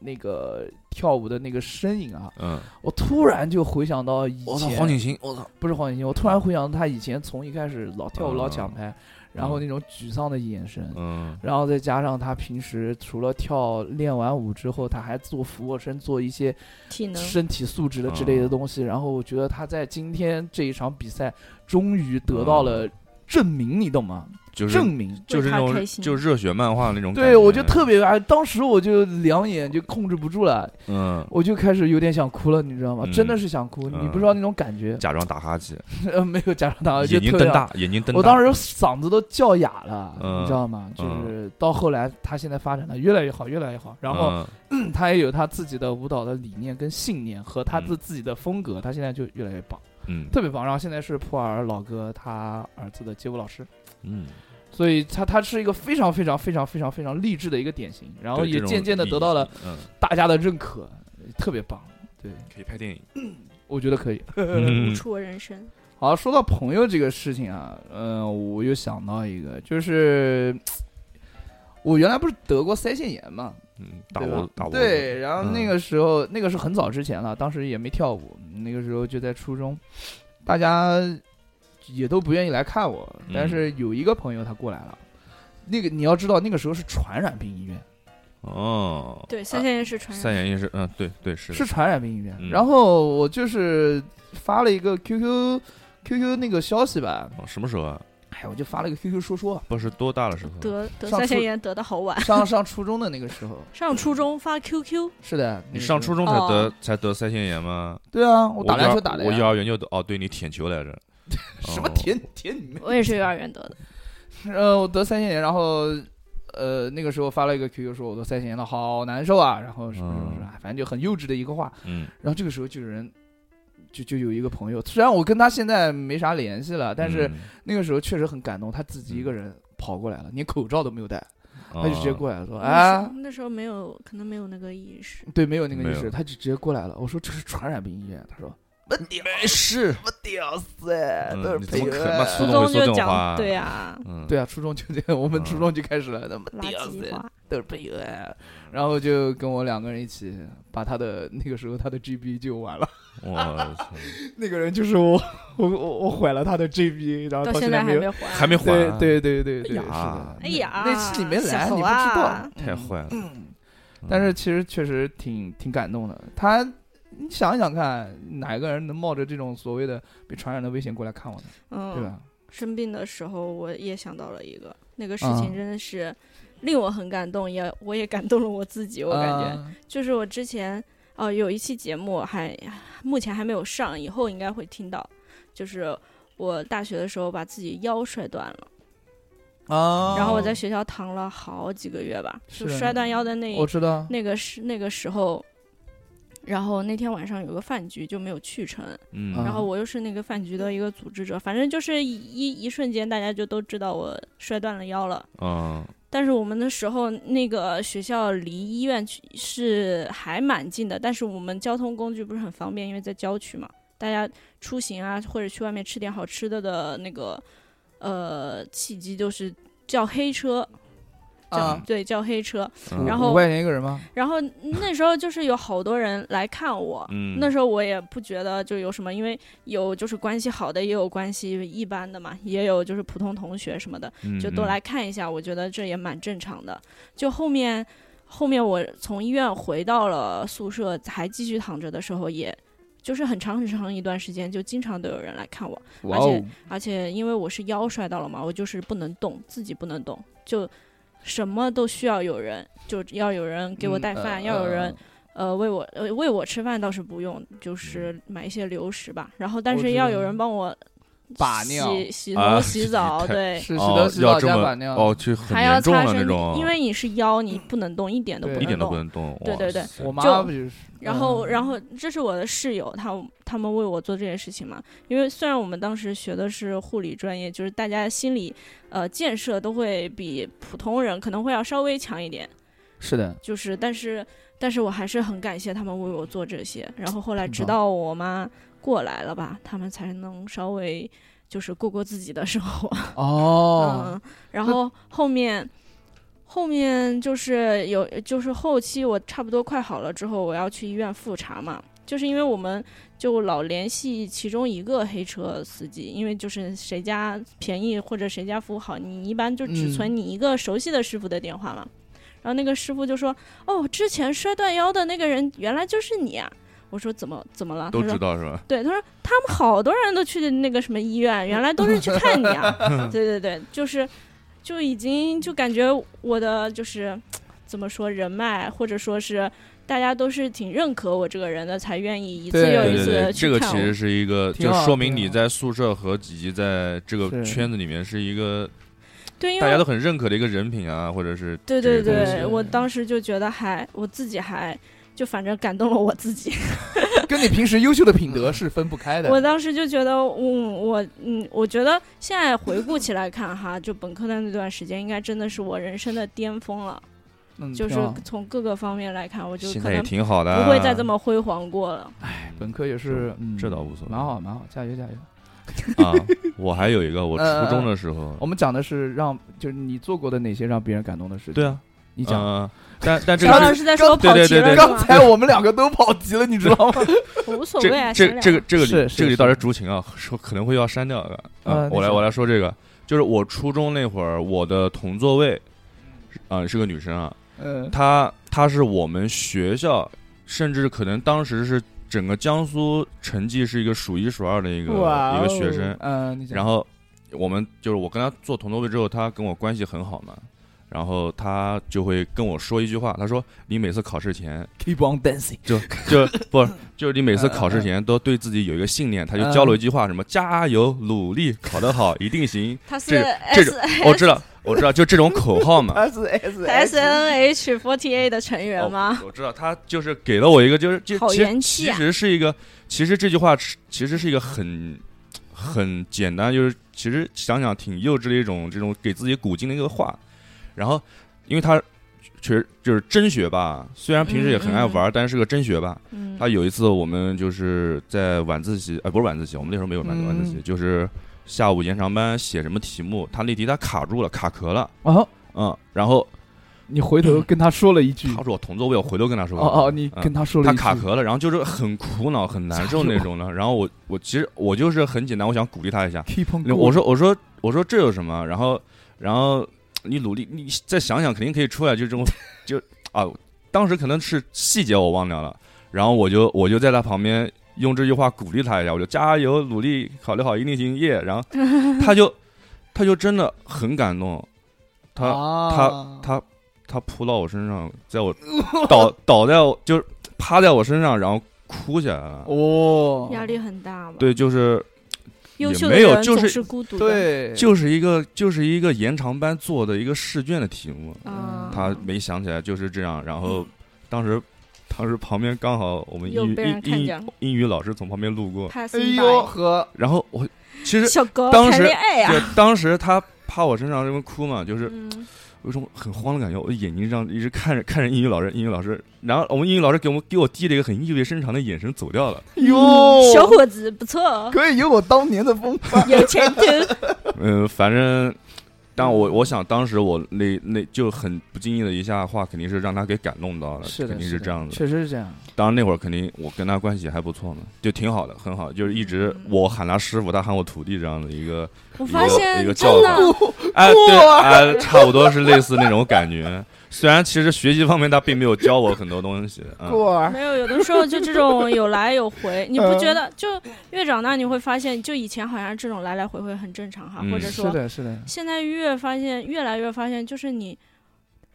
Speaker 2: 那个跳舞的那个身影啊，
Speaker 3: 嗯，
Speaker 2: 我突然就回想到以前，
Speaker 3: 我操，哦黄景啊行，我操，
Speaker 2: 不是黄景行，我突然回想到他以前从一开始老跳舞老
Speaker 3: 啊
Speaker 2: 抢拍，然后那种沮丧的眼神，
Speaker 3: 嗯
Speaker 2: 然后再加上他平时除了跳练完舞之后，他还做俯卧撑，做一些
Speaker 4: 体能
Speaker 2: 身体素质的之
Speaker 3: 啊
Speaker 2: 类的东西。然后我觉得他在今天这一场比赛终于得到了证明，你懂吗？
Speaker 3: 嗯就是
Speaker 2: 证明。
Speaker 3: 就是那
Speaker 4: 为他
Speaker 3: 种
Speaker 4: 开心
Speaker 3: 就热血漫画那种感觉，
Speaker 2: 对，我就特别哎，当时我就两眼就控制不住了，
Speaker 3: 嗯，
Speaker 2: 我就开始有点想哭了，你知道吗？
Speaker 3: 嗯
Speaker 2: 真的是想哭，你不知道那种感觉。
Speaker 3: 假装打哈欠，
Speaker 2: 呃，没有假装打，就
Speaker 3: 眼睛
Speaker 2: 特
Speaker 3: 瞪
Speaker 2: 别
Speaker 3: 大，眼睛瞪大，
Speaker 2: 我当时嗓子都叫哑了，
Speaker 3: 嗯
Speaker 2: 你知道吗？就是到后来，他现在发展的越来越好，越来越好。然后
Speaker 3: 嗯
Speaker 2: 嗯他也有他自己的舞蹈的理念跟信念和他自自己的风格，他现在就越来越棒，
Speaker 3: 嗯
Speaker 2: 特别棒。然后现在是普洱老哥他儿子的街舞老师，
Speaker 3: 嗯，
Speaker 2: 所以他他是一个非常非常非常非常非常励志的一个典型，然后
Speaker 3: 对
Speaker 2: 也
Speaker 3: 这种
Speaker 2: 渐渐的
Speaker 3: 意义
Speaker 2: 得到了
Speaker 3: 嗯，
Speaker 2: 大家的认可，特别棒。对，
Speaker 3: 可以拍电影，
Speaker 2: 我觉得可以。
Speaker 4: 舞
Speaker 3: 嗯
Speaker 4: 出我人生。
Speaker 2: 好，说到朋友这个事情啊，嗯、我又想到一个，就是我原来不是得过腮腺炎嘛，
Speaker 3: 嗯，打
Speaker 2: 对
Speaker 3: 我
Speaker 2: 吧
Speaker 3: 打我，
Speaker 2: 对，然后那
Speaker 3: 嗯
Speaker 2: 个时候，那个是很早之前了，当时也没跳舞，那个时候就在初中，大家也都不愿意来看我，但
Speaker 3: 嗯
Speaker 2: 是有一个朋友他过来了，那个你要知道，那个时候是传染病医院，
Speaker 3: 哦，
Speaker 2: 呃
Speaker 4: 对，腮腺炎是传
Speaker 3: 三
Speaker 4: 染。
Speaker 3: 眼也是，嗯，对对是的
Speaker 2: 是传染病医院。
Speaker 3: 嗯
Speaker 2: 然后我就是发了一个 QQ。QQ 那个消息吧，
Speaker 3: 哦什么时候啊？
Speaker 2: 哎，我就发了个 QQ 说说，
Speaker 3: 不是多大的时候？啊
Speaker 4: 得得
Speaker 2: 上
Speaker 4: 腮腺
Speaker 2: 初
Speaker 4: 炎得的好晚，
Speaker 2: 上上初中的那个时候，
Speaker 4: 上初中发 QQ，
Speaker 2: 是的，那
Speaker 3: 你
Speaker 2: 个
Speaker 3: 上
Speaker 2: 时候
Speaker 3: 初中才得
Speaker 4: 哦
Speaker 3: 才得腮腺炎吗？
Speaker 2: 对啊，我打
Speaker 3: 幼
Speaker 2: 篮球
Speaker 3: 儿
Speaker 2: 打的
Speaker 3: 我幼
Speaker 2: 呀，
Speaker 3: 儿园就得哦，对你舔球来着，
Speaker 2: 什么
Speaker 3: 哦
Speaker 2: 舔舔你妹！
Speaker 4: 我也是幼儿园得的。
Speaker 2: 呃，我得腮腺炎，然后呃那个时候发了一个 QQ 说我得腮腺炎了，好难受啊，然后什么什么什么，反正就很幼稚的一个话。
Speaker 3: 嗯
Speaker 2: 然后这个时候就有人就就有一个朋友，虽然我跟他现在没啥联系了，但是
Speaker 3: 嗯
Speaker 2: 那个时候确实很感动，他自己一个人跑过来了，连口罩都没有戴，他就直接
Speaker 3: 哦
Speaker 2: 过来了说，
Speaker 4: 那时
Speaker 2: 哎
Speaker 4: 候。那时候没有，可能没有那个意识。
Speaker 2: 对，没有那个
Speaker 3: 没
Speaker 2: 意
Speaker 3: 有
Speaker 2: 识，他就直接过来了。我说这是传染病医院，他说
Speaker 3: 没事，
Speaker 2: 我屌丝哎，
Speaker 3: 嗯
Speaker 2: 都是
Speaker 3: 你
Speaker 2: 朋
Speaker 3: 怎么
Speaker 2: 友
Speaker 3: 可
Speaker 2: 哎
Speaker 3: 那
Speaker 4: 初
Speaker 3: 初
Speaker 4: 中
Speaker 3: 中会说这
Speaker 4: 就
Speaker 3: 种
Speaker 4: 讲
Speaker 3: 话，
Speaker 4: 对啊，
Speaker 3: 嗯，
Speaker 2: 对啊，初中就这样，我们
Speaker 3: 嗯
Speaker 2: 初中就开始了，他妈
Speaker 4: 垃
Speaker 2: 屌
Speaker 4: 圾
Speaker 2: 丝
Speaker 4: 话。
Speaker 2: 都是朋友哎，然后就跟我两个人一起把他的那个时候他的 GB 就完了，
Speaker 3: 我操，
Speaker 2: 那个人就是我，我我我毁了他的 GB，然后
Speaker 4: 到
Speaker 2: 现
Speaker 4: 现在
Speaker 2: 没
Speaker 4: 还
Speaker 2: 有
Speaker 4: 没，还，
Speaker 3: 还没还
Speaker 2: 对
Speaker 3: 啊，
Speaker 2: 对对对对，
Speaker 3: 哎呀
Speaker 2: 是的
Speaker 4: 哎呀
Speaker 2: 那那期你没来，
Speaker 4: 小
Speaker 2: 你不知道
Speaker 4: 啊，
Speaker 3: 太
Speaker 2: 嗯
Speaker 3: 坏了。嗯
Speaker 2: 但是其实确实挺挺感动的。他，你想一想看，哪个人能冒着这种所谓的被传染的危险过来看我呢？对
Speaker 4: 嗯，
Speaker 2: 吧？
Speaker 4: 生病的时候我也想到了一个，那个事
Speaker 2: 啊
Speaker 4: 情真的是令我很感动，也我也感动了我自己，我感觉
Speaker 2: 啊
Speaker 4: 就是我呃之前哦有一期节目还目前还没有上，以后应该会听到，就是我大学的时候把自己腰摔断了，
Speaker 2: 啊，
Speaker 4: 然后我在学校躺了好几个月吧，
Speaker 2: 是
Speaker 4: 就
Speaker 2: 的
Speaker 4: 摔断腰的那一
Speaker 2: 我知道，
Speaker 4: 那个时那个时候，然后那天晚上有个饭局就没有去成，
Speaker 3: 嗯，
Speaker 2: 啊
Speaker 4: 然后我又是那个饭局的一个组织者，反正就是一一一瞬间大家就都知道我摔断了腰了。
Speaker 3: 啊，
Speaker 4: 但是我们的时候，那个学校离医院去是还蛮近的，但是我们交通工具不是很方便，因为在郊区嘛，大家出行啊或者去外面吃点好吃的的那个呃契机就是叫黑车，叫、
Speaker 2: 啊，
Speaker 4: 对叫黑车，
Speaker 3: 嗯
Speaker 4: 然后
Speaker 2: 五块钱一个人吗？
Speaker 4: 然后那时候就是有好多人来看我，
Speaker 3: 嗯，
Speaker 4: 那时候我也不觉得就有什么，因为有就是关系好的，也有关系一般的嘛，也有就是普通同学什么的，
Speaker 3: 嗯
Speaker 4: 就都来，看一下。我觉得这也蛮正常的。就后面后面我从医院回到了宿舍，还继续躺着的时候也，就是很长很长一段时间，就经常都有人来看我，
Speaker 2: 哇
Speaker 4: 而
Speaker 2: 哦
Speaker 4: 且，而且因为我是腰摔到了嘛，我就是不能动，自己不能动，就什么都需要有人，就要有人给我带饭，
Speaker 2: 嗯
Speaker 4: 要有人。呃，喂我呃喂我吃饭倒是不用，就是买一些流食吧。然后，但
Speaker 2: 嗯我
Speaker 4: 是
Speaker 2: 知
Speaker 4: 要
Speaker 2: 道
Speaker 4: 有人帮我
Speaker 2: 把尿
Speaker 4: 洗洗
Speaker 3: 啊
Speaker 4: 头、洗澡，
Speaker 3: 太
Speaker 4: 对，
Speaker 2: 是洗
Speaker 3: 哦
Speaker 2: 头洗
Speaker 3: 要
Speaker 2: 澡
Speaker 3: 这
Speaker 2: 加
Speaker 3: 么
Speaker 2: 把尿，
Speaker 3: 哦，去很
Speaker 4: 还要
Speaker 3: 严重
Speaker 4: 擦
Speaker 3: 的
Speaker 4: 身
Speaker 3: 那
Speaker 4: 体
Speaker 3: 种，
Speaker 4: 因为你是腰，你不能动，一点都
Speaker 2: 对
Speaker 4: 不
Speaker 3: 一点
Speaker 4: 能
Speaker 3: 都不
Speaker 4: 动。
Speaker 3: 能动，
Speaker 4: 对
Speaker 3: 哇
Speaker 4: 对对
Speaker 3: 塞
Speaker 2: 我妈
Speaker 4: 就
Speaker 2: 不就是？
Speaker 4: 然后，
Speaker 2: 嗯
Speaker 4: 然后这是我的室友，他他们为我做这件事情嘛。因为虽然我们当时学的是护理专业，就是大家心理呃建设都会比普通人可能会要稍微强一点，
Speaker 2: 是的，
Speaker 4: 就是但是但是我还是很感谢他们为我做这些。然后后来
Speaker 2: 挺
Speaker 4: 直
Speaker 2: 棒
Speaker 4: 到我妈过来了吧，他们才能稍微就是过过自己的生活。
Speaker 2: 哦，
Speaker 4: 嗯，然后后面后面就是有就是后期我差不多快好了之后，我要去医院复查嘛，就是因为我们就老联系其中一个黑车司机，因为就是谁家便宜或者谁家服务好，你一般就只
Speaker 2: 嗯
Speaker 4: 存你一个熟悉的师傅的电话嘛。然后那个师傅就说：“哦，之前摔断腰的那个人原来就是你啊！”我说：“怎么怎么了？”
Speaker 3: 都
Speaker 4: 他说
Speaker 3: 知道是吧？
Speaker 4: 对，他说他们好多人都去那个什么医院，原来都是去看你 啊。对对对，就是就已经就感觉我的就是怎么说人脉，或者说是大家都是挺认可我这个人的，才愿意一次
Speaker 2: 对
Speaker 4: 又
Speaker 3: 对
Speaker 4: 一
Speaker 3: 对
Speaker 4: 次
Speaker 3: 对，
Speaker 4: 的
Speaker 3: 这
Speaker 4: 去
Speaker 3: 个
Speaker 4: 看
Speaker 3: 其
Speaker 4: 我。
Speaker 3: 实是一个，
Speaker 2: 挺
Speaker 3: 就
Speaker 2: 好
Speaker 3: 说明
Speaker 2: 挺
Speaker 3: 你
Speaker 2: 好
Speaker 3: 在宿舍和以及在这个
Speaker 2: 是
Speaker 3: 圈子里面是一个
Speaker 4: 对，因
Speaker 3: 大家
Speaker 4: 为
Speaker 3: 都很认可的一个人品啊，或者是
Speaker 4: 对
Speaker 3: 这
Speaker 4: 对
Speaker 3: 个东西
Speaker 4: 对，我当时就觉得还我自己还就反正感动了我自己。
Speaker 2: 跟你平时优秀的品
Speaker 3: 嗯
Speaker 2: 德是分不开的。
Speaker 4: 我当时就觉得，嗯，我嗯，我觉得现在回顾起来看哈，就本科的那段时间，应该真的是我人生的巅峰了。
Speaker 2: 嗯
Speaker 4: 就是
Speaker 2: 挺好
Speaker 4: 从各个方面来看，我就
Speaker 3: 现
Speaker 4: 可
Speaker 3: 在也
Speaker 4: 能
Speaker 3: 挺好的啊，
Speaker 4: 不会再这么辉煌过了。
Speaker 2: 本科也是，嗯，
Speaker 3: 这倒无所谓，
Speaker 2: 蛮好蛮好，加油加油。
Speaker 3: 啊。我还有一个，我初中的时候，
Speaker 2: 我们讲的是让，就是你做过的哪些让别人感动的事情。
Speaker 3: 对，啊，
Speaker 2: 你讲。
Speaker 3: 呃但但这
Speaker 4: 乔
Speaker 3: 个
Speaker 4: 老
Speaker 3: 是
Speaker 4: 师在说我跑
Speaker 3: 对
Speaker 4: 题
Speaker 3: 对
Speaker 4: 了
Speaker 3: 对
Speaker 4: 是
Speaker 2: 刚
Speaker 4: 吧？
Speaker 2: 才我们两个都跑题了，你知道吗？
Speaker 4: 我无所
Speaker 3: 这
Speaker 4: 谓啊，
Speaker 3: 这
Speaker 4: 闲聊
Speaker 3: 这个这个
Speaker 2: 是
Speaker 3: 里
Speaker 2: 是
Speaker 3: 这个里
Speaker 2: 是
Speaker 3: 倒是主情啊，说可能会要删掉的
Speaker 2: 呃
Speaker 3: 啊。
Speaker 2: 你
Speaker 3: 我来
Speaker 2: 说
Speaker 3: 我来说这个，就是我初中那会儿，我的同座位啊是个女生啊，
Speaker 2: 嗯，
Speaker 3: 她她是我们学校，甚至可能当时是整个江苏成绩是一个数一数二的一个
Speaker 2: 哦
Speaker 3: 一个学生，
Speaker 2: 嗯，你讲。
Speaker 3: 然后我们就是我跟他做同座位之后，他跟我关系很好嘛，然后他就会跟我说一句话，他说你每次考试前
Speaker 2: keep on dancing，
Speaker 3: 就 就不 是就是你每
Speaker 4: 嗯
Speaker 3: 次考试前都对自己有一个信念，他就教了一句话，什么加油努力，考得好一定 行。
Speaker 4: 他是
Speaker 3: 这这种
Speaker 4: S
Speaker 3: 我知道我知道，就这种口号 嘛。
Speaker 2: S S
Speaker 4: S N H 4 8 a 的成员
Speaker 3: 哦
Speaker 4: 吗？
Speaker 3: 我知道，他就是给了我一个，就是就
Speaker 4: 嗯好
Speaker 3: 其实
Speaker 4: 元气
Speaker 3: 其
Speaker 4: 啊
Speaker 3: 实是一个，其实这句话是其实是一个很很简单，就是其实想想挺幼稚的一种这种给自己鼓劲的一个话。然后，因为他确实就是真学霸，虽然平时也很爱玩，但是个真学霸。
Speaker 4: 嗯
Speaker 3: 他有一次我们就是在晚自习，呃，不是晚自习，我们那时候没有晚
Speaker 2: 嗯
Speaker 3: 晚自习，就是下午延长班写什么题目，他那题他卡住了，卡壳了，
Speaker 2: 哦，
Speaker 3: 嗯，然后
Speaker 2: 你回头跟他说了一句，
Speaker 3: 他是我同座位，我回头跟他说，
Speaker 2: 嗯哦哦，你
Speaker 3: 嗯
Speaker 2: 跟他说了
Speaker 3: 他
Speaker 2: 一句，
Speaker 3: 卡壳了，然后就是很苦恼、很难受那种的。然后我我其实我就是很简单，我想鼓励他一下。
Speaker 2: keep on，
Speaker 3: 嗯我说我说我说这有什么？然后然后你努力，你再想想，肯定可以出来。就这种就啊，当时可能是细节我忘掉了。然后我就我就在他旁边用这句话鼓励他一下，我就加油努力，考虑好一定行耶。然后 他就他就真的很感动，他、
Speaker 2: 他
Speaker 3: 他他扑到我身上，在 我倒倒在我就是趴在我身上，然后哭起来了。
Speaker 2: 哦，
Speaker 4: 压力很大嘛。
Speaker 3: 对，就是
Speaker 4: 优秀的
Speaker 3: 没有
Speaker 4: 人
Speaker 3: 就
Speaker 4: 总
Speaker 3: 是
Speaker 4: 是孤独的，
Speaker 2: 对，
Speaker 3: 就是一个就是一个延长班做的一个试卷的题目，
Speaker 4: 啊，
Speaker 3: 嗯他没想起来就是这样。然后当时当时旁边刚好我们
Speaker 4: 又
Speaker 3: 英语
Speaker 4: 被人
Speaker 3: 英
Speaker 4: 看见
Speaker 3: 英英语老师从旁边路过，
Speaker 4: pass
Speaker 2: 哎
Speaker 4: by
Speaker 2: 呦和
Speaker 3: 然后我其实
Speaker 4: 小哥
Speaker 3: 当
Speaker 4: 谈
Speaker 3: 时
Speaker 4: 恋爱呀、
Speaker 3: 就当时他趴我身上这么哭嘛，就是
Speaker 4: 嗯，
Speaker 3: 有一种很慌的感觉，我眼睛这样一直看着看着英语老师，英语老师，然后我们英语老师给我们给我递了一个很意味深长的眼神走掉了。
Speaker 2: 嗯哟，
Speaker 4: 小伙子不错哦，
Speaker 2: 可以有我当年的风范。
Speaker 4: 有前途。
Speaker 3: 嗯，反正，但我我想当时我那那就很不经意的一下话，肯定是让他给感动到了，
Speaker 2: 是的，
Speaker 3: 肯定是
Speaker 2: 的
Speaker 3: 这样子。
Speaker 2: 确实是这样。
Speaker 3: 当然那会儿肯定我跟他关系还不错嘛，就挺好的，很好，就是一直
Speaker 4: 嗯
Speaker 3: 我喊他师傅，他喊我徒弟这样的一 个，
Speaker 4: 我
Speaker 3: 一
Speaker 4: 发
Speaker 3: 个
Speaker 4: 现
Speaker 3: 一个
Speaker 4: 真
Speaker 3: 叫
Speaker 4: 的，
Speaker 3: 哎，对，哎，差不多是类似那种感觉。虽然其实学习方面他并没有教我很多东 西，嗯，
Speaker 2: 过儿，
Speaker 4: 没有有的时候就这种有来有回，你不
Speaker 2: 嗯
Speaker 4: 觉得？就越长大你会发现，就以前好像这种来来回回很正常哈，
Speaker 3: 嗯
Speaker 4: 或者
Speaker 2: 是
Speaker 4: 说
Speaker 2: 的，是的，
Speaker 4: 现在越发现越来越发现，就是你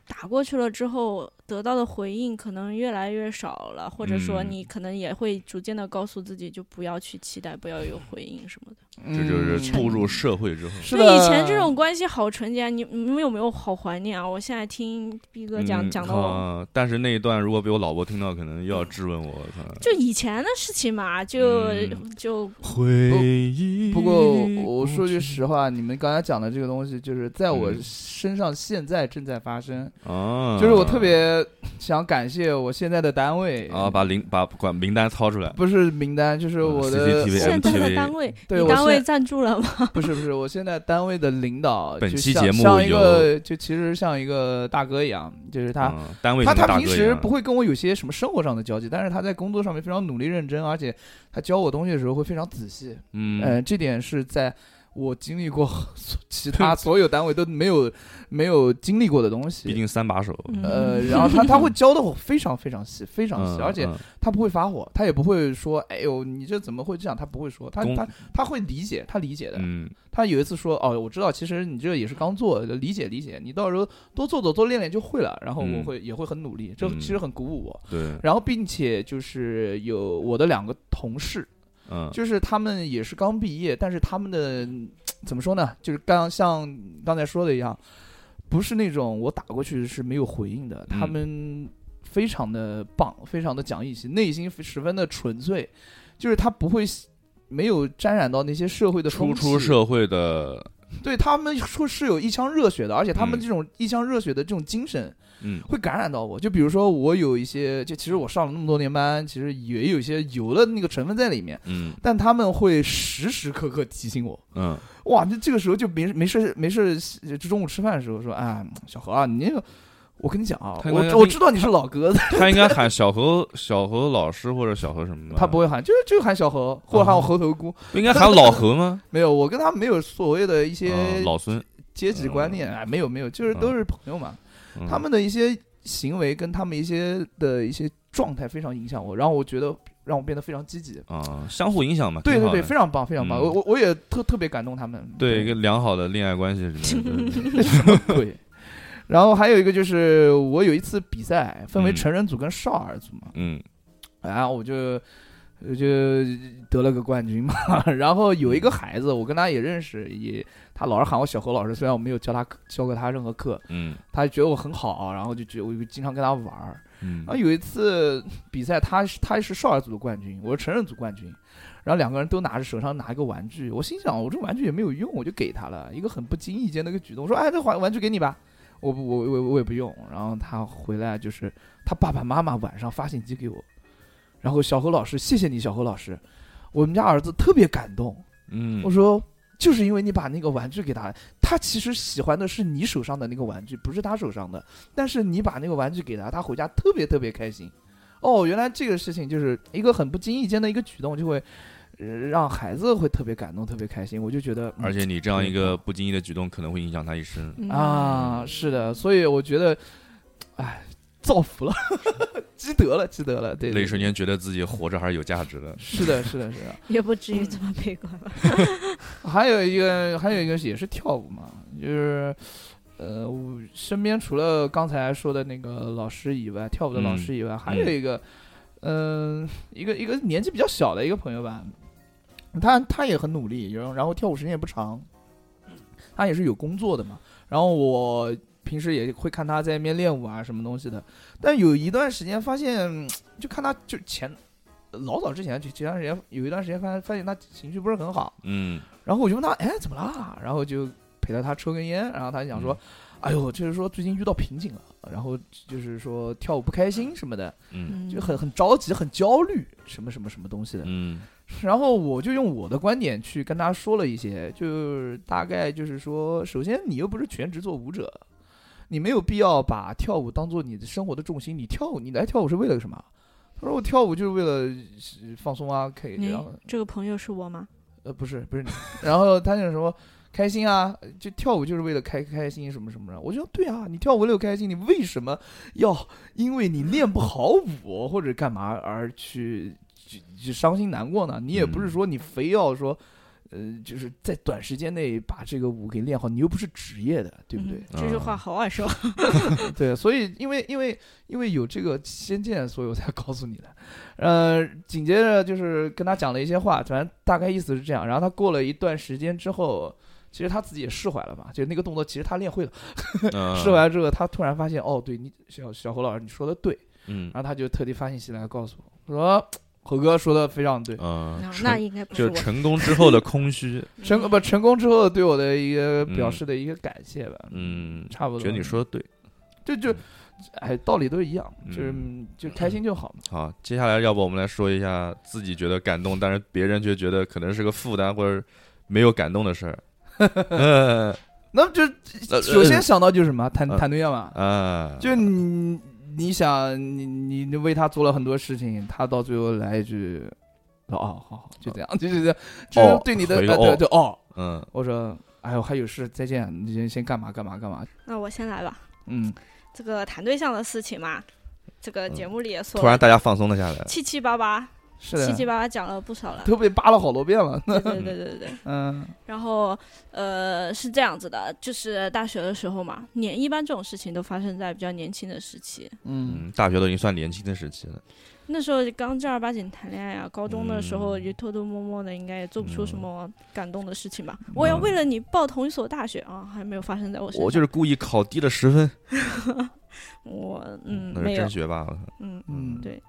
Speaker 4: 打过去了之后得到的回应可能越来越少了，或者说
Speaker 3: 嗯
Speaker 4: 你可能也会逐渐的告诉自己，就不要去期待，不要有回应什么的。
Speaker 3: 这就是
Speaker 2: 嗯
Speaker 3: 步入社会之后，
Speaker 2: 是
Speaker 4: 就
Speaker 2: 的
Speaker 4: 以前这种关系好纯洁啊，你你们有没有好怀念啊？我现在听逼哥讲、
Speaker 3: 嗯
Speaker 4: 讲的我。
Speaker 3: 啊但是那一段如果被我老婆听到，可能又要质问我，可能
Speaker 4: 就以前的事情嘛，就、
Speaker 3: 嗯
Speaker 4: 就
Speaker 3: 回忆
Speaker 2: 不过我说句实话，你们刚才讲的这个东西，就是在我
Speaker 3: 嗯
Speaker 2: 身上现在正在发生。
Speaker 3: 啊，
Speaker 2: 就是我特别想感谢我现在的单位
Speaker 3: 啊，把嗯名把管名单掏出来，
Speaker 2: 不是名单，就是我的
Speaker 3: CCTV
Speaker 4: 现在
Speaker 3: MTV
Speaker 4: 的单位，
Speaker 2: 对
Speaker 4: 你
Speaker 2: 我
Speaker 4: 单位
Speaker 2: 现
Speaker 4: 赞助了吗？
Speaker 2: 不是不是，我现在单位的领 导，
Speaker 3: 本
Speaker 2: 就
Speaker 3: 期
Speaker 2: 像
Speaker 3: 节目
Speaker 2: 像一个，就其实像一个大哥一样，就是他。
Speaker 3: 嗯单位
Speaker 2: 他
Speaker 3: 什么
Speaker 2: 他
Speaker 3: 大
Speaker 2: 平
Speaker 3: 哥一
Speaker 2: 时
Speaker 3: 样
Speaker 2: 不会跟我有些什么生活上的交集，但是他在工作上面非常努力认真，而且他教我东西的时候会非常仔细。
Speaker 3: 嗯
Speaker 2: 呃，这点是在我经历过 其他所有单位都没有没有经历过的东
Speaker 3: 毕
Speaker 2: 西。
Speaker 3: 竟三把手，
Speaker 2: 呃，然后他他 会教的我非常非常细，非常
Speaker 3: 嗯
Speaker 2: 细，而且
Speaker 3: 嗯
Speaker 2: 他不会发火，他也不会说，哎呦，你这怎么会这样？他不会说，他
Speaker 3: 公
Speaker 2: 他他会理解，他理解的。
Speaker 3: 嗯
Speaker 2: 他有一次说，哦，我知道，其实你这也是刚做，理解理解，你到时候多做做，多练练就会了。然后我
Speaker 3: 嗯
Speaker 2: 会、也会很努力，这
Speaker 3: 嗯
Speaker 2: 其实很鼓舞我。
Speaker 3: 对
Speaker 2: 然后并且就是有我的两个同事，
Speaker 3: 嗯
Speaker 2: 就是他们也是刚毕业，但是他们的嗯怎么说呢？就是刚像刚才说的一样，不是那种我打过去是没有回应的，
Speaker 3: 嗯
Speaker 2: 他们非常的棒，非常的讲义气，内心十分的纯粹，就是他不会没有沾染到那些社会的
Speaker 3: 初
Speaker 2: 风气
Speaker 3: 出社会的
Speaker 2: 对他们说是有一腔热血的，而且他们
Speaker 3: 嗯
Speaker 2: 这种一腔热血的这种精神，
Speaker 3: 嗯
Speaker 2: 会感染到我。就比如说我有一些，就其实我上了那么多年班，其实也有一些油的那个成分在里面，
Speaker 3: 嗯
Speaker 2: 但他们会时时刻刻提醒我。
Speaker 3: 嗯
Speaker 2: 哇，那这个时候就没没事没事，就中午吃饭的时候说，哎，小何啊，你那个。我跟你讲啊，
Speaker 3: 他应该
Speaker 2: 我我知道你是老哥子，
Speaker 3: 他应该喊小何小何老师或者小何什么的，
Speaker 2: 他不会喊，就是就喊小何，或
Speaker 3: 哦
Speaker 2: 者喊我猴头菇，
Speaker 3: 应该喊老何吗？
Speaker 2: 没有，我跟他没有所谓的一
Speaker 3: 啊
Speaker 2: 些
Speaker 3: 老孙，
Speaker 2: 阶级观念，哎，没有没有，就是都
Speaker 3: 嗯
Speaker 2: 是朋友嘛。
Speaker 3: 嗯
Speaker 2: 他们的一些行为跟他们一些的一些状态非常影响我，然后我觉得让我变得非常积极。
Speaker 3: 啊相互影响嘛，
Speaker 2: 对
Speaker 3: 挺
Speaker 2: 对
Speaker 3: 好
Speaker 2: 对，
Speaker 3: 的
Speaker 2: 非常棒，非常棒！
Speaker 3: 嗯
Speaker 2: 我我我也特特别感动他们。
Speaker 3: 对一个良好的恋爱关系里面，对对 对
Speaker 2: 对。然后还有一个就是，我有一次比赛分为
Speaker 3: 嗯
Speaker 2: 成人组跟少儿组嘛，
Speaker 3: 嗯
Speaker 2: 然后我就我就得了个冠军嘛。 然后有一个孩子，我跟他也认识，也他老是喊我小何老师，虽然我没有教他教过他任何课，
Speaker 3: 嗯
Speaker 2: 他觉得我很好，然后就觉得我就经常跟他玩儿。
Speaker 3: 嗯
Speaker 2: 然后有一次比赛，他是他是少儿组的冠军，我是成人组冠军，然后两个人都拿着手上拿一个玩具，我心想我这玩具也没有用，我就给他了一个很不经意间的一个举动，我说哎这玩玩具给你吧，我不我我我也不用，然后他回来就是他爸爸妈妈晚上发信息给我，然后小何老师谢谢你小何老师，我们家儿子特别感动，
Speaker 3: 嗯
Speaker 2: 我说。就是因为你把那个玩具给他，他其实喜欢的是你手上的那个玩具，不是他手上的。但是你把那个玩具给他，他回家特别特别开心。哦，原来这个事情就是一个很不经意间的一个举动，就会、呃让孩子会特别感动、特别开心。我就觉得，嗯
Speaker 3: 而且你这样一个不经意的举动，可能会影响他一生。
Speaker 4: 嗯，
Speaker 2: 啊，是的，所以我觉得，哎，造福了， 积德了，积德了，对
Speaker 3: 那
Speaker 2: 对
Speaker 3: 一瞬间觉得自己活着还是有价值的。
Speaker 2: 是的，是的，是的。
Speaker 4: 也不至于这么悲观吧。
Speaker 2: 还有一个，还有一个也是跳舞嘛，就是，呃，我身边除了刚才说的那个老师以外，跳舞的老师以呃外，还有一个，嗯、一个一个年纪比较小的一个朋友吧，他他也很努力，然后然后跳舞时间也不长，他也是有工作的嘛。然后我平时也会看他在那边练舞啊，什么东西的。但有一段时间发现，就看他就前老早之前就前段时间有一段时间发现发现他情绪不是很好，
Speaker 3: 嗯，
Speaker 2: 然后我就问他，哎，怎么啦？然后就陪着他抽根烟，然后他就讲
Speaker 3: 嗯
Speaker 2: 说，哎呦，就是说最近遇到瓶颈了，然后就是说跳舞不开心什么的，
Speaker 3: 嗯
Speaker 2: 就很很着急，很焦虑，什么什么什么东西的。
Speaker 3: 嗯
Speaker 2: 然后我就用我的观点去跟他说了一些，就是大概就是说，首先你又不是全职做舞者，你没有必要把跳舞当做你的生活的重心。你跳舞，你来跳舞是为了什么？他说我跳舞就是为了呃放松啊，可以。
Speaker 4: 你
Speaker 2: 然后
Speaker 4: 这个朋友是我吗？
Speaker 2: 呃不是不是你， 然后他那什么开心啊，就跳舞就是为了开开心什么什么的。我就说对啊，你跳舞为了开心，你为什么要因为你练不好舞或者干嘛而去去去伤心难过呢？你也不是
Speaker 3: 嗯
Speaker 2: 说你非要说。呃，就是在短时间内把这个舞给练好，你又不是职业的，对不对？
Speaker 4: 嗯这句话好耳熟。
Speaker 2: 对，所以因为因为因为有这个先见，所以我才 告诉你的。呃，紧接着就是跟他讲了一些话，反正大概意思是这样。然后他过了一段时间之后，其实他自己也释怀了嘛，就那个动作其实他练会了。
Speaker 3: 嗯
Speaker 2: 释怀之后，他突然发现，哦，对你小小侯老师你说的对，
Speaker 3: 嗯
Speaker 2: 然后他就特地发信息来告诉我说，侯哥说的非常对。
Speaker 3: 啊
Speaker 4: 那，嗯那
Speaker 3: 成
Speaker 4: 应该不是
Speaker 3: 就
Speaker 4: 我。嗯
Speaker 3: 成功之后的空虚，
Speaker 2: 成功不成功之后对我的一个表
Speaker 3: 嗯
Speaker 2: 示的一个感谢吧，
Speaker 3: 嗯，
Speaker 2: 差不多。
Speaker 3: 觉得你说的对。
Speaker 2: 就就
Speaker 3: 嗯，
Speaker 2: 哎，道理都一样，就是
Speaker 3: 嗯
Speaker 2: 就开心就好嘛。
Speaker 3: 好，接下来要不我们来说一下自己觉得感动，但是别人却觉得可能是个负担或者没有感动的事儿。呃
Speaker 2: 那么就
Speaker 3: 呃
Speaker 2: 首先想到就是什么谈
Speaker 3: 呃
Speaker 2: 谈对象嘛，
Speaker 3: 啊，
Speaker 2: 就你你想你你你为他做了很多事情，他到最后来一句，哦好好就这样，就是这样，就是对你的
Speaker 3: 回个
Speaker 2: 呃
Speaker 3: 哦
Speaker 2: 对对哦，
Speaker 3: 嗯
Speaker 2: 我说哎我还有事再见，你先先干嘛干嘛干嘛，
Speaker 4: 那我先来吧。
Speaker 2: 嗯，
Speaker 4: 这个谈对象的事情嘛，这个节目里也说
Speaker 3: 突然大家放松了下来。
Speaker 4: 七七八八，
Speaker 2: 是
Speaker 4: 七七
Speaker 2: 的，
Speaker 4: 八八讲了不少了。
Speaker 2: 都被扒了好多遍了，
Speaker 4: 对对对对对。
Speaker 2: 嗯
Speaker 4: 然后呃是这样子的，就是大学的时候嘛，年一般这种事情都发生在比较年轻的时期。
Speaker 2: 嗯
Speaker 3: 嗯，大学都已经算年轻的时期了。
Speaker 4: 那时候刚正儿八经谈恋爱啊，高中的时候
Speaker 3: 嗯
Speaker 4: 就偷偷摸摸的，应该也做不出什么感动的事情吧。我要为了你报同一所大学啊，还没有发生在我身上。
Speaker 3: 我就是故意考低了十分，
Speaker 4: 我嗯
Speaker 3: 那
Speaker 4: 没
Speaker 3: 是
Speaker 4: 有
Speaker 3: 真学霸了。
Speaker 4: 嗯
Speaker 2: 嗯
Speaker 4: 对。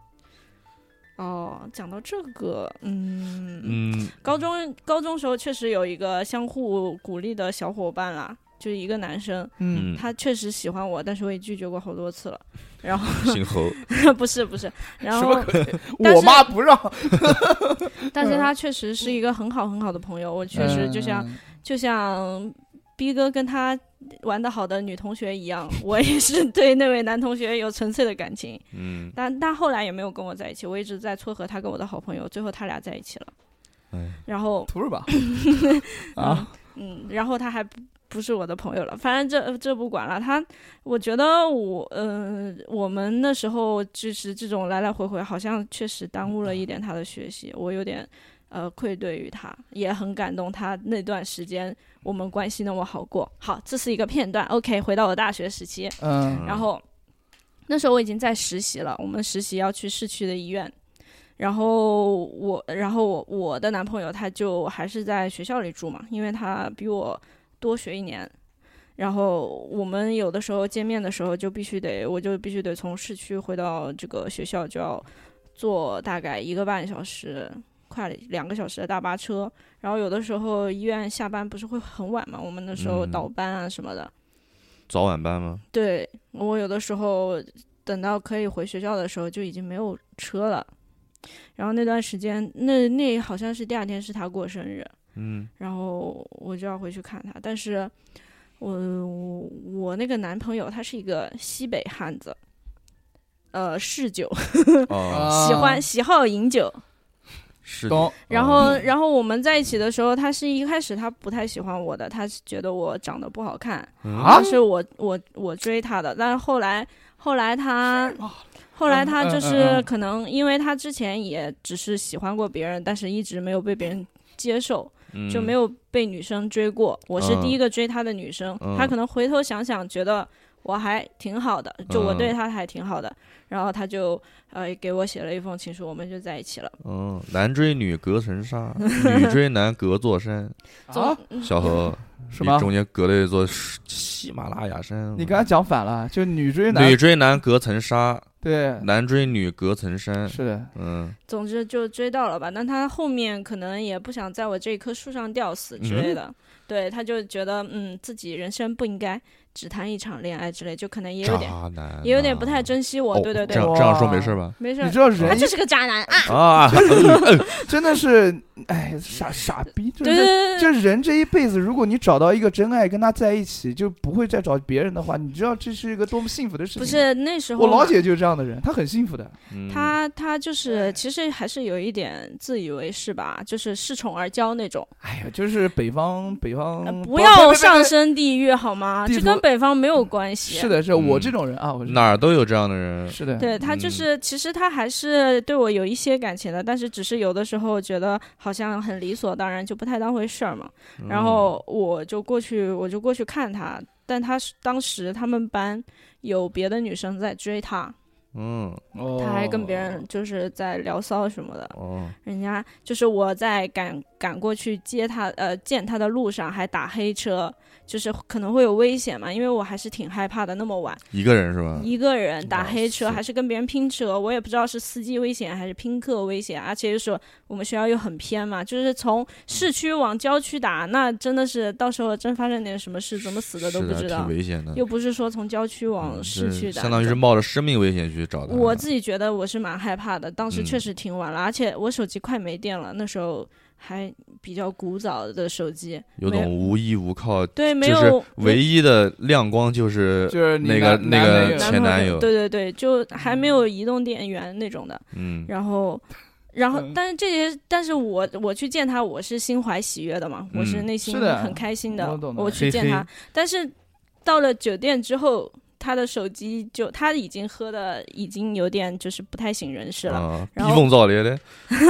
Speaker 4: 哦，讲到这个，嗯，
Speaker 3: 嗯
Speaker 4: 高中高中时候确实有一个相互鼓励的小伙伴啦，就是一个男生，
Speaker 2: 嗯
Speaker 3: 嗯，
Speaker 4: 他确实喜欢我，但是我也拒绝过好多次了。然后
Speaker 3: 姓侯，
Speaker 4: 不是不是，然
Speaker 2: 什
Speaker 4: 后
Speaker 2: 么鬼？
Speaker 4: 但是
Speaker 2: 我妈不让，
Speaker 4: 但是他确实是一个很好很好的朋友，我确实就像、
Speaker 2: 嗯
Speaker 4: 就像逼哥跟他玩的好的女同学一样，我也是对那位男同学有纯粹的感情。
Speaker 3: 嗯，
Speaker 4: 但但后来也没有跟我在一起，我一直在撮合他跟我的好朋友，最后他俩在一起了。
Speaker 3: 哎，
Speaker 4: 然后
Speaker 2: 图是 吧？啊，
Speaker 4: 嗯，然后他还不不是我的朋友了，反正这这不管了。他，我觉得我，嗯、我们那时候就是这种来来回回，好像确实耽误了一点他的学习，我有点呃愧对于他，也很感动他那段时间我们关系那么好过。好，这是一个片段。OK，回到我大学时期，
Speaker 2: 嗯
Speaker 4: 然后那时候我已经在实习了，我们实习要去市区的医院。然后我，然后我我的男朋友他就还是在学校里住嘛，因为他比我多学一年。然后我们有的时候见面的时候就必须得，我就必须得从市区回到这个学校，就要坐大概一个半小时，快两个小时的大巴车。然后有的时候医院下班不是会很晚嘛，我们那时候
Speaker 3: 嗯
Speaker 4: 倒班啊什么的，
Speaker 3: 早晚班吗？
Speaker 4: 对我有的时候等到可以回学校的时候，就已经没有车了。然后那段时间，那那好像是第二天是他过生日，
Speaker 3: 嗯
Speaker 4: 然后我就要回去看他。但是我我我那个男朋友他是一个西北汉子，呃，嗜酒，
Speaker 3: 哦，
Speaker 2: 啊
Speaker 4: 喜欢喜好饮酒。
Speaker 3: 是的。
Speaker 2: 懂，
Speaker 4: 然后，然后我们在一起的时候，他是一开始他不太喜欢我的，他是觉得我长得不好看，
Speaker 2: 啊
Speaker 3: 嗯
Speaker 4: 当时我我我追他的，但是后来后来他
Speaker 2: 吗
Speaker 4: 后来他
Speaker 2: 嗯嗯
Speaker 4: 就
Speaker 2: 嗯
Speaker 4: 是
Speaker 2: 嗯
Speaker 4: 可能因为他之前也只是喜欢过别人，但是一直没有被别人接受，
Speaker 3: 嗯
Speaker 4: 就没有被女生追过。我是
Speaker 3: 嗯
Speaker 4: 第一个追他的女生
Speaker 3: 嗯，
Speaker 4: 他可能回头想想觉得我还挺好的，就
Speaker 3: 嗯
Speaker 4: 我对他还挺好的。然后他就呃给我写了一封情书，我们就在一起了。
Speaker 5: 嗯，男追女隔层纱， 女追男隔座山。
Speaker 4: 总
Speaker 2: 啊，
Speaker 5: 小何，
Speaker 2: 什
Speaker 5: 你
Speaker 4: 嗯
Speaker 2: 么？
Speaker 5: 中间隔了一座喜马拉雅山。
Speaker 2: 你刚才讲反了，就女追男
Speaker 5: 女，追男隔层纱，
Speaker 2: 对，
Speaker 5: 男追女隔层山。
Speaker 2: 是的，
Speaker 5: 嗯，
Speaker 4: 总之就追到了吧。但他后面可能也不想在我这棵树上吊死之类的，对，他就觉得嗯自己人生不应该只谈一场恋爱之类，就可能也有
Speaker 5: 渣
Speaker 4: 点
Speaker 5: 男啊
Speaker 4: 也有点不太珍惜我。
Speaker 5: 哦
Speaker 4: 对对
Speaker 5: 这
Speaker 4: 对，
Speaker 5: 样这样说没事吧？
Speaker 4: 没事
Speaker 2: 你，知道
Speaker 4: 他
Speaker 5: 哦
Speaker 2: 人
Speaker 4: 就是个渣男啊！
Speaker 5: 啊，
Speaker 2: 真的是，哎，傻傻逼，就
Speaker 4: 对
Speaker 2: 是
Speaker 4: 对对
Speaker 2: 就
Speaker 4: 对，
Speaker 2: 是人这一辈子，如果你找到一个真爱，跟他在一起，就不会再找别人的话，你知道这是一个多么幸福的事情。
Speaker 4: 不，是那时候
Speaker 2: 我老
Speaker 4: 嘛
Speaker 2: 姐就是这样的人，她很幸福的。
Speaker 5: 嗯
Speaker 4: 他他就是其实还是有一点自以为是吧，就是恃宠而骄那种。
Speaker 2: 哎呀，就是北方，北方
Speaker 4: 呃不要上。
Speaker 2: 嗯不不不不
Speaker 4: 升地狱好吗？
Speaker 2: 地
Speaker 4: 这
Speaker 2: 图
Speaker 4: 跟北方没有关系。
Speaker 2: 是，的，是的
Speaker 5: 嗯
Speaker 2: 我这种人啊，我是
Speaker 5: 哪儿都有这样的人。
Speaker 2: 是的，
Speaker 4: 对他就是，其实他还是对我有一些感情的，但是只是有的时候觉得好像很理所当然，就不太当回事儿嘛。然后我就过去，我就过去看他，但他是当时他们班有别的女生在追他，
Speaker 5: 嗯，
Speaker 2: 哦
Speaker 4: 他还跟别人就是在聊骚什么的。
Speaker 5: 哦，
Speaker 4: 人家就是我在赶赶过去接他，呃，见他的路上还打黑车，就是可能会有危险嘛，因为我还是挺害怕的。那么晚
Speaker 5: 一个人是吧？
Speaker 4: 一个人打黑车，
Speaker 5: 哇塞
Speaker 4: 还是跟别人拼车，我也不知道是司机危险还是拼客危险，而且又说我们学校又很偏嘛，就是从市区往郊区打，那真的是到时候真发生点什么事，怎么死的都
Speaker 5: 是
Speaker 4: 不
Speaker 5: 的
Speaker 4: 知
Speaker 5: 挺
Speaker 4: 道，
Speaker 5: 危险的。
Speaker 4: 又不是说从郊区往
Speaker 5: 嗯
Speaker 4: 市
Speaker 5: 是
Speaker 4: 区打，
Speaker 5: 相当于是冒着生命危险去找他。
Speaker 4: 我自己觉得我是蛮害怕的，当时
Speaker 5: 嗯
Speaker 4: 确实挺晚了，而且我手机快没电了，那时候还比较古早的手机，
Speaker 5: 有
Speaker 4: 没
Speaker 5: 种无依无靠，
Speaker 4: 对没
Speaker 5: 就
Speaker 4: 有
Speaker 5: 是唯一的亮光就是
Speaker 2: 就是你
Speaker 5: 呃那个
Speaker 2: 男
Speaker 5: 那
Speaker 2: 男
Speaker 5: 个
Speaker 2: 朋友
Speaker 5: 前男友，
Speaker 4: 对对对，就还没有移动电源那种的，
Speaker 5: 嗯，
Speaker 4: 然后。然后
Speaker 2: 嗯，
Speaker 4: 但是这些，但是我我去见他，我是心怀喜悦的嘛，我是
Speaker 5: 嗯
Speaker 4: 内心
Speaker 2: 是的
Speaker 4: 很开心的，
Speaker 2: 我懂的
Speaker 4: 我去见
Speaker 5: 嘿嘿
Speaker 4: 他。但是到了酒店之后，他的手机就他已经喝的已经有点就是不太省人事了，
Speaker 5: 啊，逼
Speaker 4: 然后
Speaker 5: 疯造孽的，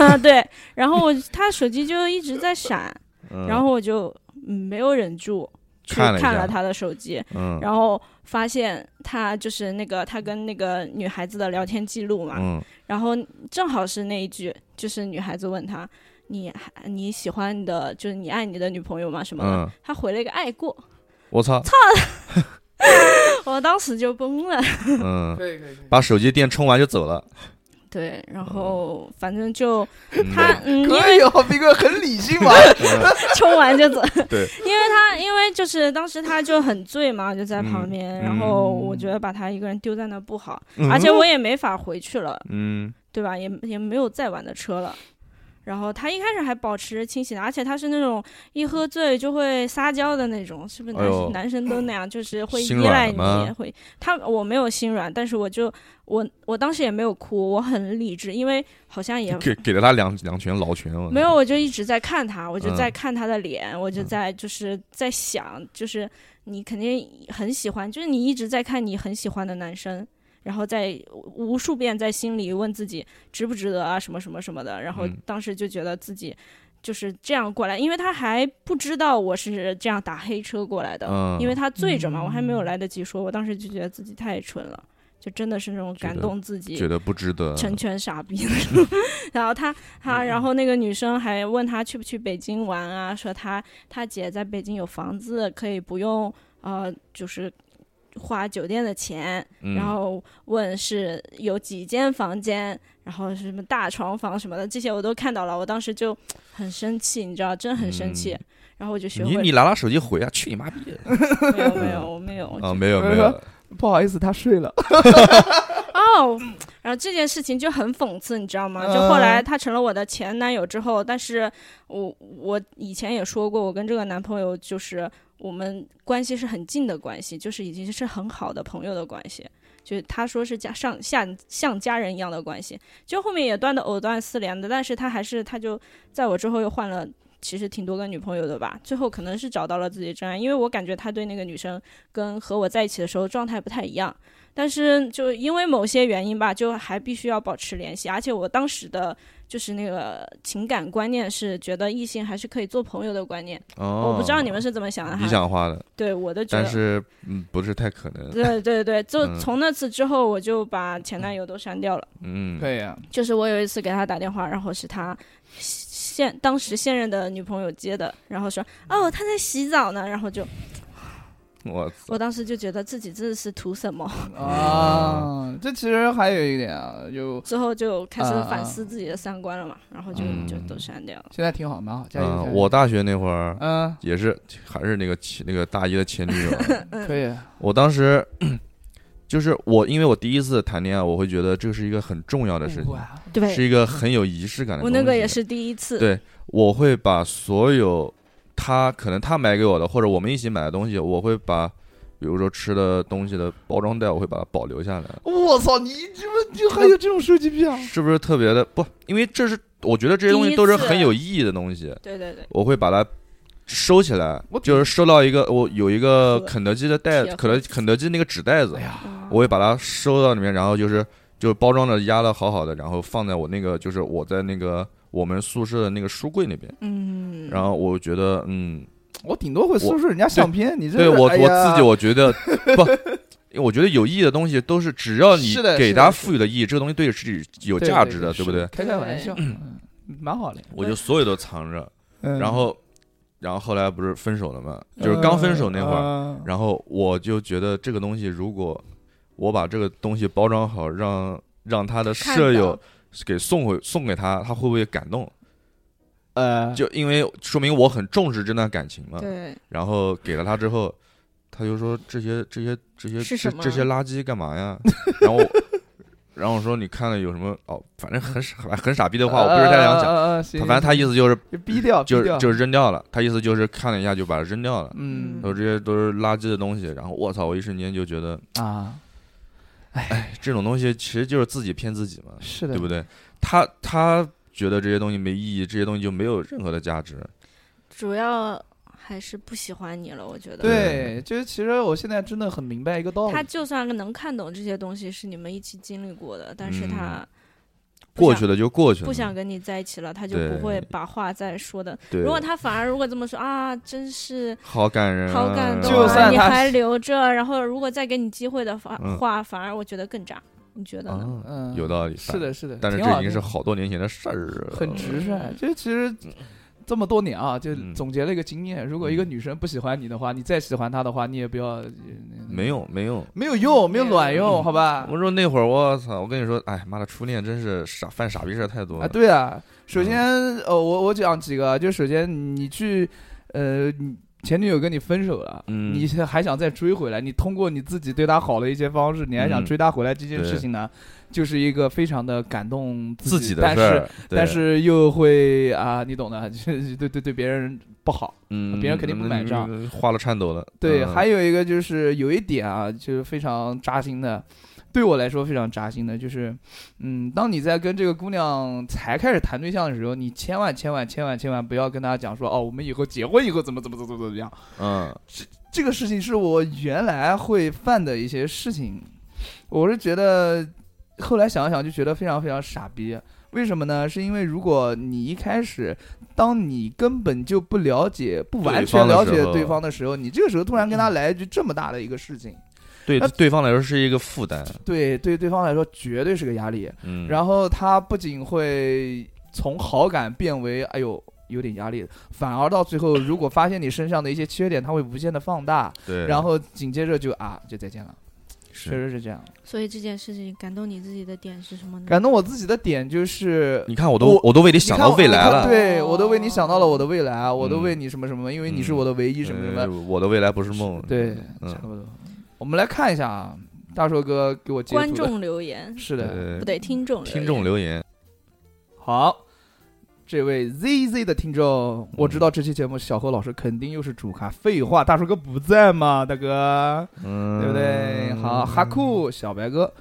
Speaker 4: 啊，对，然后我他手机就一直在闪，
Speaker 5: 嗯
Speaker 4: 然后我就嗯没有忍住去
Speaker 5: 看了一
Speaker 4: 看了
Speaker 5: 下
Speaker 4: 他的手机，
Speaker 5: 嗯
Speaker 4: 然后发现他就是那个他跟那个女孩子的聊天记录嘛，
Speaker 5: 嗯
Speaker 4: 然后正好是那一句，就是女孩子问他。你还你喜欢你的就是你爱你的女朋友吗？什么的？
Speaker 5: 嗯，
Speaker 4: 他回了一个爱过，
Speaker 5: 我操，
Speaker 4: 我当时就崩了。
Speaker 5: 嗯，
Speaker 2: 可以可以可以
Speaker 5: 把手机电充完就走了，
Speaker 4: 对，然后反正就
Speaker 5: 嗯
Speaker 4: 他，嗯，因
Speaker 2: 可
Speaker 4: 为
Speaker 2: 以哦，斌哥很理性 嘛。
Speaker 5: 嗯
Speaker 4: 冲完就走。
Speaker 5: 对，
Speaker 4: 因为他因为就是当时他就很醉嘛，就在旁边，
Speaker 5: 嗯
Speaker 4: 然后我觉得把他一个人丢在那不好，
Speaker 5: 嗯
Speaker 4: 而且我也没法回去了，
Speaker 5: 嗯
Speaker 4: 对吧？也也没有再晚的车了。然后他一开始还保持清醒的，而且他是那种一喝醉就会撒娇的那种，是不是男
Speaker 5: 哎
Speaker 4: 生、
Speaker 5: 呦
Speaker 4: 男生都那样，就是会依
Speaker 5: 心软
Speaker 4: 赖
Speaker 5: 吗
Speaker 4: 你，会他我没有心软，但是我就我我当时也没有哭，我很理智，因为好像也
Speaker 5: 给给了他两两拳老拳，我操
Speaker 4: 没有，，我就一直在看他，我就
Speaker 5: 嗯
Speaker 4: 在看他的脸，我就在就是在想，就是你肯定很喜欢，就是你一直在看你很喜欢的男生，然后在无数遍在心里问自己值不值得啊，什么什么什么的，然后
Speaker 5: 嗯
Speaker 4: 当时就觉得自己就是这样过来，因为他还不知道我是这样打黑车过来的，
Speaker 5: 嗯
Speaker 4: 因为他醉着嘛，我还没有来得及说，我当时就觉得自己太蠢了，就真的是那种
Speaker 5: 觉
Speaker 4: 感
Speaker 5: 得
Speaker 4: 动自己，
Speaker 5: 觉得不值得，
Speaker 4: 成全傻逼。 然后他他，
Speaker 5: 嗯
Speaker 4: 然后那个女生还问他去不去北京玩啊，说他他姐在北京有房子，可以不用呃，就是花酒店的钱。
Speaker 5: 嗯
Speaker 4: 然后问是有几间房间，然后是什么大床房什么的，这些我都看到了。我当时就很生气，你知道，真很生气。
Speaker 5: 嗯
Speaker 4: 然后我就学
Speaker 5: 你
Speaker 4: 会
Speaker 5: 你拿他手机回啊，去你妈逼的
Speaker 4: 没有没有我没有
Speaker 3: 哦
Speaker 5: 啊，没有
Speaker 2: 不是
Speaker 5: 没
Speaker 2: 说
Speaker 5: 有，
Speaker 2: 不好意思，他睡了。
Speaker 4: 哦，然后这件事情就很讽刺，你知道吗？就后来他成了我的前男友之后，但是我我以前也说过，我跟这个男朋友就是我们关系是很近的关系，就是已经是很好的朋友的关系。就是他说是家上下像家人一样的关系，就后面也断的藕断丝连的，但是他还是他就在我之后又换了，其实挺多个女朋友的吧，最后可能是找到了自己的真爱，因为我感觉他对那个女生跟和我在一起的时候状态不太一样，但是就因为某些原因吧，就还必须要保持联系，而且我当时的就是那个情感观念是觉得异性还是可以做朋友的观念。
Speaker 3: 哦，
Speaker 4: 我不知道你们是怎么想的
Speaker 3: 理
Speaker 4: 哈。
Speaker 3: 想化的，
Speaker 4: 对我的觉
Speaker 3: 但
Speaker 4: 得。
Speaker 3: 是嗯，不是太可能。
Speaker 4: 对对对，就
Speaker 3: 嗯
Speaker 4: 从那次之后，我就把前男友都删掉了。
Speaker 3: 嗯，
Speaker 2: 可以啊，
Speaker 4: 就是我有一次给他打电话，然后是他现当时现任的女朋友接的，然后说哦他在洗澡呢，然后就
Speaker 3: 我操
Speaker 4: 我当时就觉得自己真的是图什么，
Speaker 2: 啊，这其实还有一点啊，就
Speaker 4: 之后就开始
Speaker 2: 啊啊
Speaker 4: 反思自己的三观了嘛，然后就
Speaker 3: 嗯
Speaker 4: 就都删掉了。
Speaker 2: 现在挺好，蛮好，加油！加
Speaker 3: 嗯，
Speaker 2: 油
Speaker 3: 我大学那会儿
Speaker 2: 嗯，
Speaker 3: 也是还是那个前那个大一的前女友啊，
Speaker 2: 可以，
Speaker 3: 我当时就是我，因为我第一次谈恋爱，我会觉得这是一个很重
Speaker 2: 嗯
Speaker 3: 要的事情，
Speaker 2: 哇
Speaker 3: 是
Speaker 4: 对，
Speaker 3: 一个很有仪式感的
Speaker 4: 我
Speaker 3: 东西。
Speaker 4: 那个也，是第一次。
Speaker 3: 对我会把所有他可能他买给我的，或者我们一起买的东西，我会把。比如说吃的东西的包装袋，我会把它保留下来，
Speaker 2: 我操，你你们就还有这种收集癖啊？
Speaker 3: 是不是特别的不？因为这是我觉得这些东
Speaker 4: 第
Speaker 3: 西
Speaker 4: 一
Speaker 3: 都是
Speaker 4: 次
Speaker 3: 很有意义的东西，
Speaker 4: 对对对，
Speaker 3: 我会把它收起来
Speaker 2: 嗯我。
Speaker 3: 就是收到一个我有一个
Speaker 4: 盒
Speaker 3: 肯德基的袋
Speaker 4: 铁
Speaker 3: 子，
Speaker 4: 盒
Speaker 3: 肯德肯德基那个纸袋子
Speaker 2: 哎，呀，
Speaker 4: 嗯
Speaker 3: 啊我会把它收到里面，然后就是就包装的压的好好的，然后放在我那个就是我在那个我们宿舍的那个书柜那边。
Speaker 4: 嗯，
Speaker 3: 然后我觉得，嗯，
Speaker 2: 我顶多会搜搜人家相片，你这
Speaker 3: 对
Speaker 2: 是
Speaker 3: 我、
Speaker 2: 哎
Speaker 3: 我
Speaker 2: 呀
Speaker 3: 自己我 觉得不，因为我觉得有意义的东西都是只要你
Speaker 2: 是的
Speaker 3: 给
Speaker 2: 是的
Speaker 3: 它
Speaker 2: 是的
Speaker 3: 赋予了意义，这个东西对是有
Speaker 2: 对
Speaker 3: 价值的，对不
Speaker 2: 是
Speaker 3: 对？
Speaker 2: 开开玩笑，嗯蛮好的。
Speaker 3: 我就所有都藏着，
Speaker 2: 嗯
Speaker 3: 然后然后后来不是分手了嘛，就是刚分手那会儿，
Speaker 2: 儿，
Speaker 3: 然后我就觉得这个东西如果我把这个东西包装好，让让他的
Speaker 4: 看
Speaker 3: 舍友
Speaker 4: 到
Speaker 3: 给送回送给他，他会不会感动？
Speaker 2: 呃，
Speaker 3: 就因为说明我很重视这段感情嘛。
Speaker 4: 对，
Speaker 3: 然后给了他之后，他就说这些这些这些
Speaker 4: 是
Speaker 3: 这
Speaker 4: 什么
Speaker 3: 这些垃圾干嘛呀？ 然后然后我说你看了有什么？哦，反正很傻很傻逼的话，我不是太想
Speaker 4: 啊
Speaker 3: 讲。
Speaker 2: 讲
Speaker 3: 反正他意
Speaker 2: 思
Speaker 3: 思就是
Speaker 2: 就逼掉，
Speaker 3: 就
Speaker 2: 逼掉
Speaker 3: 是就是扔掉了，他意思就是看了一下就把它扔掉了。
Speaker 2: 嗯
Speaker 3: 然后这些都是垃圾的东西，然后我操！我一瞬间就觉得，
Speaker 2: 啊，
Speaker 3: 哎，这种东西其实就是自己骗自己嘛，
Speaker 2: 是的，
Speaker 3: 对不对？他他觉得这些东西没意义，这些东西就没有任何的价值。
Speaker 4: 主要还是不喜欢你了，我觉得。
Speaker 2: 对，就是其实我现在真的很明白一个道
Speaker 4: 他
Speaker 2: 理，
Speaker 4: 就算能看懂这些东西是你们一起经历过的，但是他
Speaker 3: 嗯
Speaker 4: 不
Speaker 3: 过
Speaker 4: 想
Speaker 3: 去了就过去了，
Speaker 4: 不想跟你在一起了，他就
Speaker 3: 对
Speaker 4: 不会把话再说的。
Speaker 3: 对，
Speaker 4: 如果他反而如果这么说啊，真是
Speaker 3: 好感人啊、
Speaker 4: 好感动
Speaker 2: 就
Speaker 4: 啊，
Speaker 2: 算
Speaker 4: 你
Speaker 2: 他
Speaker 4: 还留着，然后如果再给你机会的话
Speaker 3: 嗯
Speaker 4: 话，反而我觉得更渣。你觉得呢？
Speaker 3: 啊，
Speaker 2: 嗯，
Speaker 3: 有道理，
Speaker 2: 是的，是的，
Speaker 3: 但是
Speaker 2: 挺好
Speaker 3: 这已经
Speaker 2: 的
Speaker 3: 是好多年前的事儿了，
Speaker 2: 很直率，就其实。这么多年啊，就
Speaker 3: 嗯
Speaker 2: 总结了一个经验：如果一个女生不喜欢你的话，你再喜欢她的话，你也不要
Speaker 3: 没有没有。
Speaker 2: 没有用，没有卵用，好吧？
Speaker 3: 我说那会儿我操，我跟你说，哎妈的，初恋真是傻犯傻逼事儿太多了。
Speaker 2: 啊，对啊，首
Speaker 3: 嗯
Speaker 2: 先，呃，我我讲几个啊，就首先你去，呃，你前女友跟你分手了，
Speaker 3: 嗯
Speaker 2: 你现在还想再追回来，你通过你自己对她好的一些方式，你还想
Speaker 3: 嗯
Speaker 2: 追她回来这件
Speaker 3: 对
Speaker 2: 事情呢，就是一个非常的感动
Speaker 3: 自
Speaker 2: 己
Speaker 3: 己的
Speaker 2: 但
Speaker 3: 事
Speaker 2: 是
Speaker 3: 儿，对
Speaker 2: 但是又会啊，你懂的， 就是对对对别人不好。
Speaker 3: 嗯，
Speaker 2: 别人肯定不买账
Speaker 3: 嗯，花了颤抖了。
Speaker 2: 对，
Speaker 3: 嗯
Speaker 2: 还有一个就是有一点啊，就是非常扎心的，对我来说非常扎心的，就是，嗯，当你在跟这个姑娘才开始谈对象的时候，你千万千万千万千万不要跟她讲说，哦，我们以后结婚以后怎么怎么怎么怎么样，
Speaker 3: 嗯
Speaker 2: 这个事情是我原来会犯的一些事情，我是觉得后来想一想就觉得非常非常傻逼。为什么呢？是因为如果你一开始，当你根本就不了解、不完全了解对
Speaker 3: 对方的时候
Speaker 2: 方的时候，你这个时候突然跟他来一句这么大的一个事情，
Speaker 3: 对
Speaker 2: 那
Speaker 3: 对方来说是一个负担。
Speaker 2: 对对，对方来说绝对是个压力。
Speaker 3: 嗯，
Speaker 2: 然后他不仅会从好感变为哎呦有点压力，反而到最后，如果发现你身上的一些缺点，他会无限的放大。
Speaker 3: 对，
Speaker 2: 然后紧接着就啊，就再见了，确
Speaker 3: 是
Speaker 2: 实是这样。
Speaker 4: 所以这件事情感动你自己的点是什么呢？
Speaker 2: 感动我自己的点就是，
Speaker 3: 你看我都
Speaker 2: 我
Speaker 3: 我都为你
Speaker 2: 你
Speaker 3: 想
Speaker 2: 看
Speaker 3: 到
Speaker 2: 我
Speaker 3: 未来
Speaker 2: 看
Speaker 3: 了，
Speaker 2: 对我都为你想到了我的未来，啊我都
Speaker 3: 嗯
Speaker 2: 为你什么什么，因为你是
Speaker 3: 嗯
Speaker 2: 我的唯一什么什
Speaker 3: 呃
Speaker 2: 么，
Speaker 3: 我的未来不是梦。
Speaker 2: 对，差
Speaker 3: 嗯，
Speaker 2: 不多。我们来看一下啊，大硕哥给我截
Speaker 4: 观
Speaker 2: 图的，
Speaker 4: 众 留言
Speaker 2: 是的，
Speaker 3: 呃
Speaker 4: 不对，听众
Speaker 3: 听
Speaker 4: 言
Speaker 3: 众留言，
Speaker 2: 好。这位 Z Z 的听众，我
Speaker 3: 嗯
Speaker 2: 知道这期节目小何老师肯定又是主咖。废话，大叔哥不在嘛，大哥。
Speaker 3: 嗯，
Speaker 2: 对不对？
Speaker 5: 嗯
Speaker 2: 好，哈库小白哥，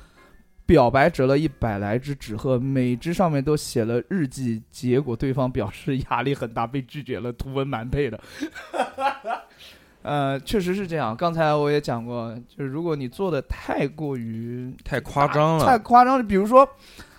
Speaker 2: 表白折了一百来只纸鹤，每只上面都写了日记，结果对方表示压力很大，被拒绝了。图文蛮 配的，呃，确实是这样。刚才我也讲过，就是如果你做的太过于
Speaker 3: 太夸张
Speaker 5: 嗯
Speaker 3: 了，
Speaker 5: 嗯
Speaker 2: 太夸张了，比如说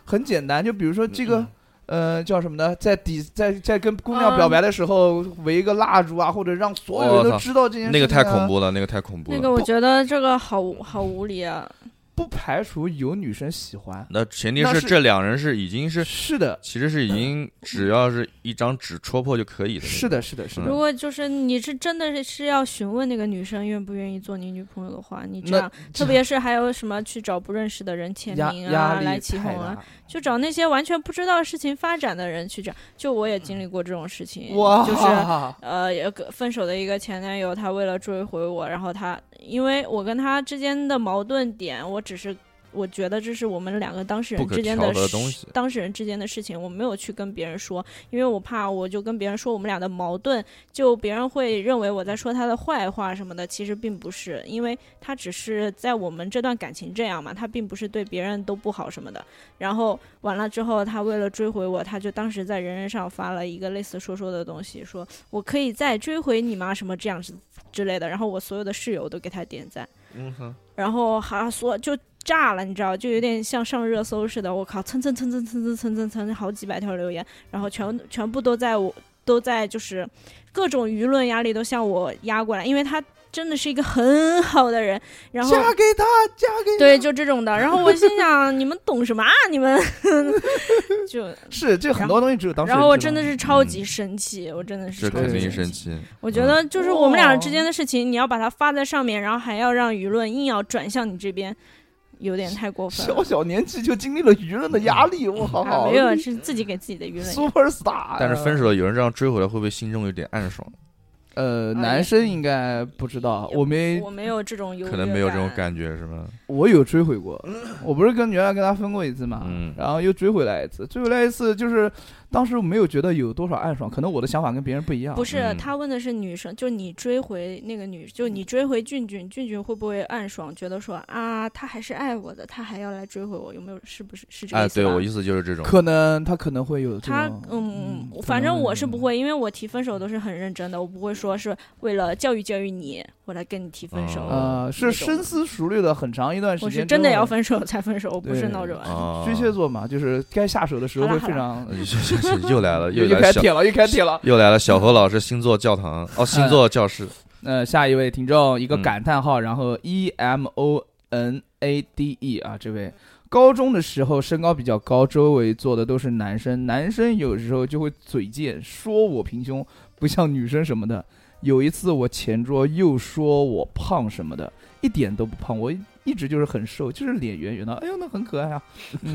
Speaker 2: 很简单，就比如说这个。呃，叫什么呢？在底在在跟姑娘表白的时候，围一个蜡烛啊，或者让所有人
Speaker 5: 啊我
Speaker 2: 都
Speaker 5: 操
Speaker 2: 知道这件事、啊
Speaker 5: 那个太恐，怖了，那个太恐怖
Speaker 4: 那
Speaker 5: 了。
Speaker 4: 个我觉得这个好无好无理啊！
Speaker 2: 不排除有女生喜欢。
Speaker 5: 那前提
Speaker 2: 那
Speaker 5: 是
Speaker 2: 是
Speaker 5: 这两人是已经是，
Speaker 2: 是的，
Speaker 5: 其实是已经只要是一张纸戳破就可以的。
Speaker 2: 是的，是的，是
Speaker 5: 嗯
Speaker 2: 的。
Speaker 4: 如果就是你是真的是要询问那个女生愿不愿意做你女朋友的话，你这
Speaker 2: 那
Speaker 4: 样，特别是还有什么去找不认识的人签
Speaker 2: 压
Speaker 4: 名
Speaker 2: 压
Speaker 4: 啊、
Speaker 2: 力
Speaker 4: 来
Speaker 2: 太
Speaker 4: 起哄啊，
Speaker 2: 大。
Speaker 4: 就找那些完全不知道事情发展的人去找。就我也经历过这种事情，
Speaker 2: 哇，
Speaker 4: 就是呃，有个分手的一个前男友，他为了追回我，然后他因为我跟他之间的矛盾点，我只是我觉得这是我们两个当事人
Speaker 5: 不可
Speaker 4: 之间
Speaker 5: 调
Speaker 4: 的
Speaker 5: 和的
Speaker 4: 事
Speaker 5: 东西
Speaker 4: 当事人之间的事情，我没有去跟别人说，因为我怕我就跟别人说我们俩的矛盾，就别人会认为我在说他的坏话什么的，其实并不是，因为他只是在我们这段感情这样嘛，他并不是对别人都不好什么的。然后完了之后，他为了追回我，他就当时在人人上发了一个类似说说的东西，说我可以再追回你吗？什么这样子之类的。然后我所有的室友都给他点赞，
Speaker 5: 嗯哼，
Speaker 4: 然后还说就炸了，你知道，就有点像上热搜似的。我靠，蹭蹭蹭蹭蹭蹭蹭蹭蹭，好几百条留言，然后全全部都在我都在就是各种舆论压力都向我压过来，因为他真的是一个很好的人，然后
Speaker 2: 嫁给他，嫁给
Speaker 4: 对，就这种的。然后我心想，你们懂什么啊？你们就。
Speaker 2: 是这很多东西只有当事人知道。
Speaker 4: 然
Speaker 2: 嗯
Speaker 4: 后我真的是超级生气，我真的是
Speaker 5: 这
Speaker 4: 超
Speaker 5: 肯
Speaker 4: 级
Speaker 5: 定生
Speaker 4: 生气。
Speaker 5: 气。
Speaker 4: 我觉得就是我们俩之
Speaker 5: 哦
Speaker 4: 间的事情，你要把它发在上面，然后还要让舆论硬要转向你这边，有点太过 分
Speaker 2: 小
Speaker 4: 了。
Speaker 2: 小年纪就经历了舆论的压力，我好
Speaker 4: 啊，
Speaker 2: 好
Speaker 4: 没有，是自己给自己的舆论压力。
Speaker 2: super star。
Speaker 5: 但是分手了，有人这样追回来，会不会心中有点暗爽？
Speaker 2: 呃，
Speaker 4: 嗯
Speaker 2: 男生应该不知道，我没
Speaker 4: 我没有这种优越
Speaker 5: 可能没有这种。感觉，是吗？
Speaker 2: 我有追回 过，我不是跟原来跟他分过一次嘛，
Speaker 5: 嗯
Speaker 2: 啊然后又追回来一次，追回来一次就是当时没有觉得有多少暗爽，可能我的想法跟别人不一样。
Speaker 4: 不是，
Speaker 5: 嗯
Speaker 4: 他问的是女生，就你追回那个女，就你追回俊俊，俊俊会不会暗爽，觉得说啊，他还是爱我的，他还要来追回我，有没有？是不是是这个
Speaker 5: 哎，
Speaker 4: 意思
Speaker 5: 对
Speaker 4: 吧？
Speaker 5: 我意思就是这种。
Speaker 2: 啊可能他可能会有这
Speaker 4: 他
Speaker 2: 种
Speaker 4: 嗯，
Speaker 2: 可
Speaker 4: 反
Speaker 2: 能
Speaker 4: 正
Speaker 2: 会
Speaker 4: 我是不会，因为我提分手都是很认真的，我不会说是为了教育教育你，我来跟你提分手。
Speaker 5: 哦
Speaker 2: 呃是
Speaker 4: 那种
Speaker 2: 深思熟虑了很长一段时
Speaker 4: 我
Speaker 2: 间之后，
Speaker 4: 是真的要分手才分手，我不是
Speaker 2: 对
Speaker 4: 闹着玩。
Speaker 5: 啊，
Speaker 2: 巨蟹座嘛，就是该下手的时候会非常
Speaker 5: 又来 了，又
Speaker 2: 又
Speaker 5: 来
Speaker 2: 开
Speaker 5: 了小
Speaker 2: 始舔了，又开始舔了。
Speaker 5: 又来了小何老师星座教 堂哦，星座教室。
Speaker 2: 呃，下一位听众一个
Speaker 5: 嗯
Speaker 2: 感叹号，然后 E M O N A D E 啊，这位高中的时候身高比较高，周围坐的都是男生，男生有时候就会嘴贱，说我平胸，不像女生什么的。有一次我前桌又说我胖什么的，一点都不胖，我一直就是很瘦，就是脸圆圆的，哎呦，那很可爱啊。嗯，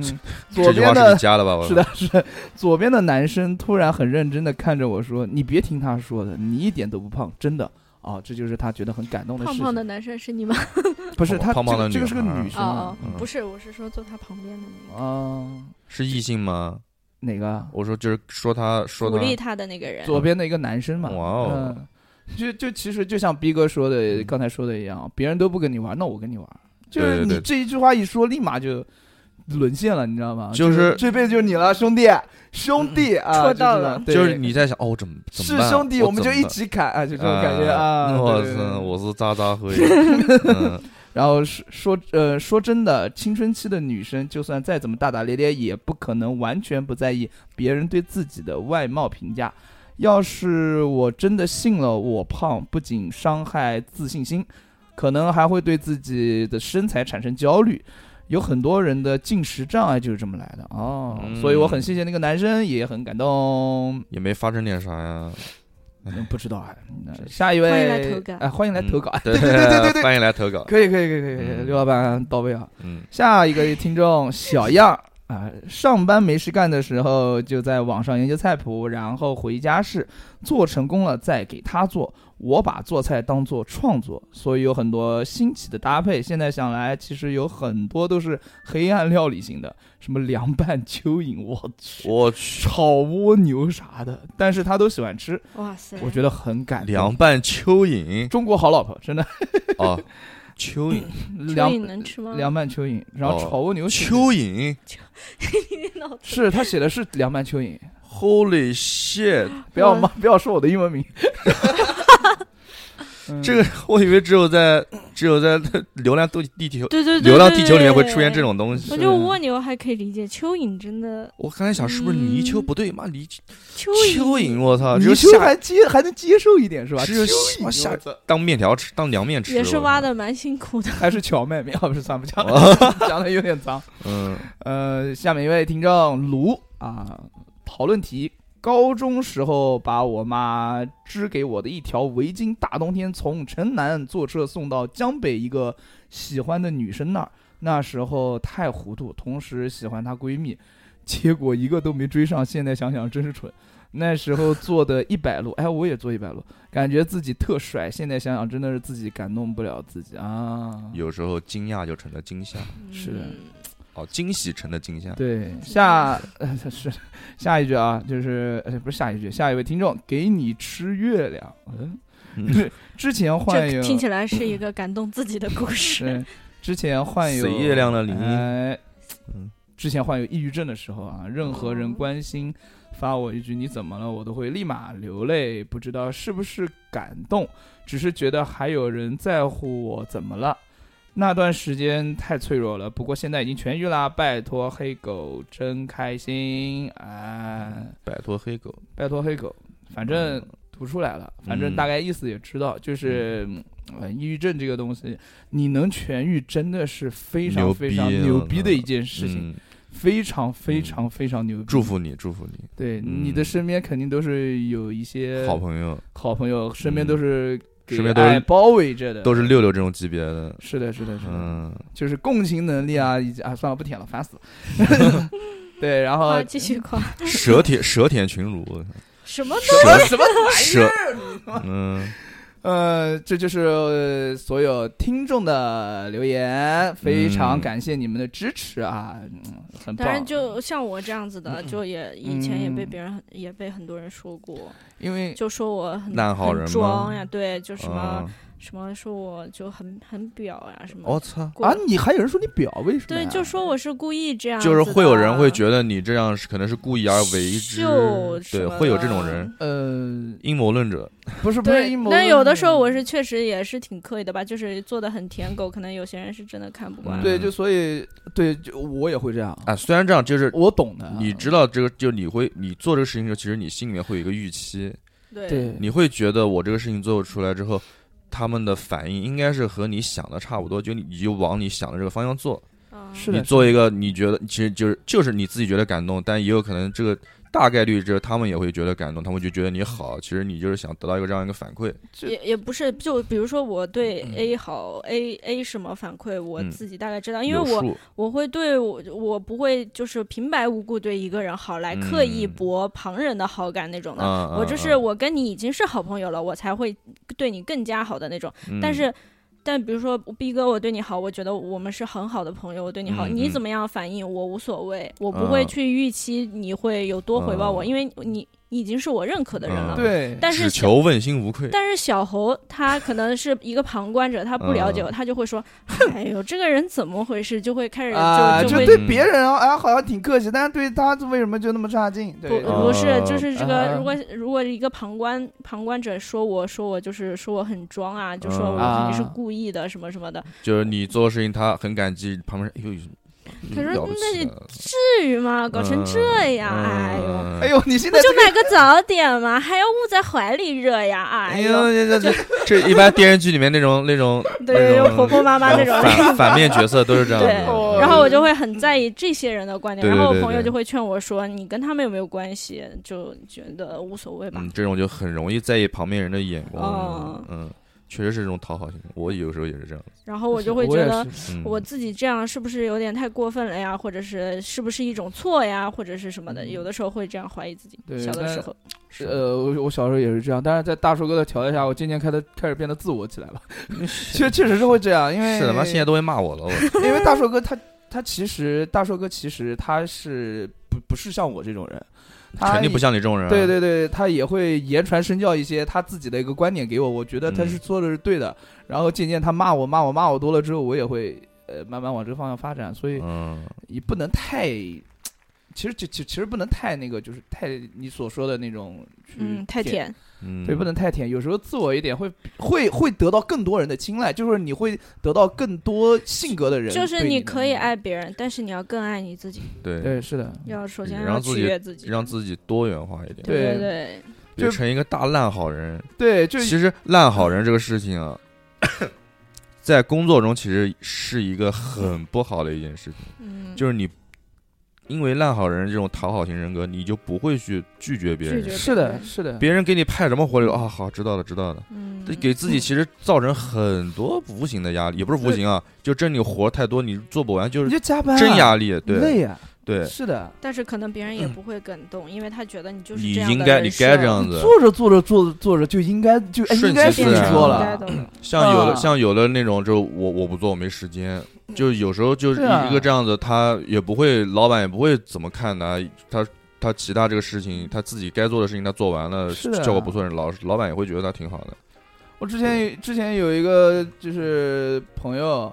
Speaker 2: 左
Speaker 5: 这句话
Speaker 2: 边
Speaker 5: 是
Speaker 2: 的
Speaker 5: 你加的吧？我
Speaker 2: 是的，是的左边的男生突然很认真的看着我说：“你别听他说的，你一点都不胖，真的。”哦，这就是他觉得很感动的事
Speaker 6: 胖
Speaker 2: 情。
Speaker 6: 胖的男生是你吗？
Speaker 2: 不是他
Speaker 5: 胖胖的
Speaker 2: 这个这个是
Speaker 5: 女孩
Speaker 2: 个
Speaker 5: 儿
Speaker 2: 女生啊
Speaker 6: 哦
Speaker 5: 嗯
Speaker 6: 哦，不是，我是说坐他旁边的那个。
Speaker 2: 啊，
Speaker 5: 是异性吗？
Speaker 2: 哪个啊？
Speaker 5: 我说就是说他说
Speaker 4: 鼓励
Speaker 5: 他
Speaker 4: 他的那个人，
Speaker 2: 左边的一个男生嘛。
Speaker 5: 哇哦嗯
Speaker 2: 嗯，就就其实就像逼哥说的，刚才说的一样，别人都不跟你玩，那我跟你玩，就是
Speaker 5: 对对
Speaker 2: 你
Speaker 5: 对
Speaker 2: 这一句话一说，立马就。沦陷了，你知道吗？
Speaker 5: 就是嗯
Speaker 2: 是这辈子就是你了，兄弟，兄弟啊！
Speaker 4: 戳到
Speaker 2: 这种
Speaker 4: 了
Speaker 2: 对
Speaker 5: 就是你在想哦，我怎么怎么
Speaker 2: 是
Speaker 5: 办
Speaker 2: 兄弟，我们就
Speaker 5: 怎么
Speaker 2: 一
Speaker 5: 办
Speaker 2: 起砍啊！就这种感
Speaker 3: 呃
Speaker 2: 觉
Speaker 5: 哎
Speaker 2: 啊！
Speaker 5: 我
Speaker 2: 对对对
Speaker 5: 操，我是渣渣 辉。
Speaker 3: 呃
Speaker 5: 嗯
Speaker 2: 然后说说呃说真的，青春期的女生就算再怎么大大咧咧，也不可能完全不在意别人对自己的外貌评价。要是我真的信了我胖，不仅伤害自信心，可能还会对自己的身材产生焦虑。有很多人的进食障碍就是这么来的哦，
Speaker 5: 嗯
Speaker 2: 所以我很谢谢那个男生，也很感动。
Speaker 5: 也没发生点啥 呀。
Speaker 2: 嗯不知道啊，那下一位
Speaker 4: 欢迎来投稿
Speaker 2: 哎，欢迎来投稿，
Speaker 5: 嗯
Speaker 2: 对对对对对对，
Speaker 5: 欢迎来投稿。
Speaker 2: 可以可以可以可以可以，
Speaker 5: 嗯
Speaker 2: 刘老板到位啊。
Speaker 5: 嗯，
Speaker 2: 下一个听众小样儿啊、上班没事干的时候就在网上研究菜谱，然后回家试，做成功了再给他做。我把做菜当做创作，所以有很多新奇的搭配。现在想来，其实有很多都是黑暗料理型的，什么凉拌蚯蚓，我去，
Speaker 5: 我去，
Speaker 2: 炒蜗牛啥的，但是他都喜欢吃，
Speaker 4: 哇塞，
Speaker 2: 我觉得很感动
Speaker 5: 凉拌蚯 蚓
Speaker 2: 中国好老婆，真的
Speaker 5: 哦，蚯
Speaker 2: 嗯
Speaker 5: 蚓，
Speaker 4: 蚯
Speaker 2: 凉
Speaker 4: 蚓能吃吗？
Speaker 2: 凉拌蚯蚓，然后
Speaker 5: 哦
Speaker 2: 炒蜗牛是
Speaker 5: 蚯蚓
Speaker 2: 是他写的是凉拌蚯蚓。
Speaker 5: ，Holy shit！
Speaker 2: 不要骂，不要说我的英文名。嗯
Speaker 3: 这个我以为只有在只有在流浪地地球
Speaker 4: 对对对，
Speaker 3: 流浪地
Speaker 4: 对
Speaker 3: 球里面会出现这。种东
Speaker 4: 对
Speaker 3: 西。
Speaker 4: 我
Speaker 2: 是
Speaker 4: 就问你，我还可以理解蚯蚓，真的
Speaker 3: 我刚才想是不是泥鳅不对，妈泥
Speaker 4: 蚯
Speaker 3: 蚯蚓，我操，只有
Speaker 2: 嗯泥
Speaker 3: 夏
Speaker 2: 鳅还接还能接受一点是吧？
Speaker 3: 只有
Speaker 2: 蚯蚓
Speaker 3: 夏夏
Speaker 2: 我
Speaker 3: 当面条吃，当凉面吃
Speaker 4: 也是
Speaker 3: 我
Speaker 4: 挖
Speaker 3: 操。
Speaker 4: 的蛮辛苦的。
Speaker 2: 还是荞麦面，不是算不 讲，讲的有点脏。
Speaker 3: 嗯，
Speaker 2: 呃，下面一位听众卢啊，讨论题：高中时候把我妈织给我的一条围巾，大冬天从城南坐车送到江北一个喜欢的女生那儿。那时候太糊涂，同时喜欢她闺蜜，结果一个都没追上。现在想想真是蠢。那时候做的一百路，哎，我也做一百路，感觉自己特帅。现在想想，真的是自己感动不了自己啊。
Speaker 3: 有时候惊讶就成了惊吓，
Speaker 2: 是的
Speaker 4: 嗯
Speaker 3: 哦，惊喜成了惊吓。
Speaker 2: 对，下呃是下一句啊，就是呃不是下一句，下一位听众给你吃月亮。嗯，之前患
Speaker 4: 这
Speaker 2: 有
Speaker 4: 听起来是一个感动自己的故事。
Speaker 2: 对，之前患有
Speaker 3: 死月亮的林
Speaker 2: 哎
Speaker 3: 嗯，
Speaker 2: 之前患有抑郁症的时候啊，任何人关心发我一句你怎么了，我都会立马流泪，不知道是不是感动，只是觉得还有人在乎我怎么了。那段时间太脆弱了，不过现在已经痊愈啦，拜托黑狗，真开心啊！
Speaker 3: 摆脱黑狗，
Speaker 2: 拜托黑狗，反正读出来了，反正
Speaker 3: 嗯
Speaker 2: 大概意思也知道，就是。呃，抑郁症这个东西，你能痊愈，真的是非常
Speaker 3: 牛
Speaker 2: 非常
Speaker 3: 逼啊
Speaker 2: 牛逼的一件事情，
Speaker 3: 嗯，
Speaker 2: 非常非常非常牛逼。
Speaker 3: 祝福你，祝福你，
Speaker 2: 对
Speaker 3: 嗯
Speaker 2: 你的身边肯定都是有一些
Speaker 3: 好朋友
Speaker 2: 好朋友，身边
Speaker 3: 嗯
Speaker 2: 都是给
Speaker 3: 身边都是
Speaker 2: 爱包围着的，
Speaker 3: 都是六六这种级别的，
Speaker 2: 是的，是的，是的，
Speaker 3: 嗯，
Speaker 2: 就是共情能力啊，以及啊，算了，不舔了，烦死 了。 对，然后
Speaker 4: 啊，继续夸
Speaker 3: 蛇 舔蛇舔群儒，
Speaker 4: 什么
Speaker 3: 蛇
Speaker 2: 什么
Speaker 3: 蛇，嗯，
Speaker 2: 呃，这就是呃所有听众的留言，非常
Speaker 3: 嗯
Speaker 2: 感谢你们的支持啊，嗯、很棒。
Speaker 4: 当然，就像我这样子的，就也以前也被
Speaker 2: 嗯哎
Speaker 4: 别人很、也被很多人说过，
Speaker 2: 因为
Speaker 4: 就说我很
Speaker 3: 烂好人吗
Speaker 4: 很装呀，对，就什么、
Speaker 3: 啊哦
Speaker 4: 什么说我就很很表呀什么
Speaker 3: 我。操，
Speaker 4: 过
Speaker 2: 啊，你还有人说你表为什么呀？
Speaker 4: 对，就说我是故意这样子
Speaker 3: 啊就
Speaker 4: 的，
Speaker 3: 是会有人会觉得你这样是可能是故意而为之
Speaker 4: 秀，什
Speaker 3: 对，
Speaker 4: 么
Speaker 3: 会有这种
Speaker 4: 的
Speaker 3: 人，。
Speaker 2: 呃，
Speaker 3: 阴谋论者，
Speaker 2: 不是不是
Speaker 4: 对
Speaker 2: 阴，谋论。
Speaker 4: 但有的时候我是确实也是挺刻意的吧，就是做的很舔狗，可能有些人是真的看不惯。
Speaker 2: 对，
Speaker 3: 嗯
Speaker 2: 就所以对，就我也会这样，
Speaker 3: 啊，虽然这样，就是
Speaker 2: 我懂的。
Speaker 3: 你知道这个，就你会你做这个事情的时候，其实你心里面会有一个预期，
Speaker 2: 对，
Speaker 3: 你会觉得我这个事情做出来之后，他们的反应应该是和你想的差不多，就你你就往你想的这个方向做。
Speaker 4: 啊
Speaker 2: 是
Speaker 3: 你
Speaker 2: 的，
Speaker 3: 做一个你觉得其实就是就是你自己觉得感动，但也有可能这个大概率就是他们也会觉得感动，他们就觉得你好，其实你就是想得到一个这样一个反馈。
Speaker 2: 就
Speaker 4: 也也不是，就比如说我对 A 好、a A 什么反馈，我
Speaker 3: 嗯
Speaker 4: 自己大概知道，因为
Speaker 3: 有数
Speaker 4: 我我会对我我不会就是平白无故对一个人好来
Speaker 3: 嗯
Speaker 4: 刻意博旁人的好感那种的。
Speaker 3: 啊，
Speaker 4: 我
Speaker 3: 啊
Speaker 4: 就是，我跟你已经是好朋友了，我才会对你更加好的那种。
Speaker 3: 嗯
Speaker 4: 但是，但比如说逼哥，我对你好，我觉得我们是很好的朋友，我对你好，
Speaker 3: 嗯
Speaker 4: 你
Speaker 3: 嗯
Speaker 4: 怎么样反应我无所谓，我
Speaker 3: 啊
Speaker 4: 不会去预期你会有多回报我，
Speaker 3: 啊
Speaker 4: 因为你你已经是我认可的人
Speaker 3: 啊
Speaker 4: 了。
Speaker 2: 对，
Speaker 4: 但
Speaker 3: 只
Speaker 4: 是小
Speaker 3: 求问心无愧。
Speaker 4: 但是小猴他可能是一个旁观者，他不了
Speaker 3: 嗯
Speaker 4: 解我，他就会说：“ 哎呦，这个人怎么回事？”就会开始就、
Speaker 2: 啊，
Speaker 4: 就
Speaker 2: 就
Speaker 4: 会
Speaker 2: 对别人啊，哎，好像挺客气，但是对他为什么就那么差劲？对，哦
Speaker 4: 不不是
Speaker 3: 啊，
Speaker 4: 就是这个。
Speaker 2: 啊
Speaker 4: 如果如果一个旁观旁观者说我说我就是说我很装啊，就说我
Speaker 2: 啊
Speaker 4: 肯定是故意的什么什么的，
Speaker 3: 就是你做的事情，他很感激，旁边人哎呦，
Speaker 4: 可是
Speaker 3: 了不
Speaker 4: 那
Speaker 3: 起
Speaker 4: 你
Speaker 3: 了
Speaker 4: 至于吗？搞成这样，哎呦！
Speaker 3: 嗯
Speaker 2: 哎呦，你现在
Speaker 4: 不就买个早点嘛，还要捂在怀里热呀！哎
Speaker 3: 哎
Speaker 4: 呦，
Speaker 3: 呦，这这这一般电视剧里面那种那种
Speaker 4: 对，
Speaker 3: 那
Speaker 4: 又
Speaker 3: 种
Speaker 4: 婆婆妈妈那种。
Speaker 3: 反反面角色都是这样的。
Speaker 4: 对
Speaker 3: 嗯
Speaker 4: 然后我就会很在意这些人的观点，
Speaker 3: 对对
Speaker 4: 然后
Speaker 3: 对
Speaker 4: 我朋友
Speaker 3: 对
Speaker 4: 就会劝我说：“你跟他们有没有关系？”就觉得无所谓吧
Speaker 3: 嗯，。这种就很容易在意旁边人的眼光。
Speaker 4: 哦
Speaker 3: 嗯，确实是这种讨好型，我有时候也是这样。
Speaker 4: 然后我就
Speaker 2: 我
Speaker 4: 会觉
Speaker 2: 也
Speaker 4: 得
Speaker 2: 是
Speaker 3: 嗯、
Speaker 4: 我自己这样是不是有点太过分了呀？或者是是不是一种错呀？或者是什么的？
Speaker 2: 嗯
Speaker 4: 有的时候会这样怀疑自己
Speaker 2: 对。
Speaker 4: 小的
Speaker 2: 但
Speaker 4: 时候，
Speaker 3: 是
Speaker 2: 呃，我我小时候也是这样，但是在大叔哥的调教下，我渐渐开始开始变得自我起来 了。确确实是会这样，因为
Speaker 3: 是的妈，现在都会骂我了。我
Speaker 2: 因为大硕哥他他其实大硕哥其实他是不不是像我这种人，
Speaker 4: 哎
Speaker 2: 他
Speaker 3: 肯定不
Speaker 2: 也。
Speaker 3: 像你这种人、啊。
Speaker 2: 对对对，他也会言传身教一些他自己的一个观点给我，我觉得他是
Speaker 3: 嗯
Speaker 2: 做的是对的。然后渐渐他骂我骂我骂我多了之后，我也会呃慢慢往这个方向发展，所以
Speaker 3: 嗯，
Speaker 2: 也不能太其实其其其实不能太那个，就是太你所说的那种，
Speaker 4: 嗯，太
Speaker 2: 甜，
Speaker 4: 甜，
Speaker 3: 嗯，
Speaker 2: 对，不能太甜。有时候自我一点会会会得到更多人的青睐，就是你会得到更多性格的人对
Speaker 4: 就
Speaker 2: 的那种，嗯
Speaker 4: 是你可以爱别人，但是你要更爱你自己，
Speaker 3: 对，
Speaker 2: 对，是的，
Speaker 4: 要首先
Speaker 3: 嗯让
Speaker 4: 要
Speaker 3: 自己
Speaker 4: 取悦自己，
Speaker 3: 让自己多元化一点，
Speaker 2: 对
Speaker 4: 对对，
Speaker 3: 别
Speaker 2: 就
Speaker 3: 成一个大烂好人。
Speaker 2: 对，就
Speaker 3: 其实烂好人这个事情啊，在工作中其实是一个很不好的一件事情，
Speaker 4: 嗯，
Speaker 3: 就是你因为烂好人这种讨好型人格，你就不会去拒绝别
Speaker 4: 拒
Speaker 3: 人
Speaker 4: 绝，
Speaker 2: 是的，是的，
Speaker 3: 别人给你派什么活力啊，好，知道了，知道了。
Speaker 4: 嗯
Speaker 3: 这给自己其实造成很多无形的压力，也不是无形啊，就真你活太多，你做不完，就
Speaker 2: 你
Speaker 3: 是
Speaker 2: 就加班啊
Speaker 3: 真压力。对
Speaker 2: 累啊，
Speaker 3: 对，
Speaker 2: 是的，
Speaker 4: 但是可能别人也不会感动，因为他觉得你就是
Speaker 3: 你
Speaker 4: 这样
Speaker 3: 应
Speaker 4: 的
Speaker 3: 该
Speaker 4: 人
Speaker 3: 你该
Speaker 4: 设
Speaker 3: 这样子。
Speaker 2: 啊做着做着做着做着就应该就哎
Speaker 3: 顺
Speaker 2: 应该
Speaker 3: 其
Speaker 2: 是
Speaker 3: 自
Speaker 2: 你
Speaker 3: 然
Speaker 2: 说
Speaker 3: 了
Speaker 2: 了
Speaker 4: 应该，的了
Speaker 3: 像有的
Speaker 2: 啊
Speaker 3: 像有的那种，就是我我不做，我没时间。就有时候就是
Speaker 2: 对啊
Speaker 3: 一个这样子，他也不会，老板也不会怎么看他，他他其他这个事情，他自己该做的事情他做完了，
Speaker 2: 是啊的
Speaker 3: 效果不错，老老板也会觉得他挺好的。
Speaker 2: 我之前之前有一个就是朋友，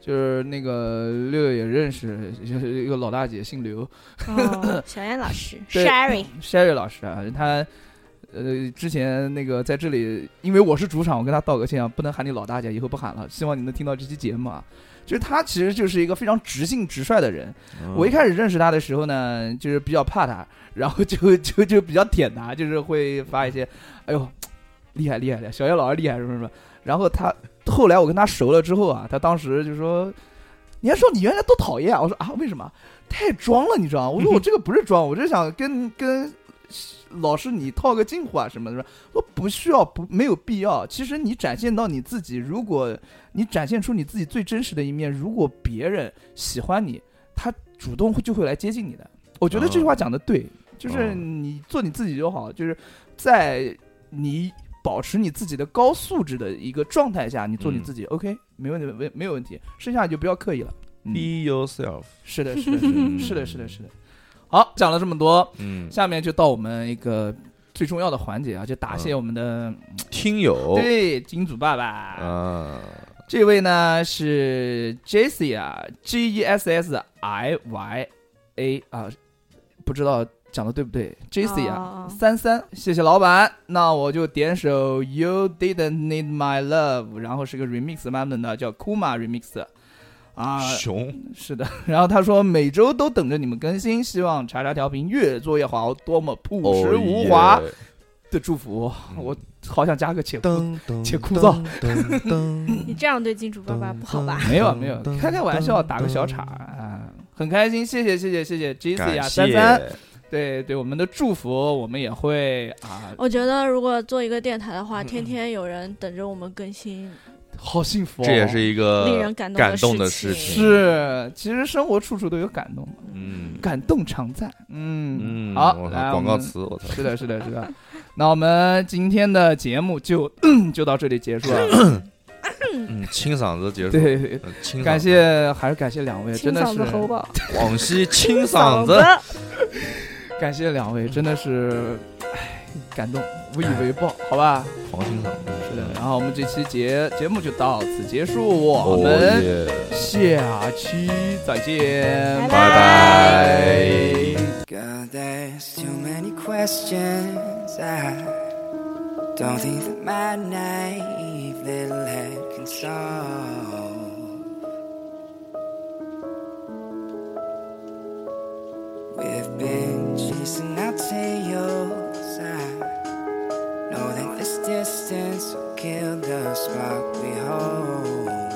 Speaker 2: 就是那个六六也认识，就是一个老大姐，姓刘
Speaker 4: 哦，小燕老师
Speaker 2: 对
Speaker 4: ，Sherry，
Speaker 2: ，Sherry 老师啊，她呃之前那个在这里，因为我是主场，我跟她道个歉啊，不能喊你老大姐，以后不喊了。希望你能听到这期节目啊。就是她其实就是一个非常直性直率的人。
Speaker 3: 嗯
Speaker 2: 我一开始认识她的时候呢，就是比较怕她，然后就就就比较舔她，就是会发一些，哎呦，厉害厉害厉害，小叶老师厉害什么什么。然后她后来我跟她熟了之后啊，她当时就说，你还说你原来多讨厌啊？我说啊，为什么？太装了，你知道吗？我说我这个不是装，我是想跟跟老师你套个近乎啊什么的。我说不需要，不没有必要。其实你展现到你自己，如果你展现出你自己最真实的一面，如果别人喜欢你，他主动会就会来接近你的。我觉得这句话讲的对，就是你做你自己就好，就是在你保持你自己的高素质的一个状态下，你做你
Speaker 3: 嗯
Speaker 2: 自己、o k 没问题，没没有问题，剩下你就不要刻意了。嗯
Speaker 3: Be yourself，
Speaker 2: 是的，是的，是的是的，是的，是的。好，讲了这么多，
Speaker 3: 嗯，
Speaker 2: 下面就到我们一个最重要的环节啊，就答谢我们的、
Speaker 3: 听友
Speaker 2: 对金主爸爸。
Speaker 3: 哦啊，
Speaker 2: 这位呢是 Jesse 啊，G E S S I Y A 啊，不知道讲的对不对？Jesse 啊，
Speaker 4: 哦，
Speaker 2: 三三，谢谢老板。那我就点首 You Didn't Need My Love，然后是个 remix 版本的，叫 Kuma remix。啊，
Speaker 3: 熊
Speaker 2: 是的， 然后他说每周都等着你们更新，希望查查调频越做越好，多么朴实
Speaker 3: 哦
Speaker 2: 无华的祝福。我好想加个且哭，
Speaker 3: 噔噔
Speaker 2: 且枯燥
Speaker 3: 噔噔
Speaker 4: 你这样对金主爸爸不
Speaker 3: 嗯
Speaker 4: 好吧？
Speaker 2: 没有没有
Speaker 3: 噔噔，
Speaker 2: 开开玩笑，打个小岔啊，很开心，谢谢谢谢谢谢 J C 啊三三，对对我们的祝福，我们也会啊，
Speaker 4: 我觉得如果做一个电台的
Speaker 3: 嗯
Speaker 4: 话，天天有人等着我们更新，
Speaker 2: 好幸福哦，
Speaker 3: 这也是一
Speaker 4: 令
Speaker 3: 个
Speaker 4: 人感
Speaker 3: 呃感动
Speaker 4: 动
Speaker 3: 的
Speaker 4: 的
Speaker 3: 事情
Speaker 4: 情。
Speaker 2: 是，其实生活处处都有感动嘛，
Speaker 3: 嗯
Speaker 2: 感动常在，嗯
Speaker 3: 嗯，
Speaker 2: 好，
Speaker 3: 我
Speaker 2: 来
Speaker 3: 靠广告
Speaker 2: 我们
Speaker 3: 词，我操，
Speaker 2: 是的，是的，是的。那我们今天的节目就嗯就到这里结束了。
Speaker 3: 嗯，清嗓子结束，
Speaker 2: 对对，
Speaker 3: 嗯清嗓子
Speaker 2: 感谢还是感谢两位，
Speaker 7: 清
Speaker 2: 真的
Speaker 7: 嗓子
Speaker 2: 是
Speaker 7: 喉宝，
Speaker 3: 广西清 嗓子，
Speaker 2: 感谢两位，真的是，哎，感动，无以为报，好吧？
Speaker 3: 黄清嗓子，
Speaker 2: 是的。然后我们这期节节目就到此结束，我
Speaker 3: 哦
Speaker 2: 们
Speaker 3: 耶
Speaker 2: 下期再见，
Speaker 3: 拜拜。
Speaker 1: God, there's too many questions. I don't think that my naive little head can solve. We've been chasing our tails. I know that this distance will kill the spark we hold.